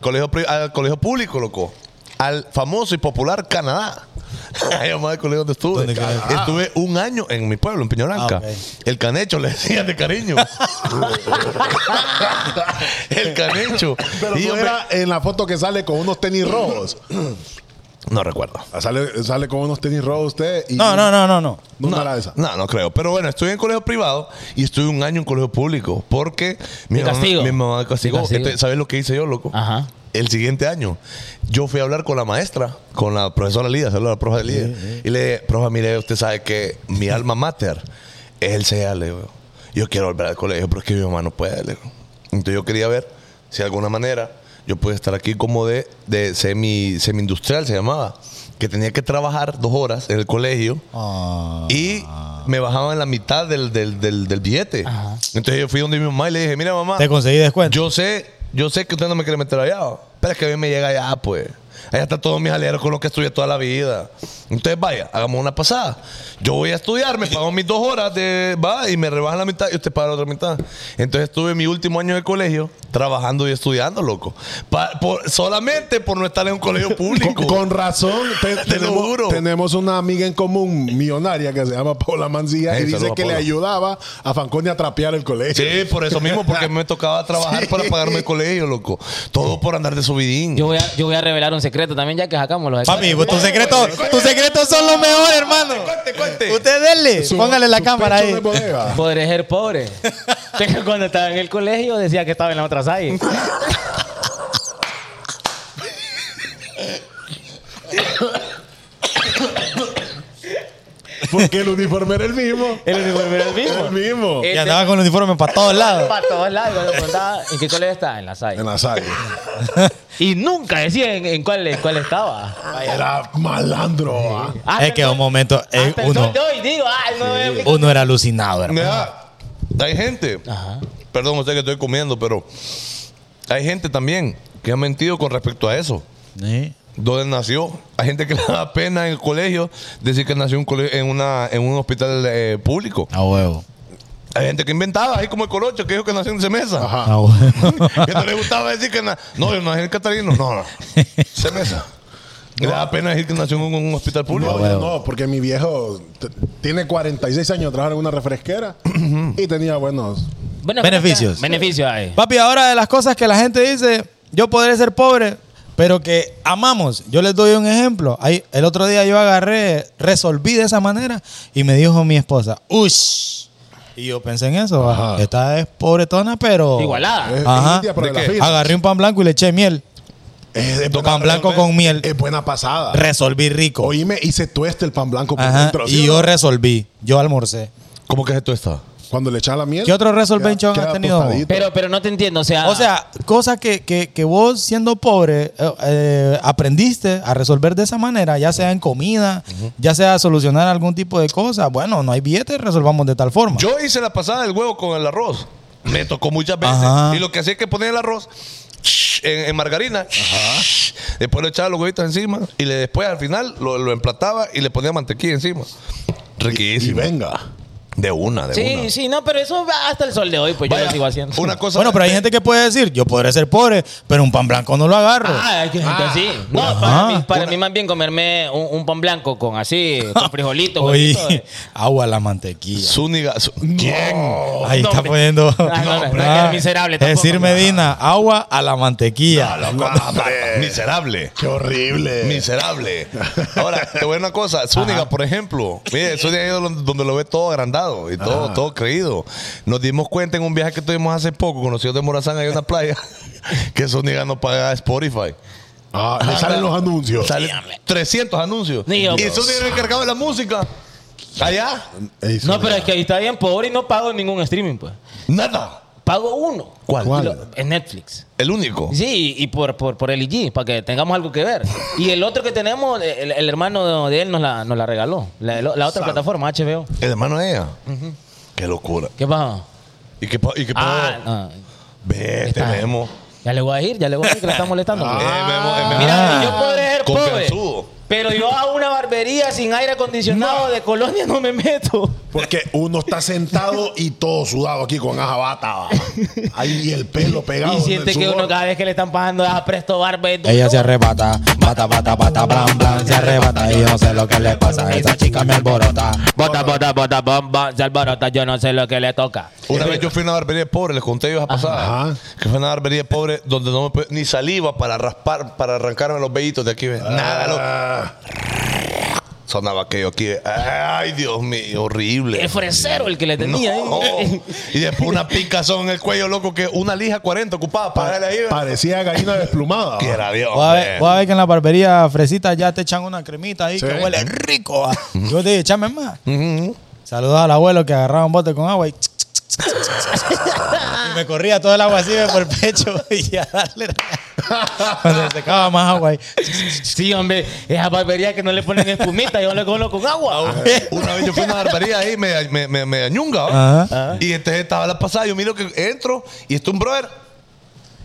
Colegio, pri- al colegio público, loco. Al famoso y popular Canadá. yo mamá del colegio donde estuve. Ah. ¿Dónde queda? Estuve un año en mi pueblo, en Piñolanca. Ah, ok. El canecho le decían de cariño. el canecho. Pero Y yo no me- era en la foto que sale con unos tenis rojos. No recuerdo. Ah, Sale, sale con unos tenis rojos usted y No, no, no, no, no. No, no, era esa. No, no creo. Pero bueno, estuve en colegio privado y estuve un año en colegio público porque mi De mamá, castigo. mi mamá me castigó. De castigo. Entonces, ¿Sabes lo que hice yo, loco? Ajá. El siguiente año, yo fui a hablar con la maestra, con la profesora Lidia, saludos a la profe Lidia, y le dije, profe, mire, usted sabe que mi alma mater es el CEA, le digo. Yo quiero volver al colegio, pero es que mi mamá no puede, le digo. Entonces yo quería ver si de alguna manera yo podía estar aquí como de, de semi, industrial se llamaba, que tenía que trabajar dos horas en el colegio Ah. y me bajaban la mitad del, del, del, del billete. Entonces yo fui donde mi mamá y le dije, mira mamá, Te conseguí descuento. yo sé, yo sé que usted no me quiere meter allá, ¿o? pero es que a mí me llega allá, pues. Allá están todos mis aliados con los que estudié toda la vida. Entonces, vaya, hagamos una pasada. Yo voy a estudiar, me pago mis dos horas de. Va, y me rebajan la mitad y usted paga la otra mitad. Entonces, estuve mi último año de colegio trabajando y estudiando, loco. Pa- por- solamente por no estar en un colegio Con, público. con razón, te- Te lo tenemos, juro. tenemos una amiga en común millonaria que se llama Paula Mancilla Ey, y dice saludos a que le Paula. ayudaba a Fanconi a trapear el colegio. Sí, por eso mismo, porque me tocaba trabajar Sí. para pagarme el colegio, loco. Todo por andar de subidín. Yo voy, a, yo voy a revelar un secreto también, ya que sacamos los Papi, pues, vos tus secretos, tus secretos son los mejores, hermano. Cuente, cuente. Usted denle, Su- póngale la su cámara pecho ahí. de bodega. Podré ser pobre. Pero cuando estaba en el colegio decía que estaba en la otra calle. Porque el uniforme era el mismo. El uniforme era el mismo. El mismo. Y andaba con el uniforme para todos lados. Para todos lados. Cuando preguntaba, ¿en qué colegio estaba? En la SAI. En la sala. Y nunca decía en, en cuál, en cuál estaba. Era malandro. ah. Hasta Es que el un momento, sol- eh, hasta el uno, sol de hoy Ah, digo, ay, no eh, me voy a uno era alucinado, hermano. Mira, hay gente. Perdón, usted que estoy comiendo, pero hay gente también que ha mentido con respecto a eso. Sí. Donde nació. Hay gente que le da pena en el colegio decir que nació en un, cole- en una, en un hospital eh, público. A huevo. Hay gente que inventaba, ahí como el colocho que dijo que nació en Semesa. Ah. A huevo. Que no le gustaba decir que na- no, yo nací en el Catarino. No, no. Semesa. ¿Le da pena decir que nació en un hospital público? No, yo no, porque mi viejo t- tiene 46 años, trabaja en una refresquera y tenía buenos. Bueno, Beneficios. Beneficios hay. Papi, ahora de las cosas que la gente dice, yo podré ser pobre, pero que amamos. Yo les doy un ejemplo. Ahí, el otro día yo agarré, resolví de esa manera y me dijo mi esposa, ¡ush! Y yo pensé en eso. Ajá. Esta es pobretona, pero. Igualada. Es Ajá. eh, India, pero ¿De de la qué? fila. Agarré un pan blanco y le eché miel. Es de buena- Pan blanco con miel. Es buena pasada. Resolví rico. Oíme, y se tuesta el pan blanco por Ajá. dentro. ¿sí Y o no? yo resolví. Yo almorcé. ¿Cómo que es esto está? Cuando le echas la miel. ¿Qué otro resolvention queda- has queda tenido? vos? tostadito. Pero, pero no te entiendo, o sea. O sea, cosas que, que- que vos siendo pobre eh, eh, aprendiste a resolver de esa manera, ya sea en comida, ya sea a solucionar algún tipo de cosa. Bueno, no hay billetes, resolvamos de tal forma. Yo hice la pasada del huevo con el arroz. Me tocó muchas veces. Ajá. Y lo que hacía es que ponía el arroz en, en margarina. Después le echaba los huevitos encima. Y le, después al final lo, lo emplataba y le ponía mantequilla encima. Y Riquísimo. venga. De una, de sí, una. sí, no, pero eso va hasta el sol de hoy, pues yo Vaya, lo sigo haciendo. Una cosa. bueno, pero hay gente que puede decir, yo podré ser pobre, pero un pan blanco no lo agarro. Ah, hay que gente así. No, Ajá. para, mí, para Una- mí más bien comerme un, un pan blanco con así, con frijolitos. Oí, huevito, eh. agua a la mantequilla. Zúñiga. Zú- ¿Quién? Ahí está no, hombre. poniendo. Ah, no, no, no, que es miserable Es decir, tampoco. Medina, agua a la mantequilla. No, hombre. Miserable. Qué Eh. horrible. Miserable. Ahora, te voy a una cosa. Zúñiga, por ejemplo. Mire, Zúñiga es donde- donde lo ve todo agrandado y todo, todo creído. Nos dimos cuenta en un viaje que tuvimos hace poco, conocidos de Morazán, ahí en una playa, que Zúñiga no paga Spotify. Ah, le salen los anuncios. Sale 300 anuncios. Ni yo, y pues. Zúñiga era el encargado de la música. Allá, Ey, No, sí. pero es que ahí está bien pobre y no pago ningún streaming, pues. nada. Pago uno. ¿Cuál? Y ¿Cuál? lo- Es Netflix. El único. Sí, y por, por, por el IG, para que tengamos algo que ver. Y el otro que tenemos, el, el hermano de él nos la, nos la regaló. La, la otra plataforma, HBO. El hermano de ella. Qué locura. ¿Qué pasa? ¿Y qué, pa- y qué Ah, pa- no. Ve, Está- tenemos. Ya le voy a ir, ya le voy a ir, que la está molestando. Eh, Memo, eh, Memo. Mira, yo podré ser Confianzudo. pobre. Pero yo a una barbería sin aire acondicionado de colonia no me meto. Porque uno está sentado y todo sudado aquí con ajabata. va. Ahí el pelo pegado. Y siente en el que sudor. uno cada vez que le están pagando a presto barba. y tú, Ella no. se arrebata, bata, bata, bata, blan, blan, se arrebata. Y yo no sé lo que le pasa, esa chica me alborota. Bota, bota, bota, bomba, se alborota, yo no sé lo que le toca. Una vez yo fui a una barbería de pobre, les conté yo esa pasada. Ajá. Que fue una barbería de pobre donde no me pe- ni saliva para raspar, para arrancarme los vellitos de aquí. ve. Nada, loco. Ah, Sonaba aquello aquí. ve. Ay, Dios mío, horrible. Es fresero el que le tenía No. ahí. Y después una picazón en el cuello, loco, que una lija 40 ocupada para darle ahí. ve. parecía gallina desplumada. va. Quiera Dios. Voy a, ver, ve. voy a ver que en la barbería fresita ya te echan una cremita ahí Sí. que huele rico. ah. Yo te dije, échame más. Saludos al abuelo que agarraba un bote con agua y, y me corría todo el agua así ve, por el pecho y a darle. Cuando se secaba más agua ahí. Sí, hombre, esa barbería que no le ponen espumita, yo le coloco con agua. Ah, Una vez yo fui a una barbería ahí, me, me, me, me añunga, ¿va? Y entonces estaba la pasada, yo miro que entro y está un brother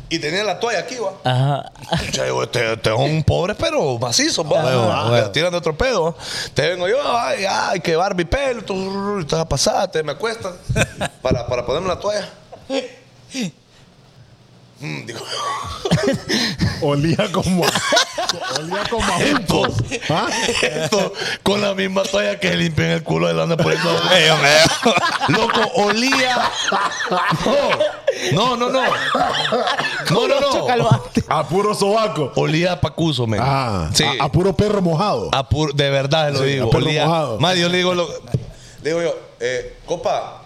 y tenía la toalla aquí, va. Ajá. Yo digo, este, este es un pobre, pero macizo, va. Ah, tiran de otro pedo. va. Te vengo yo, ay, ay, que Barbie pelo, tú, estás pasada, te me acuestas para, para ponerme la toalla. Mm, digo, Olía como. olía como a esto, juntos. ¿Ah? esto, con la misma toalla que se limpia en el culo de la anda poniendo. Loco, olía. No, no, no, no. No, no, no. A puro sobaco. Olía a pacuso, men. Ah, sí. Ah. a, a puro perro mojado. A pur- de verdad lo Sí, digo. a perro Olía- mojado. Más, yo le digo, lo- le digo yo, eh, copa,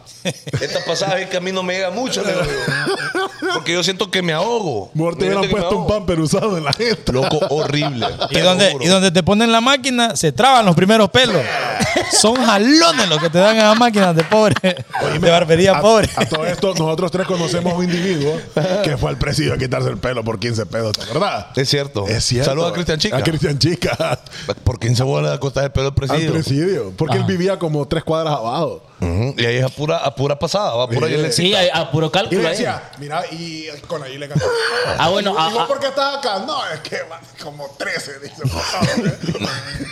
esta pasada es que a mí no me llega mucho, le digo yo. Porque yo siento que me ahogo. Mejor te Yo siento hubieran que me puesto un ahogo. pamper usado en la gente. Loco, horrible. Y te lo donde, juro. y donde te ponen la máquina, se traban los primeros pelos. Son jalones los que te dan a las máquinas de pobre. de barbería a, pobre. A todo esto, nosotros tres conocemos a un individuo que fue al presidio a quitarse el pelo por 15 pesos, ¿te acordás? Es cierto. Es cierto. Saludos a Cristian Chica. A Cristian Chica. ¿Por quién se vuelve a cortar el pelo al Al presidio? presidio. Porque él vivía como tres cuadras abajo. Ujú, Y ahí es a pura, a pura pasada, va a pura Sí. violencia. Sí, a, a puro Y cálculo. le ahí. decía, mira, y con ahí le cantaba. Ah, bueno, ¿Y, y ah, vos ah. por qué estás acá? No, es que va como 13, dice. ¿eh?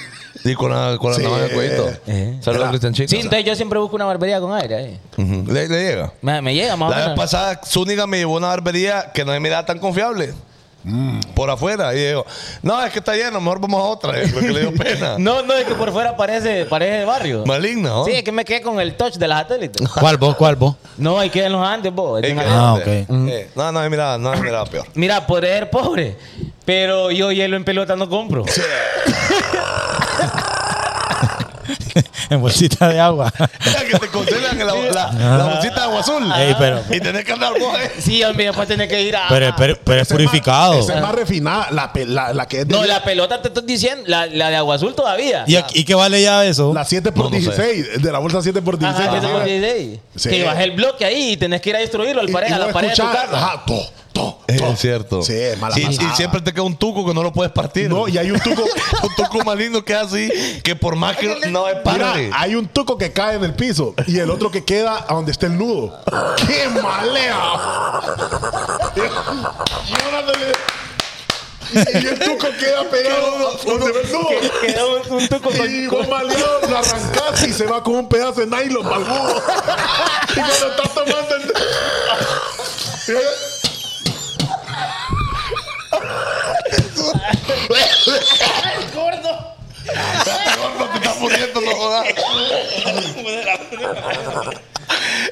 Y con la, con la Sí. navaja de cuellito. Ajá. Saludos a Era- Cristian Chica. Sí, entonces yo siempre busco una barbería con aire. ahí. Ujú, le, le llega. Me, me llega más o La vez menos. pasada, Zúñiga me llevó a una barbería que no me da tan confiable. Por afuera. Y digo, no, es que está lleno, mejor vamos a otra. eh, Porque le dio pena. No, no, es que por fuera parece, parece barrio. Maligna, ¿no? Sí, es que me quedé con el touch de la satélite. ¿Cuál vos? ¿Cuál vos? No, hay que en los Andes, vos. Es que- Ah, ok. eh, eh, No, no, mira, no, mira, peor. Mira, podré ser pobre, pero yo hielo en pelota no compro. en bolsita de agua. Mira que te congelan la, la, la bolsita de agua azul. Ey, pero- Y tenés que andar vos. eh. Sí, hombre, después tenés que ir a. pero, pero, pero es Esa es más- purificado. Esa es más refinada. La, pe- la, la que es de No, la pelota te estoy diciendo, la, la de agua azul todavía. ¿Y, aquí- y qué vale ya eso? la 7x16. De la bolsa 7x16. Ajá, que te pones ahí. Sí. Que vas el bloque ahí y tenés que ir a destruirlo al pared, a la pared de tu casa. Ajá, to, to, Es to. cierto. Sí, es mala Sí, y, pasada. siempre te queda un tuco que no lo puedes partir. No, y hay un tuco. un tuco más lindo que así, que por más que no es Mira, padre. hay un tuco que cae en el piso y el otro que queda a donde está el nudo. ¡Qué malea! Y ahora se le- Y el tuco queda pegado donde ve el nudo. Quedó un, un tuco con- Y con- vos maleado lo arrancás y se va con un pedazo de nylon para el nudo. Y cuando estás tomando el. No te estás muriendo, no jodas.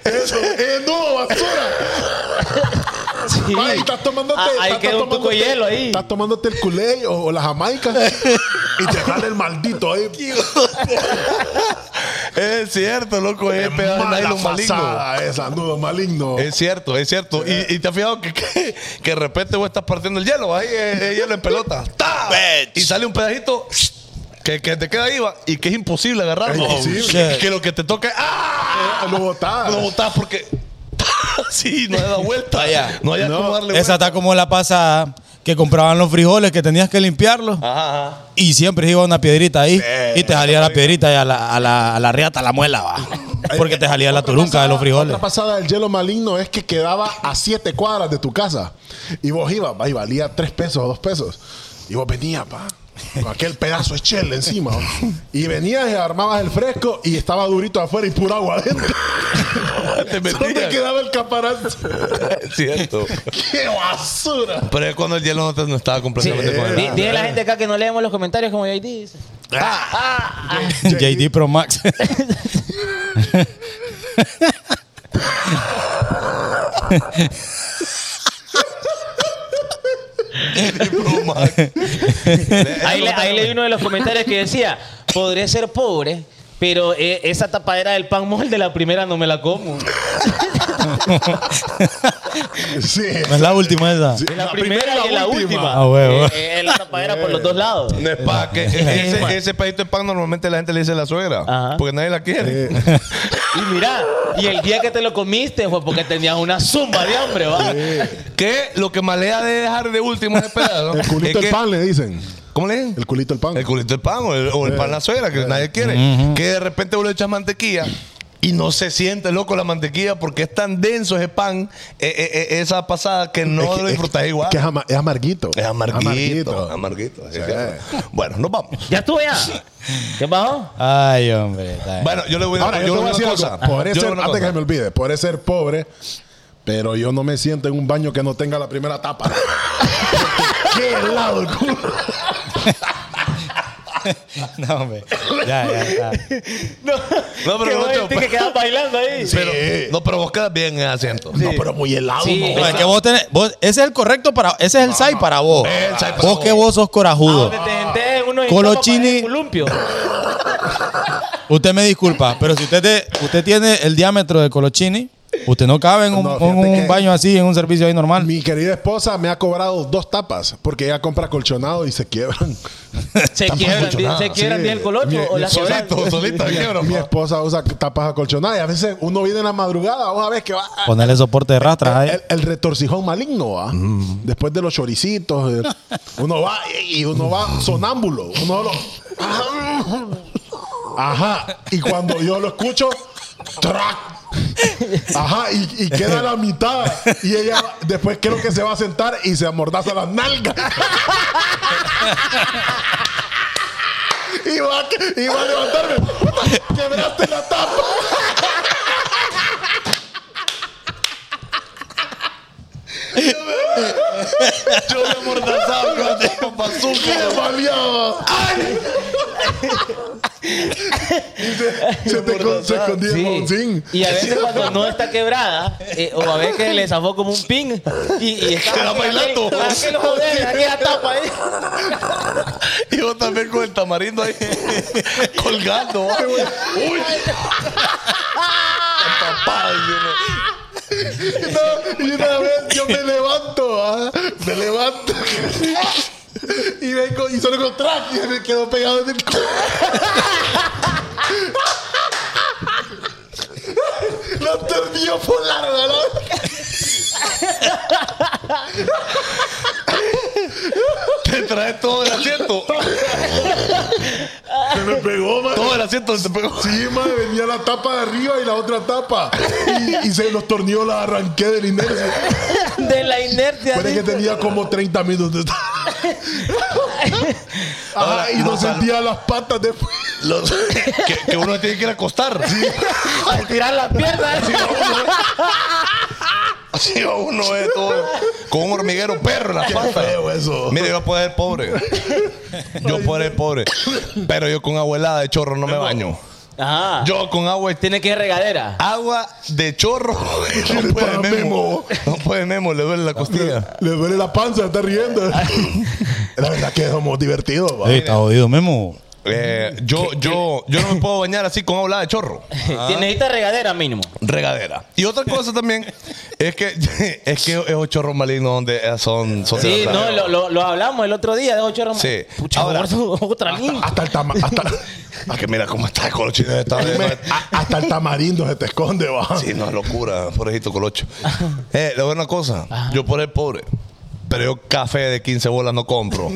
Eso, es nudo, basura. Sí. Ay, estás tomándote, Ah, ahí estás, queda un tomándote- poco de hielo ahí. Estás tomándote el culé o, o la jamaica y te sale el maldito eh. ahí. Es cierto, loco, es pedazo de Mala nylon maligno. pasada esa, nudo maligno. Es cierto, es cierto. Y, y te has fijado que, que, que de repente vos estás partiendo el hielo, ahí es, es hielo en pelota. ¡Ta! Y sale un pedacito que, que te queda ahí va, y que es imposible agarrarlo. Es imposible. Y que lo que te toca es, ¡ah! lo botás. Lo botás porque sí, no le da vuelta. Vaya. No hay No, cómo Esa darle vuelta. está como la pasada que compraban los frijoles que tenías que limpiarlos. Ajá, ajá. Y siempre iba una piedrita ahí y te salía la piedrita y a la, a la, a la riata, a la muela, va. eh, Porque te salía la Otra turunca pasada- de los frijoles. Otra pasada del hielo maligno es que quedaba a siete cuadras de tu casa. Y vos ibas, va, y valía tres pesos o dos pesos. Y vos venías, pa. Con aquel pedazo de chela encima. ¿va? Y venías y armabas el fresco y estaba durito afuera y pura agua adentro. Te ¿Dónde metías. quedaba el caparaz? Es cierto. ¡Qué basura! Pero es cuando el hielo no, te- no estaba completamente Sí. con Di- el Dile a la gente acá que no leemos los comentarios como JD dice. JD Pro Max. Ahí, le, ahí leí uno de los comentarios que decía, podré ser pobre, pero eh, esa tapadera del pan molde la primera no me la como. Sí. No es la última esa. Sí, La, primera, y la última. Ah, huevo. Eh, eh, la tapadera por los dos lados. Eh, No es pa' que ese, ese pedito de pan normalmente la gente le dice a la suegra. Ajá. Porque nadie la quiere. Y mira, y el día que te lo comiste fue porque tenías una zumba de hambre, ¿va? Que lo que malea de dejar de último es esperado. El culito del pan, le dicen. ¿Cómo le dicen? El culito del pan. Eh. El culito del pan o el, o el pan la suegra, que nadie quiere. Que de repente vos le echas mantequilla y no se siente loco la mantequilla porque es tan denso ese pan, eh, eh, eh, esa pasada, que no Es que- lo es- disfrutas igual. que es, ama- es amarguito. es amarguito. Amarguito. Amarguito. así Sí. que- Bueno, nos vamos. Ya estuve ya. ¿Qué pasó? Ay, hombre. está bien. Bueno, yo le voy a, Ahora, yo, yo te le voy a decir una algo. cosa. Podré Yo le ser, voy antes a que una se me cosa. olvide, podré ser pobre, pero yo no me siento en un baño que no tenga la primera tapa. ¡Qué helado el culo! No, hombre. Ya, ya, está. No, No, pero que vos no te- sentís que quedas bailando ahí. Pero, No, pero vos quedas bien en el asiento. No, pero muy helado. Sí. no. No, es que vos tenés- vos- ese es el correcto para. Ese es el sai para vos. el sai para Vos vos. que vos sos A corajudo. donde Ah, te sentés en unos Colochini. hisopos, columpio. Usted me disculpa, pero si usted, te- usted tiene el diámetro de Colochini, usted no cabe en un, No, en fíjate un que- baño así, en un servicio ahí normal. Mi querida esposa me ha cobrado dos tapas porque ella compra colchonado y se quiebran. Se quiebran, mucho bien- nada. se quiebran Sí. bien el colocho Mi- o la soledad. Solito, solito, quiebra, Mi pa. esposa usa tapas acolchonadas y a veces uno viene en la madrugada, vos a ver que va. Ponerle soporte de rastra ahí. El, el retorcijón maligno, ¿va? Después de los choricitos, eh, uno va y uno va sonámbulo. Uno lo- Ajá. Y cuando yo lo escucho, ¡trac! Ajá, y, y queda a la mitad. Y ella va- después creo que se va a sentar y se amordaza las nalgas. Y va, a- y va a levantarme. ¡Puta! ¡Quebraste la tapa! me Yo me amordazaba con el bazooka. ¡Qué baleado! Y se, se te con- se escondía el Sí. Monzín. Y a veces cuando no está quebrada, eh, o a veces que le zafó como un ping y, y está Queda bailando. ¿A qué lo joder? ¿A qué la tapa ahí? Y yo también con el tamarindo ahí colgando. va. ¡Uy! Empapado, yo No, y una vez yo me levanto, ah, me levanto. Y, vengo, y solo con track y me quedo pegado en el co- No terminó por largo, ¿no? no- Te trae todo el asiento. Se me pegó, man. Todo el asiento se te pegó. Sí, madre, venía la tapa de arriba y la otra tapa. Y, y se los tornillos la arranqué del inercia. De la inercia. Parece que dice. tenía como 30 minutos. Ajá, y no sentía las patas después. Los- que, que uno tiene que ir a acostar. Al tirar las piernas. Así va uno es todo. Con un hormiguero perro en la pata. eso. Mire, yo puedo ser pobre. Yo puedo ser pobre. Pero yo con abuelada de chorro no me baño. Ajá. Yo con agua de Tiene que ir regadera. Agua de chorro. No puede para Memo. Memo. No puede Memo, le duele la costilla. Le duele la panza, está riendo. La verdad que somos divertidos, va. Ey, está jodido, Memo. Eh, yo, yo, yo no me puedo bañar así con agua de chorro. Tiene- Necesita regadera mínimo. Regadera. Y otra cosa también es que es que esos chorros malignos donde eh, son, son de Sí, verdad. no, lo, lo, lo hablamos el otro día de ocho horas. Sí. Pucha, Ahora- gordo, otra mil. Hasta el, tama- hasta, Ah, que mira cómo está el colocho. Está me- ah. a- hasta el tamarindo se te esconde, va. Sí, no es locura, pobrecito colocho. Eh, le voy a una cosa. Yo por el pobre. Pero yo café de 15 bolas no compro.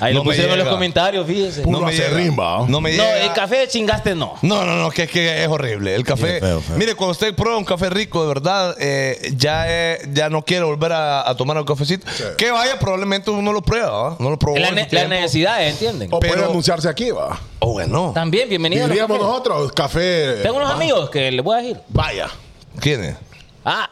Ahí No lo me pusieron en los llega. comentarios, fíjese. Puro No me llega. acerrín, va. No me No, llega. el café chingaste no. No, no, no, que es que es horrible. El Sí, café. feo, feo. Mire, cuando usted prueba un café rico, de verdad, eh, ya, eh, ya no quiere volver a, a tomar el cafecito. Que vaya, probablemente uno lo prueba, ¿va? No lo probó. Es La, en ne- su la tiempo. necesidad, ¿entienden? O puede Pero- anunciarse aquí, va. Oh, bueno. También, bienvenido. a los Oh. Diríamos cafés. nosotros, café. Tengo unos va. amigos que les voy a decir. Vaya. ¿Quién es? Ah,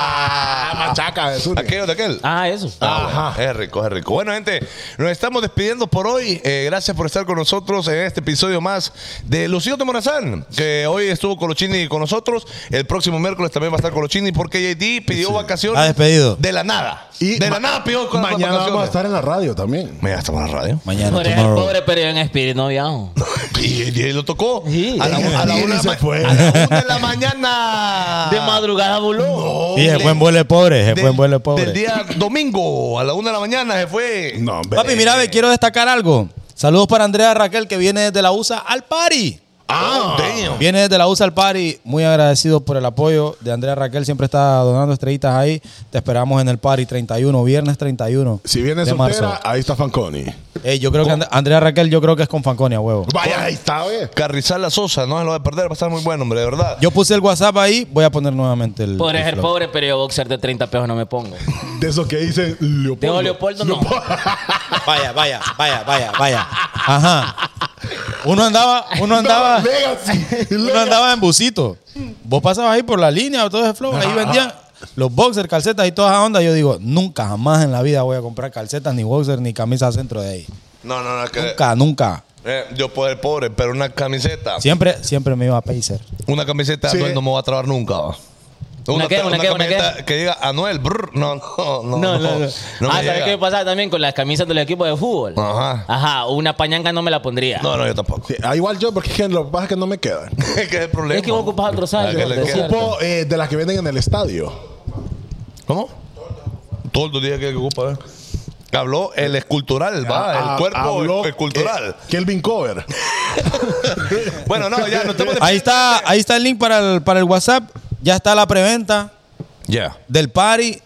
Ah, machaca de sur. ¿Aquello de aquel? ah, eso. Ah, bueno, Es rico, es rico. Bueno, gente, nos estamos despidiendo por hoy. Eh, gracias por estar con nosotros en este episodio más de Lucio de Morazán, que hoy estuvo Colochini con nosotros. El próximo miércoles también va a estar Colochini porque JD pidió vacaciones. Ha despedido. De la nada. Y de ma- la nada pidió con Mañana vamos a estar en la radio también. Mañana estamos en la radio. Mañana, Por el tomorrow. pobre, pero en espíritu, no viajo. Y, y lo tocó. Sí. A la, a la Y una, de se la ma- fue. a la una de la mañana. De madrugada voló. Ah. No, Y se del- fue en vuelo de pobre, se fue del- en vuelo de Del pobre. día domingo a la una de la mañana se fue. No, hombre. Papi, mira, ve, quiero destacar algo. Saludos para Andrea Raquel, que viene desde la USA al party. Ah, damn. Viene desde la USA al party. Muy agradecido por el apoyo de Andrea Raquel. Siempre está donando estrellitas ahí. Te esperamos en el party 31, viernes 31. Si vienes de marzo. soltera, ahí está Fanconi. Ey, yo creo que And- Andrea Raquel, yo creo que es con Fanconia, huevo. Vaya, ahí está, ve. Carrizal Sosa, no se lo va a perder, va a estar muy bueno, hombre, de verdad. Yo puse el WhatsApp ahí. Voy a poner nuevamente el. Podré el ser flow. pobre, pero yo boxer de 30 pesos no me pongo. De esos que dicen Leopoldo. Tengo Leopoldo, no. Vaya, vaya, vaya, vaya, vaya. Ajá. Uno andaba, uno andaba, Legacy. uno andaba en busito. Vos pasabas ahí por la línea, todo ese flow, ahí vendían los boxers, calcetas y toda esa onda. Yo digo, nunca jamás en la vida voy a comprar calcetas, ni boxers, ni camisas dentro de ahí. No, no, no, que- Nunca, nunca. eh, yo puedo ser pobre, pero una camiseta, Siempre, siempre me iba a Pacer. una camiseta de Sí. Anuel no me va a trabar nunca. va. ¿Una qué, tra- una qué, una camiseta que diga Anuel, brr, no, no, No, no, no, no. no me ah, ¿sabes llega. qué me pasaba también con las camisas de los equipos de fútbol? Ajá. Ajá, una pañanga no me la pondría. No, no, yo tampoco. Sí, ah, igual yo, porque es que lo que pasa es que no me quedan. ¿Qué es el problema? Es que vos ocupás otro Ah, saldo. que le de queda. cierto. Ocupo eh, de las que venden en el estadio. ¿Cómo? Todo el día que ocupa, a ver. Habló el escultural, va, Ah, el cuerpo habló, escultural. eh, Kelvin Cover. eh. Bueno, no, ya no estamos de- Ahí está, ahí está el link para el, para el WhatsApp. Ya está la preventa. Ya. Ah. del party.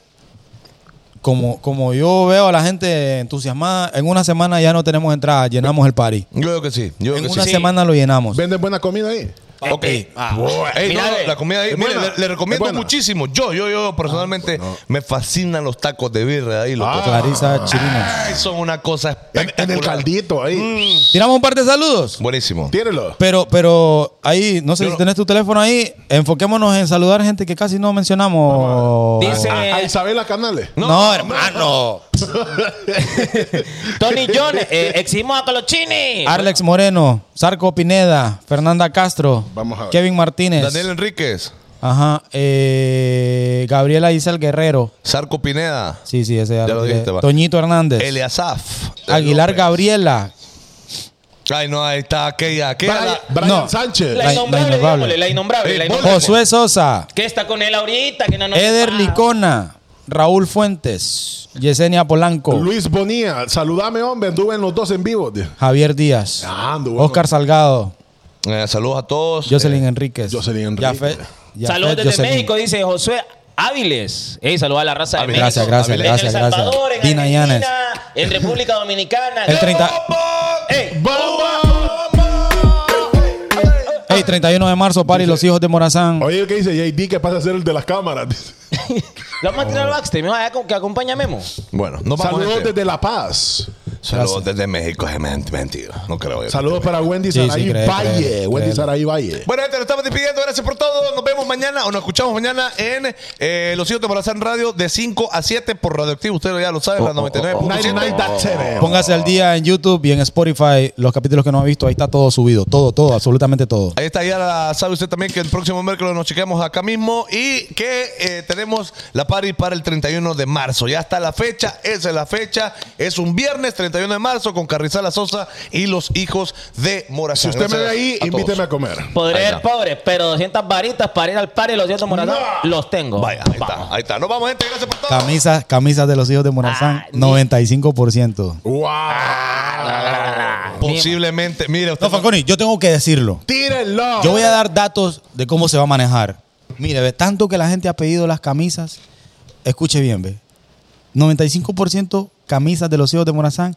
Como, como yo veo a la gente entusiasmada, en una semana ya no tenemos entrada, llenamos el party. Yo creo que sí. Yo creo En que una sí. semana lo llenamos. Venden buena comida ahí. Ok. Ah. Ey, Mira, no, eh. la comida ahí. ¿Es Mire, buena? le, le recomiendo ¿Es buena? muchísimo. Yo, yo, yo personalmente me fascinan los tacos de birra ahí. Loco. Ah. Clarisa Chirino. Ay, son una cosa En, espectacular. en Mm. el caldito ahí. Tiramos un par de saludos. Buenísimo. Tírelo. Eh. Pero, pero ahí, no sé Yo si no- tenés tu teléfono ahí, enfoquémonos en saludar gente que casi no mencionamos. Dice Ah, A, a Isabela Canales. No, hermano. Tony Jones, eh, exigimos a Colochini. Arlex Moreno, Sarco Pineda, Fernanda Castro, Vamos a ver. Kevin Martínez, Daniel Enríquez, ajá, eh, Gabriela Isel Guerrero, Sarco Pineda, sí, sí, ese ya Ya lo tiré. dijiste, va. Toñito Hernández, Eliasaf. Aguilar López. Gabriela, Ay, no, ahí está aquella. aquella Brian, la- Brian no. Sánchez. La La- innombrable, la innombrable. digámosle, la innombrable, la Eh, innombrable. Josué Sosa, ¿Qué está con él ahorita? Que no nos Eder Ah. Licona, Raúl Fuentes, Yesenia Polanco, Luis Bonía. Saludame, hombre. Anduve en los dos en vivo. tío. Javier Díaz, Ah, ando, bueno. Oscar Salgado, eh, saludos a todos. Jocelyn Eh, Enríquez. Jocelyn Enríquez. Jafet- Jafet Saludos desde Jocelyn. México, dice Josué Áviles. Ey, saludos a la raza de Áviles. Gracias, México. gracias, En gracias, El gracias. Salvador, en Dina Argentina, Llanes. En República Dominicana. El 30 Ey, Ey, 31 de marzo, Pari, los hijos de Morazán. Oye, ¿qué dice JD? ¿Qué pasa a ser el de las cámaras? Dice. lo vamos a tirar al backstage. mijo, allá con- que acompaña a Memo. Bueno, nos vamos. Saludos gente. desde La Paz. Eh, Saludos desde México. es ment- Mentira. No creo. yo. Saludos para Wendy eh, Sí, sí, Saray cree, Valle. cree, cree. Wendy Saray Valle. Bueno, gente, nos estamos despidiendo. Gracias por todo. Nos vemos mañana o nos escuchamos mañana en eh, Los Hijos de Morazán Radio de 5 a 7 por Radioactivo. Ustedes ya lo saben, la Oh, 99.7. 99.7. Póngase al día en YouTube y en Spotify. Los capítulos que no ha visto, ahí está todo subido. Todo, todo, absolutamente todo. Ahí está, ya la- sabe usted también que el próximo miércoles nos chequeamos acá mismo y que eh, tenemos la party para el 31 de marzo. Ya está la fecha, esa es la fecha. Es un viernes 31 de marzo con Carrizala Sosa y los hijos de Si Morazán. usted me ve Gracias ahí, a todos. invíteme a comer. Podré Ahí ser está. pobre, pero 200 varitas para ir al par y los 100 morados los tengo. Vaya, ahí Vamos. está, ahí está. Nos vamos, gente. Gracias por todo. Camisas, camisas de los hijos de Morazán, Ah, ni- 95%. ¡Wow! Posiblemente, mire, usted No, Fanconi, yo tengo que decirlo. ¡Tírenlo! Yo voy a dar datos de cómo se va a manejar. Mire, ve, tanto que la gente ha pedido las camisas. Escuche bien, ve. 95% camisas de los hijos de Morazán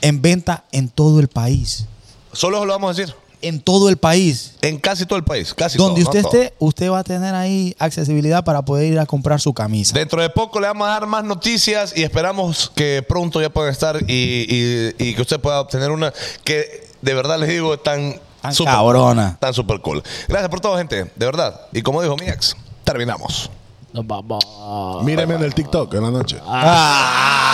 en venta en todo el país. solo lo vamos a decir. En todo el país. En casi todo el país, casi Donde todo, usted no todo. esté, usted va a tener ahí accesibilidad para poder ir a comprar su camisa. Dentro de poco le vamos a dar más noticias y esperamos que pronto ya puedan estar y, y- y que usted pueda obtener una que de verdad les digo tan, Tan cabrona. Tan super cool. Gracias por todo, gente. De verdad. Y como dijo mi ex, terminamos. Nos vamos. Míreme en el TikTok en la noche. Ah.